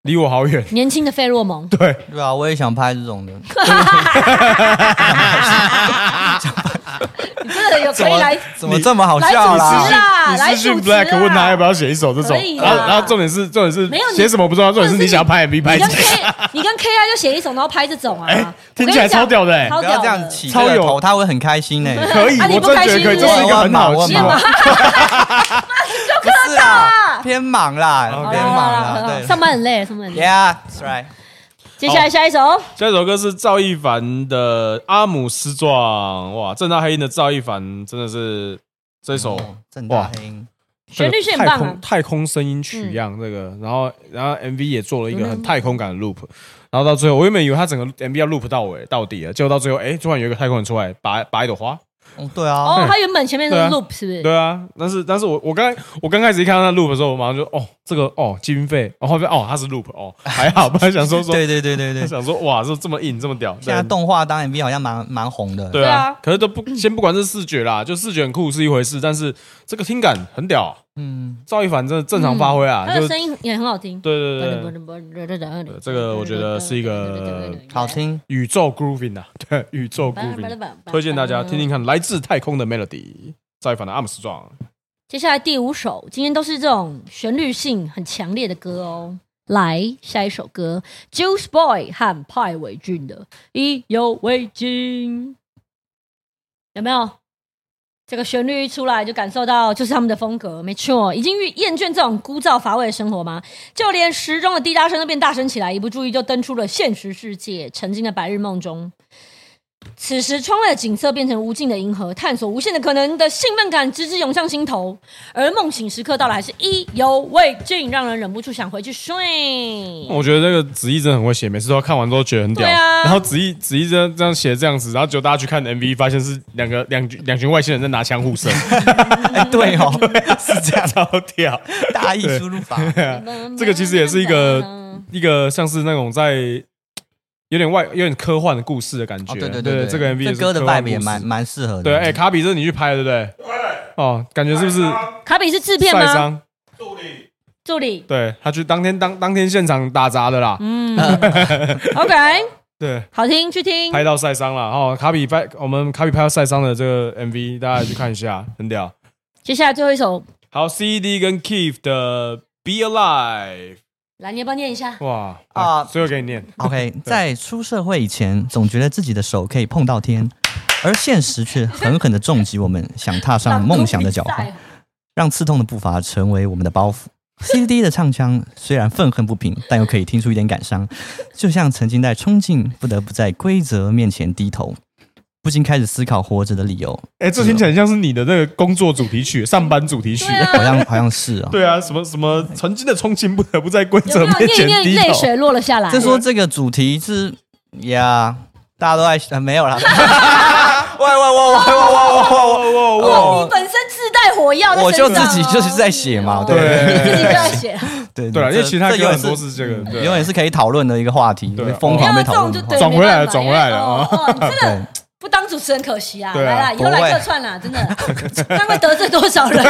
A: 离我好远，
B: 年轻的费洛蒙。
A: 对，
C: 对啊，我也想拍这种的，
B: 你真的有可以来
C: 怎么这么好
B: 来
C: 笑
B: 主
C: 啦
B: 持？啦，
A: 你
B: 来
A: 私
B: 主
A: 讯
B: 持
A: Black 问他要不
B: 要？
A: 要写一首这种
B: 可以，啦
A: 然后然后重点是重点是
B: 没有你
A: 写什么不重要，重点是你想要拍 MV 拍
B: 你
A: 几
B: 跟
A: 个
B: K，你跟 K I 就写一首，然后拍这种啊
A: 哎，听起来超屌的哎
B: 超
C: 不
B: 屌
C: 要
B: 的
C: 这样起
A: 超有
C: 超有头，他会很开 心呢。
A: 可以，
B: 啊你
A: 我
B: 不
A: 真
B: 开
A: 觉得
B: 心
A: 可以，
B: 是
A: 这
B: 不是
A: 是一个很好的计
C: 问
A: 划
C: 嘛。不是啊，偏忙啦，
A: 好
C: 偏
B: 哦好
C: 忙
B: 啦好啦
C: 啦，
B: 好啦
C: 对
B: 上班很累，上班很累。
C: ，Yeah，that's right。
B: 接下来下一首。哦
A: 下一首歌是赵一凡的《阿姆斯壮》，哇，正大黑鹰的赵一凡真的是这首
C: 哦正
A: 哇
C: 大黑鹰，
B: 旋律是很
A: 太
B: 棒啊嗯
A: 空太空声音取样这个，然后然后 MV 也做了一个很太空感的 loop，然后到最后我原本以为他整个 MV 要 loop 到尾到底了，结果到最后哎，突然有一个太空人出来拔拔一朵花，
C: 哦，对啊，
B: 哦，他原本前面是
A: 对啊
B: loop 是不是？
A: 对啊，但是但是我我刚我刚开始一看到那 loop 的时候，我马上就哦这个哦经费，然后后面哦它是 loop 哦 还 好，本来想说说
C: 对对对对 对，
A: 想说哇这这么硬这么屌，
C: 现在
A: 对
C: 动画当 MV 好像蛮蛮红的，
A: 对
B: 对
A: 啊
B: 啊，
A: 可是都不先不管是视觉啦，就视觉很酷是一回事，但是这个听感很屌啊、
C: 嗯，
A: 赵一凡真的正常发挥啊，
B: 嗯他
A: 就是
B: 的声音也很好听。
A: 对对对对，
B: 对
A: 这个我觉得是一个
C: 好。 听，
A: 宇宙 grooving 啊，对宇
B: 嗯
A: 宙 grooving，推荐大家听听。看来自太空的 melody，赵一凡的阿姆斯壮，
B: 接下来第五首，今天都是这种旋律性很强烈的歌哦。来，下一首歌，Juice Boy 和派伟俊的《意犹未尽》，有没有？这个旋律一出来，就感受到就是他们的风格，没错。已经厌倦这种枯燥乏味的生活吗？就连时钟的滴答声都变大声起来，一不注意就登出了现实世界，沉浸在白日梦中。此时，窗外的景色变成无尽的银河，探索无限的可能的兴奋感直直涌上心头，而梦醒时刻到了，还是意犹未尽，让人忍不住想回去睡。
A: 我觉得那个子毅真的很会写，每次都要看完都觉得很屌。
B: 对啊
A: 然后子毅子毅这样这样写这样子，然后结果大家去看 MV，发现是两个两两群外星人在拿枪互射，
C: 哎，对哦， 是这样，
A: 超屌。
C: 大意输入法，
A: 哎这个其实也是一个一个像是那种在有点外有点科幻的故事的感觉。
C: 哦，对对
A: 对
C: 对，
A: 这个 MV 也
C: 这
A: 是
C: 歌的
A: 科幻
C: vibe 也
A: 故事
C: 蛮蛮适合的。
A: 对。哎，卡比这是你去拍的，对不对？哦，感觉是不是
B: 卡比是制片
A: 晒
B: 吗？
A: 伤？
B: 助理，
A: 对他去当天当当天现场打杂的啦。
B: 嗯，OK，
A: 对。
B: 好听，去听。
A: 拍到晒伤了哦，卡比拍我们卡比拍到晒伤的这个 MV，大家去看一 下，很屌。
B: 接下来最后一首，
A: 好，CED 跟 Keith 的《Be Alive
B: 来，你要不要念一下》？
A: 哇啊，
C: 啊
A: 最后给你念，
C: OK，在出社会以前，总觉得自己的手可以碰到天，而现实却狠狠的重击我们想踏上梦想的脚
B: 朗读
C: 踝
B: 比赛。
C: 让刺痛的步伐成为我们的包袱。CVD 的唱腔虽然愤恨不平，但又可以听出一点感伤，就像曾经在冲劲不得不在规则面前低头，不禁开始思考活着的理由。
A: 哎，这听起来很像是你的那个工作主题曲、上班主题曲。
B: 对
C: 好
B: 啊，
C: 像好像是 哦。
A: 对啊，什么什么，曾经的冲劲不得不在规
B: 有
A: 则
B: 没有
A: 面前
B: 念一
A: 低
B: 念，泪
A: 头。
B: 水落了下来
C: 再？说这个主题是呀大家都爱、啊、没有啦。
A: 哎
C: 喂喂喂喂喂喂喂喂！
B: 哦，你本身自带火药在
C: 我
B: 身
C: 就
B: 上
C: 自
B: 啊，
C: 己就是在写嘛，对
A: 对
B: 自己就在写。
C: 对
A: 对啊，因为
C: 这
A: 其他
C: 这
A: 歌
C: 永远
A: 很多
C: 是
A: 是这个，对啊
C: 永远是可以讨论的一个话题
A: 对啊，
C: 疯
B: 没
C: 狂被
B: 有
C: 讨
B: 这
C: 论
B: 种
C: 的
B: 就
C: 话题。
B: 对，
A: 转回来了
B: 没办法
A: 转回来了
B: 因为
A: 啊
B: 哦，哦真的
C: 对
B: 不当主持人可惜啊！
A: 对啊
B: 来啦，以后
C: 不
B: 来
C: 会
B: 客串啦，真的，这样会得罪多少 人？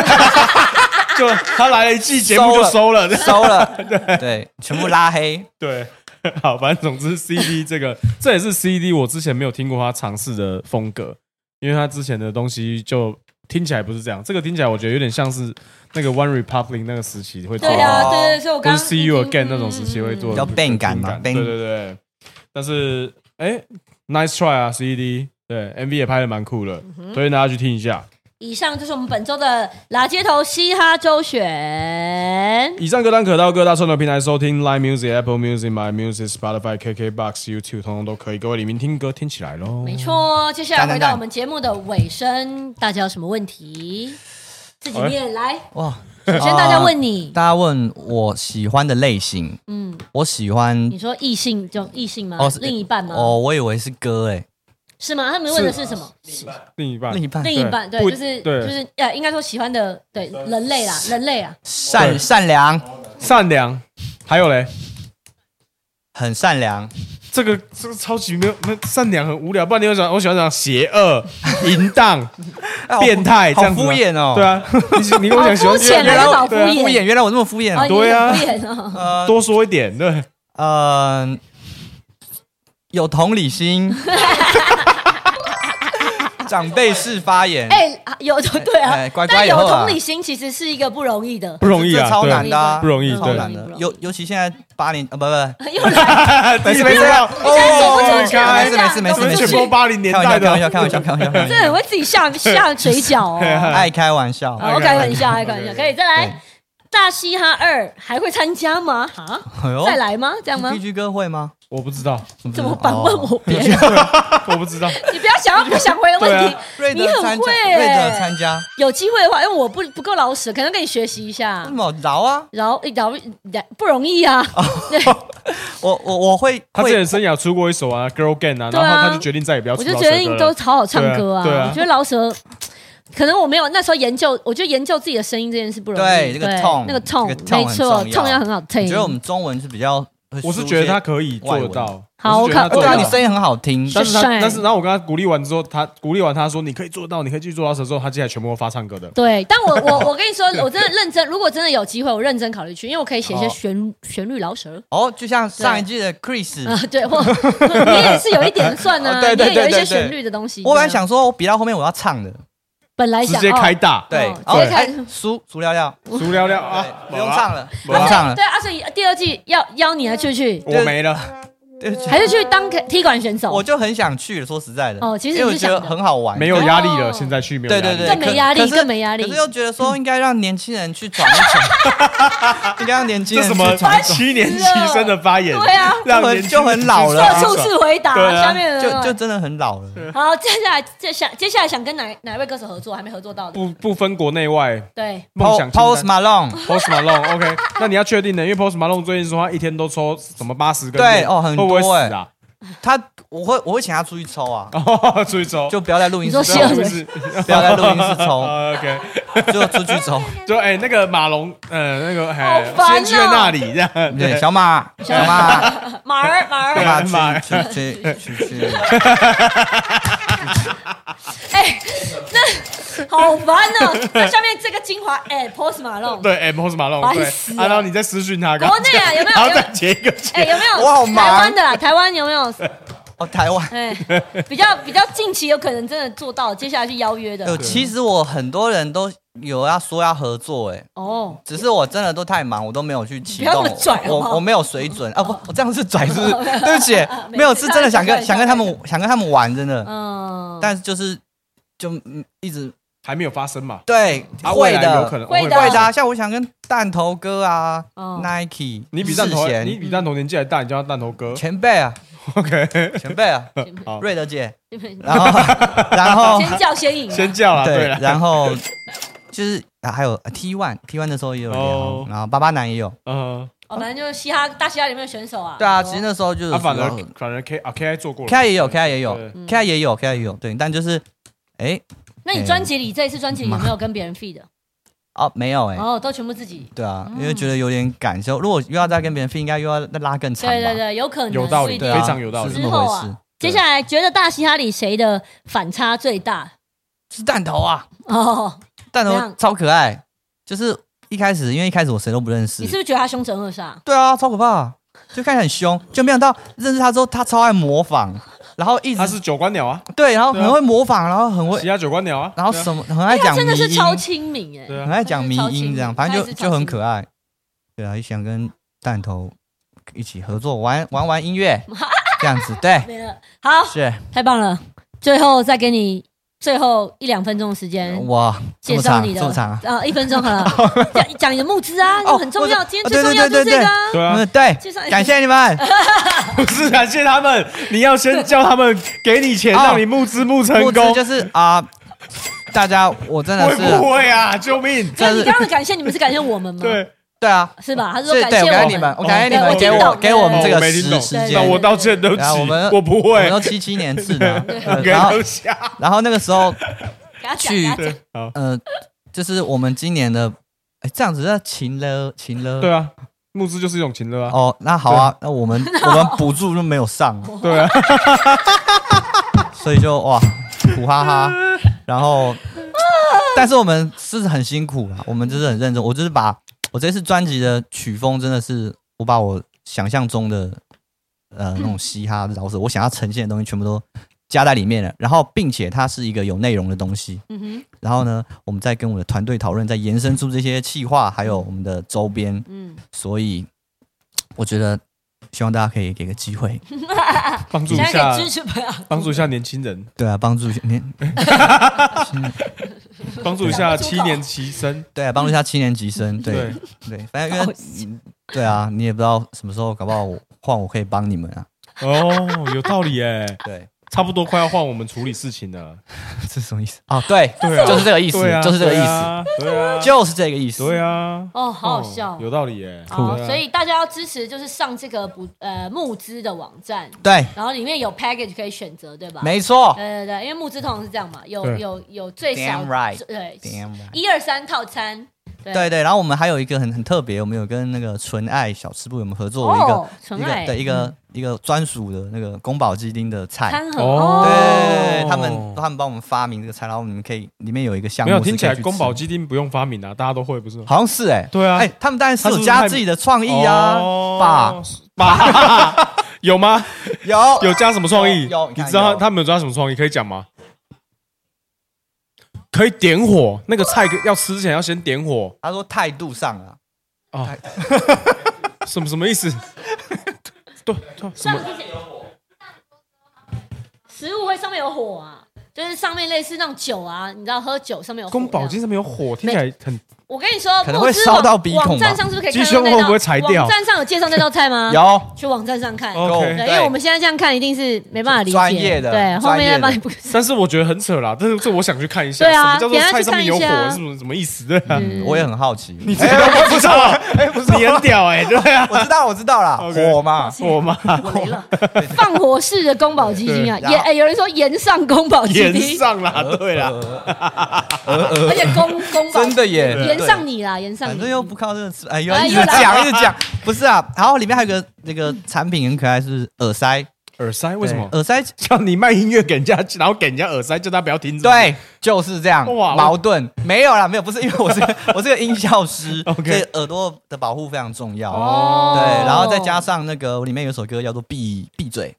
A: 就他来了一季节目就收 了。
C: 收了，对，全部拉黑。
A: 对，好，反正总之 CD 这个，这也是 CD 我之前没有听过他尝试的风格，因为他之前的东西就听起来不是这样，这个听起来我觉得有点像是那个 One Republic 那个时期会做
B: 对
A: 的，
B: 啊，
C: 哦
B: 对对，对所以我
A: 或
B: 刚嗯
A: 是 See You
B: 已经
A: Again 那种时期会做
C: 嗯比
A: 的
C: 较
A: 这个
C: bang 感
A: 听
C: 嘛
A: 对
C: bang
A: 对对，但是哎，Nice try 啊，CD。对，MV 也拍的蛮酷
B: 嗯
A: 的，推荐大家去听一下。
B: 以上就是我们本周的拉街头嘻哈周选。
A: 以上歌单可到各大串流平台收听，Line Music、Apple Music、My Music、Spotify、KKBox、YouTube 通通都可以。各位李明听歌听起来喽！
B: 没错，接下来
C: 赞
B: 回
C: 赞
B: 到
C: 赞
B: 我们节目的尾声，大家有什么问题？自己
C: 哎
B: 念来。
C: 哇，
B: 首先，大家问你，
C: 大家问我喜欢的类型，
B: 嗯，
C: 我喜欢
B: 你说异性这种异性吗
C: 哦？是
B: 另一半吗？
C: 哦，我以为是歌诶，
B: 是吗？他们问的是什么？
A: 另一半，
C: 另一半
B: 另一半，对，
A: 不
B: 就是
A: 对
B: 就是呃，应该说喜欢的，对人类啦，人类啊，
A: 对
C: 善善良，
A: 善良，还有嘞，
C: 很善良，
A: 这个这个超级没有，那善良很无聊。不然你有想，我喜欢讲邪恶、淫荡、
C: 哎好
A: 变态，这
C: 好
A: 样子
C: 敷
A: 吗。
C: 衍哦。
A: 对，啊，你你跟我讲喜欢
B: 好肤浅
A: 这样
B: 啊
A: 子
B: 这好敷
A: 对啊
B: 衍
C: 敷衍，原来我这么敷衍
B: 哦，
C: 啊。
B: 你
A: 对啊
B: 很敷衍 哦
C: 呃
A: 多说一点，对，
C: 呃，有同 理心，长辈式发言，
B: 哎，有对啊
C: 哎，乖乖
B: 但有
C: 以后啊
B: 同理心其实是一个不容易的
A: 不，容易啊，
C: 这超
A: 对
C: 难的啊，
A: 不容易
C: 这超
A: 对
C: 难
B: 不容
C: 的。
B: 易
C: 尤尤其现在八年，呃，不不。
B: 又来
A: 没
C: 没事没事，
B: 哦
A: 你看
C: 没事没事没
A: 你
C: 事
A: 们
C: 没
A: 全
C: 事
A: 部，八零年
C: 开玩
A: 代
C: 笑开玩
A: 的，
C: 笑开玩笑开玩笑，开玩
B: 真的
C: 笑
B: 很会自己下下嘴角
C: 哎
B: 哦。
C: 爱开玩笑。
B: 好，
A: 开玩
B: 开玩
A: 笑
B: 笑，
C: 哎
B: 开玩笑，可以再来。大嘻哈二还会参加吗？啊，
C: 哎呦
B: 再来吗？这样吗
C: ，B？G 哥会吗？
A: 我不知 道，
B: 怎么反问
C: 哦？
B: 我别人？
A: 我不知道，
B: 你不要想要不想回的问题
A: 对啊，
C: 瑞
B: 你
C: 德
B: 很
C: 参加
B: 会，
C: 瑞德
B: 欸。
C: 参加，
B: 有机会的话，因为我不不够老实，可能跟你学习一下
C: 那。么饶啊！
B: 然后，然后不容易啊，对，
C: 我我我会
A: 他之前
C: 会
A: 生涯出过一首啊，Girl Gang 啊，
B: 对
A: 然
B: 啊
A: 后他就决定再也不要出
B: 我就
A: 饶
B: 觉
A: 舌
B: 得
A: 歌
B: 你
A: 了
B: 都好好唱歌
A: 对啊对啊
B: 我觉得老舍。可能我没有那时候研究，我觉得研究自己的声音这件事不容易。
C: 对这个 tone，
B: 那个 tone，
C: 这个 tone
B: 没
C: 很
B: 错，tone
C: 重要
B: 要很好
C: 我
B: 听。
C: 觉得我们中文是比较会输
A: 我
C: 一些，
A: 是觉得他可以做得到，
B: 好
A: 我是觉得他
B: 可
C: 呃，
A: 做
C: 对
A: 得
C: 啊，
A: 到
C: 你声音很好听，
A: 但是他，
B: 帅
A: 但是然后我跟他鼓励完之后，他鼓励完他说你可以做到，你可以继续做到的时候，他接下来全部都发唱歌的。
B: 对，但我我我跟你说，我真的认真，如果真的有机会，我认真考虑去，因为我可以写一些
C: 哦
B: 旋旋律老舌
C: 哦，就像上一季的 Chris，
B: 啊，对，我你也是有一点算啊，
C: 哦对对
B: 你也有一些
C: 对对对
B: 旋律的东西。
C: 我本来
B: 对啊，
C: 想说，我比到后面我要唱的，
B: 本来
A: 直
B: 想
A: 接开
B: 哦
A: 大，
C: 哦对，
B: 哦
C: 然后
A: 直接
C: 哎
B: 开，
C: 苏苏聊聊，
A: 足聊聊
C: 对
A: 啊，
C: 不用唱
A: 了，
C: 了，不
A: 没有
C: 用
A: 啊嗯
C: 唱了
B: 对，啊，所以第二季要邀你来去去，
A: 我没了，
C: 对，其实
B: 还是去当踢馆选手
A: 哦
C: 我？就很想去了。说实在的，
B: 哦其实
C: 因为
B: 你是
C: 我觉
B: 想
C: 得
B: 的
C: 很好玩，
A: 没有压力了，
B: 哦
A: 现在去没有压
C: 对
A: 力
C: 对对，
B: 更没压力
C: 可可是
B: 更没压力嗯
C: 可是又觉得说应该让年轻人去闯一闯， 应该让年轻
A: 这
C: 人
A: 什
C: 去
A: 么
C: 闯一闯。
A: 七年级生的发言？
B: 对啊
A: 让
C: 就很
A: 年轻
C: 就很老了啊
B: 社畜式回答
A: 对，啊
B: 下面的
C: 就就真的很老了。
B: 好，接下来接下接下来想跟哪哪位歌手合作？还没合作到的，
A: 不不分国内外，
B: 对，
A: 梦想
C: Post
A: 清单
C: Malone，
A: Post Malone，OK，、那你要确定的，因为 Post Malone 最近说他一天都抽什么八十根
C: 对
A: 烟
C: 哦很
A: 会不会死
C: 多欸
A: 啊？
C: 他我会我会请他出去抽啊，
A: 哦，出去抽，啊
C: 就不要在录音
B: 你说
C: 室
B: 谢尔
C: 抽，
A: 不是
C: 不要在录音室抽，
A: 哦，OK，
C: 就出去 抽。
A: 就哎、那个马龙，呃，那个
B: 好
A: 哎，
B: 烦
A: 先去
B: 哦
A: 那里这样，
C: 对，小马，小马，
B: 马儿马 儿，
C: 小
A: 对啊马
C: 马去去去去去，
B: 哎，那好烦哦！那下面这个精华，哎，Post Malone，
A: 对，哎，Post Malone，
B: 烦
A: 对
B: 死，了
A: 啊，然后你再私讯他，
B: 国内啊有没有
A: 然后
B: 有
A: 再截一 个截，
B: 哎，有没有？
C: 我好忙
B: 台湾的啦，台湾有没有？
C: 哦，台 湾。
B: 哎，比较比较近期有可能真的做到，接下来去邀约
C: 有，
B: 的
C: 其实我很多人都有要说要合作，哎，
B: 哦。
C: 只是我真的都太忙，我都没有去启
B: 不要
C: 动
B: 那么拽。好不好
C: 我我没有水准啊！不， 我这样是拽是 不是？对不起，没有是真的想
B: 没
C: 跟
B: 事
C: 想跟他们想跟他们玩，真的。
B: 嗯，
C: 但是就是就嗯一直
A: 还没有发生嘛？
C: 对
A: 啊，
C: 会
A: 未来有可
C: 的
A: 能
B: 会的
C: 会的啊，像我想跟弹头哥啊
B: 哦
C: ，Nike，
A: 你比弹头
C: 世，贤
A: 你比弹头年纪还大，你叫他弹头哥
C: 前辈啊，
A: ，OK，
C: 前辈啊，
A: 好，
C: 瑞 德姐，
B: 先
C: 然后然后
B: 叫先赢啊，
A: 先叫啦，对
C: 对，
A: 啦，
C: 然后就是啊还有 T One T One 的时候也有联
A: 哦
C: 红，然后八八男也有。
A: 嗯，
B: 哦，反正就是嘻哈大嘻哈里面的选手啊。
C: 对啊，
B: 哦
C: 其实那时候就是哦
A: 他反而
C: 说
A: 反而 K 啊 K I 做过了
C: K I 也有，K I 也有
A: 对
B: 嗯
C: ，K I 也有，K I 也有，对，但就是，哎，
B: 那你专辑里这一次专辑里有没有跟别人 feed 的？
C: 哦，没有哎，
B: 哦，都全部自己。
C: 对啊，因为觉得有点感受，如果又要再跟别人 fit，应该又要再拉更长吧，
B: 对对啊对，有可能
A: 有道理
B: 不一定
C: 对啊，
A: 非常有道理
C: 是这么回事。
B: 接下来觉得大嘻哈里谁的反差最大？
C: 是弹头啊，
B: 哦，
C: 弹
B: 怎
C: 头
B: 样
C: 超可爱，就是一开始因为一开始我谁都不认识
B: 你，是不是觉得他凶神恶煞？
C: 对啊，超可怕，就看起来很凶，就没想到认识他之后，他超爱模仿，然后一
A: 他
C: 直
A: 是九官鸟啊，
C: 对，然后
A: 对啊
C: 很会模仿，然后很
A: 其
C: 会，
A: 他九官鸟啊，
C: 然后
A: 对啊
C: 什么很爱
B: 他
C: 讲迷
B: 真的是
C: 音，
B: 超亲民
A: 对
B: 哎，
A: 啊
C: 很爱讲迷
B: 超亲
C: 音这样，
B: 民
C: 反正
B: 他
C: 就
B: 也是超
C: 就很
B: 亲
C: 可爱。对啊，也想跟弹头一起合作玩玩玩 音乐，这样子对，
B: 没了。好，
C: 是
B: 太棒了！最后再给你最后一两分钟的时间
C: 哇，这
B: 介
C: 么
B: 绍
C: 长
B: 你的
C: 这么长啊，
B: 啊，一分钟好了， 讲讲你的募资啊，
C: 哦
B: 很重要。
C: 我
B: 今天最重要就是
C: 对对对对
B: 这个啊，
A: 对啊
C: 嗯，对
B: 介绍，
C: 感谢你们，
A: 不是感谢他们，你要先叫他们给你钱，
C: 哦
A: 让你募资募成
C: 募资
A: 功，
C: 就是啊，大家我真的
A: 会不
C: 是
A: 会啊？救命！
B: 所以你
C: 但是
B: 刚刚的感谢你们是感谢我们吗？
A: 对，
C: 对啊，
B: 是吧？他是说
C: 是
B: 感
C: 对
B: 谢
C: 我感
B: 我
C: 谢你们，我感谢
A: 对
C: 你
A: 我
C: 们
A: 听
C: 给
B: 懂
C: 我
B: 了
C: 给我们这
A: 哦
C: 个
A: 我没听懂
C: 时时
A: 那
C: 间，啊
A: 我道歉，对不起
C: 来我们，
A: 我不
C: 我
A: 会
C: 们。都七七年 制的，呃
A: 给
C: 然后
A: 留 下，
C: 然后那个时候
B: 给他讲，
C: 去
B: 给他讲
A: 对，好，
C: 呃，就是我们今年的，哎，这样子那勤了勤了，
A: 对啊，募资就是一种情乐啊，
C: 哦，那好啊，那我们我们补助就没有上，
A: 对啊，
C: 所以就哇苦哈哈。然后，但是我们是很辛苦啊，我们就是很认真。我就是把我这次专辑的曲风，真的是我把我想象中的呃那种嘻哈饶舌，我想要呈现的东西全部都加在里面了。然后，并且它是一个有内容的东西。
B: 嗯哼，
C: 然后呢，我们再跟我的团队讨论，再延伸出这些企划，还有我们的周边。
B: 嗯，
C: 所以，我觉得希望大家可以给个机会。
A: 帮助一
B: 现在
A: 下
B: 可以，支持朋友，
A: 帮助一下年轻人，
C: 对啊，帮助一下年，
A: 帮助一下七年级生，
C: 对 啊，帮助一下七年级生，对
A: 对，
C: 对，反正因为嗯对啊，你也不知道什么时候，搞不好我换我可以帮你们啊，
A: 哦，有道理哎，
C: 对，
A: 差不多快要换我们处理事情了，
C: 这是什么意思啊？ 对，
A: 对啊
C: 就是这个意思
A: 对啊，，
C: 就是这个意
A: 对
C: 思，
A: 啊，对啊，
C: 就是这个意思，
A: 对啊，
B: 哦，好好笑
A: 有。道理哎，
B: 好，
A: 对啊
B: 所以大家要支持，就是上这个补呃募资的网站，
C: 对，
B: 然后里面有 package 可以选择，对吧？
C: 没错
B: 对对对，因为募资通常是这样嘛，有
A: 对
B: 有有最少
C: ，damn right，
B: 对
C: damn right
B: 一二三套餐，对
C: 对对，然后我们还有一个很很特别，我们有跟那个纯爱小吃部有没有合作一
B: 哦
C: 个，
B: 纯
C: 一
B: 爱
C: 个对一个一个专属的那个宫保鸡丁的菜。
B: 餐盒
A: 哦
C: 对，他
A: 哦
C: 们他们帮我们发明这个菜，然后你们可以里面有一个项
A: 没
C: 目
A: 有
C: 是可以
A: 听起来
C: 去
A: 宫
C: 吃
A: 保鸡丁不用发明啊，大家都会不是吗？
C: 好像是哎、欸，
A: 对啊
C: 哎、他们当然是
A: 他是
C: 有
A: 不是
C: 加
A: 太
C: 自己的创意啊，
A: 哦
C: 爸，
A: 爸 有吗？
C: 有
A: 有加什么创意？
C: 有有
A: 你知道
C: 有
A: 他他们有加什么创意？可以讲吗？可以点火，那个菜要吃之前要先点火
C: 他说态度上啊，
A: 啊！什么什么意思？ 对对，什么？
B: 食物会上面有火啊，就是上面类似那种酒啊，你知道喝酒上面有火。
A: 宫保鸡上面有火，听起来很
B: 我跟你说，
C: 可能会
B: 不知
C: 烧到
B: 网
C: 鼻孔吧
B: 网站上是不是可以看
A: 鸡
B: 到
A: 胸
B: 那道？
A: 会不会裁掉
B: 网站上有介绍那道菜吗？，
C: 有
B: 去网站上看。
A: 哦 OK
C: 够
B: 对，因啊哎为我们现在这样看一定是没办法理解。
C: 专业的
B: 对，后
C: 专业
B: 面再
C: 的
B: 帮你补。
A: 但是我觉得很扯啦，但是这我想去看一下，
B: 对啊
A: 什么叫做菜上面有火
B: 等一下，去看一下
A: 是什么什么意思？对啊，
B: 嗯
C: 我也很好奇。
A: 你这个我不知道，哎，不是你很屌哎，对啊，
C: 我知道，我知道啦，
A: OK
C: 火嘛，
A: 我妈
B: 我雷 了，放火式的宫保鸡丁啊，
C: 对
B: 盐哎，有人说盐上宫保鸡
A: 延
B: 丁，
A: 上啦，对啦，
B: 而且宫宫保
C: 呃真的耶，
B: 盐
C: 对
B: 上你啦，盐上
C: 反正
B: 你。
C: 又不靠这个吃，哎呦，
B: 哎
C: 一直
B: 又来
C: 讲一直讲，不是啊。然后里面还有个那个产品很可爱，是耳塞。
A: 耳塞为什么
C: 对？耳塞？
A: 叫你卖音乐给人家，然后给人家耳塞，叫他不要听。是不是，
C: 对，就是这样。
A: 哇
C: 矛盾没有啦，没有，不是因为我是 我是个音效师
A: OK
C: 所以耳朵的保护非常重要。
A: 哦
C: 对，然后再加上那个里面有一首歌叫做《闭闭嘴》，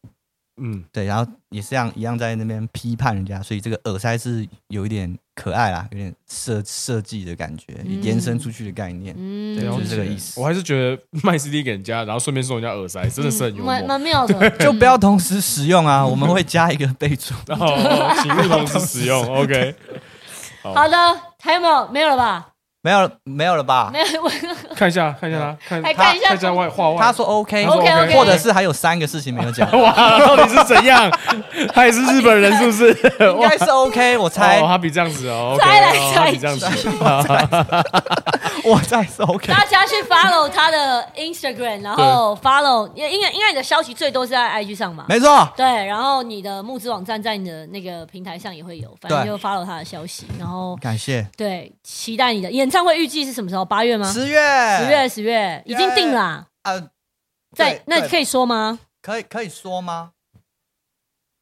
A: 嗯，
C: 对，然后也是这样一样在那边批判人家，所以这个耳塞是有一点可爱啦，有点设设计的感觉，
B: 嗯
C: 延伸出去的概念。
B: 嗯
C: 对就是这个意思
A: 我还是觉得卖 CD 给人家，然后顺便送人家耳塞，真的是很幽默
B: 蛮。蛮妙 的，
A: 嗯
C: 就不要同时使用啊，我们会加一个备注。
A: 然后哦请勿同时使用。OK，
B: 好的，Time 没有了吧？
C: 没有了，没有了吧？
B: 没有，我
A: 看一下，看一下他，看
B: 还看一
A: 看一下
B: 下。
A: 外画外。
C: 他说 OK，,
A: 他说 OK，OK，
C: 或者是还有三个事情没有讲
A: 哇，到底是怎样？他也是日本人是不是？
C: 应该是 OK，我猜
A: 哦，，他比这样子哦，
B: 猜来
A: OK，哦他比这样子
B: 猜。
C: 我猜是 OK。
B: 大家去 follow 他的 Instagram，然后 follow，因为因为因为你的消息最多是在 IG 上嘛。
C: 没错，
B: 对，然后你的募资网站在你的那个平台上也会有，反正就 follow 他的消息，然后
C: 感谢。
B: 对，期待你的演唱会预计是什么时候？八月吗？
C: 十月，
B: 嗯十月，十月已经定了啊、
C: 呃，
B: 在
C: 对
B: 那
C: 对
B: 可以说吗？
C: 可以可以说吗？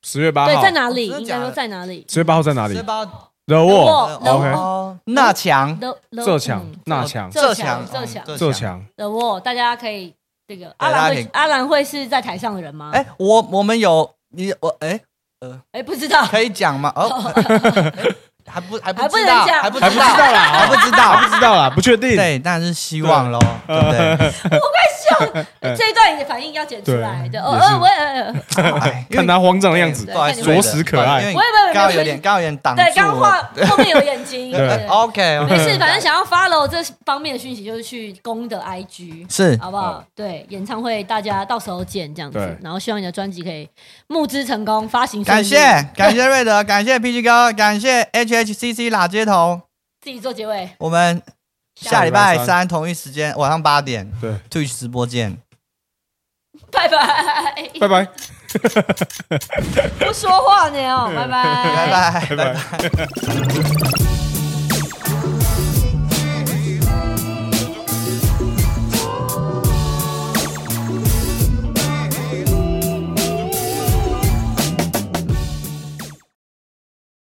A: 十月八
B: 对，
A: 号
B: 在，哪里？
C: 哦真的
B: 应
C: 假
B: 该
C: 的
B: 说在哪里？
A: 十月八号在哪里
C: 十？八
A: 惹
B: 沃
A: 我，
B: 能
A: 呃哦，OK
C: 哦，那强
B: 乐乐
A: 这强
B: 嗯
A: 那强
B: 这
C: 这
B: 强
C: 强
B: 这强
C: 嗯
A: 这强，
B: 的沃，大家可以这个阿
C: 大
B: 兰
C: 家
B: 会
C: 可以
B: 阿兰会是在台上的人吗？哎、
C: 哎，我我们有你我哎，
B: 不知道，
C: 可以讲吗？ 哦，还不
B: 还
C: 还不
B: 不能
C: 知道，
B: 讲
C: 还不
A: 还不知道啦， 哦
C: 还不知道，
A: 还不知道呃啦，不确定。
C: 对，但是希望 喽，对不对？
B: 这一段你的反应要剪出来
A: 对也
B: 的。
A: 是
B: 呃，我也
C: 哎
A: 看他慌张的样子
B: 对，
C: 不好意思，
A: 着实可爱
C: 因为
B: 我也没有没有
C: 刚好
B: 没有
C: 有点，刚好有点挡住
B: 对，刚
C: 我。
B: 画后面有眼睛。
A: 对
B: 对
C: 哦 OK，
B: 没事，反正想要 follow 这方面的讯息，就是去公的 IG，
C: 是
B: 好不好？对，演唱会大家到时候见这样子
A: 对，
B: 然后希望你的专辑可以募资成功，发行顺
C: 感
B: 利
C: 谢感谢瑞德，感谢 PG 哥，感谢 HHCC 拉街头，
B: 自己做结尾。
C: 我们
A: 下
C: 下
A: 礼
C: 礼
A: 拜
C: 拜
A: 三
C: 三同一时间晚上八点
A: 对，
C: Twitch 直播见，
B: 拜 哎
A: 拜
B: 拜，
A: 拜。
B: 不说话呢哦，拜拜，
C: 拜拜
A: 拜拜
C: 拜。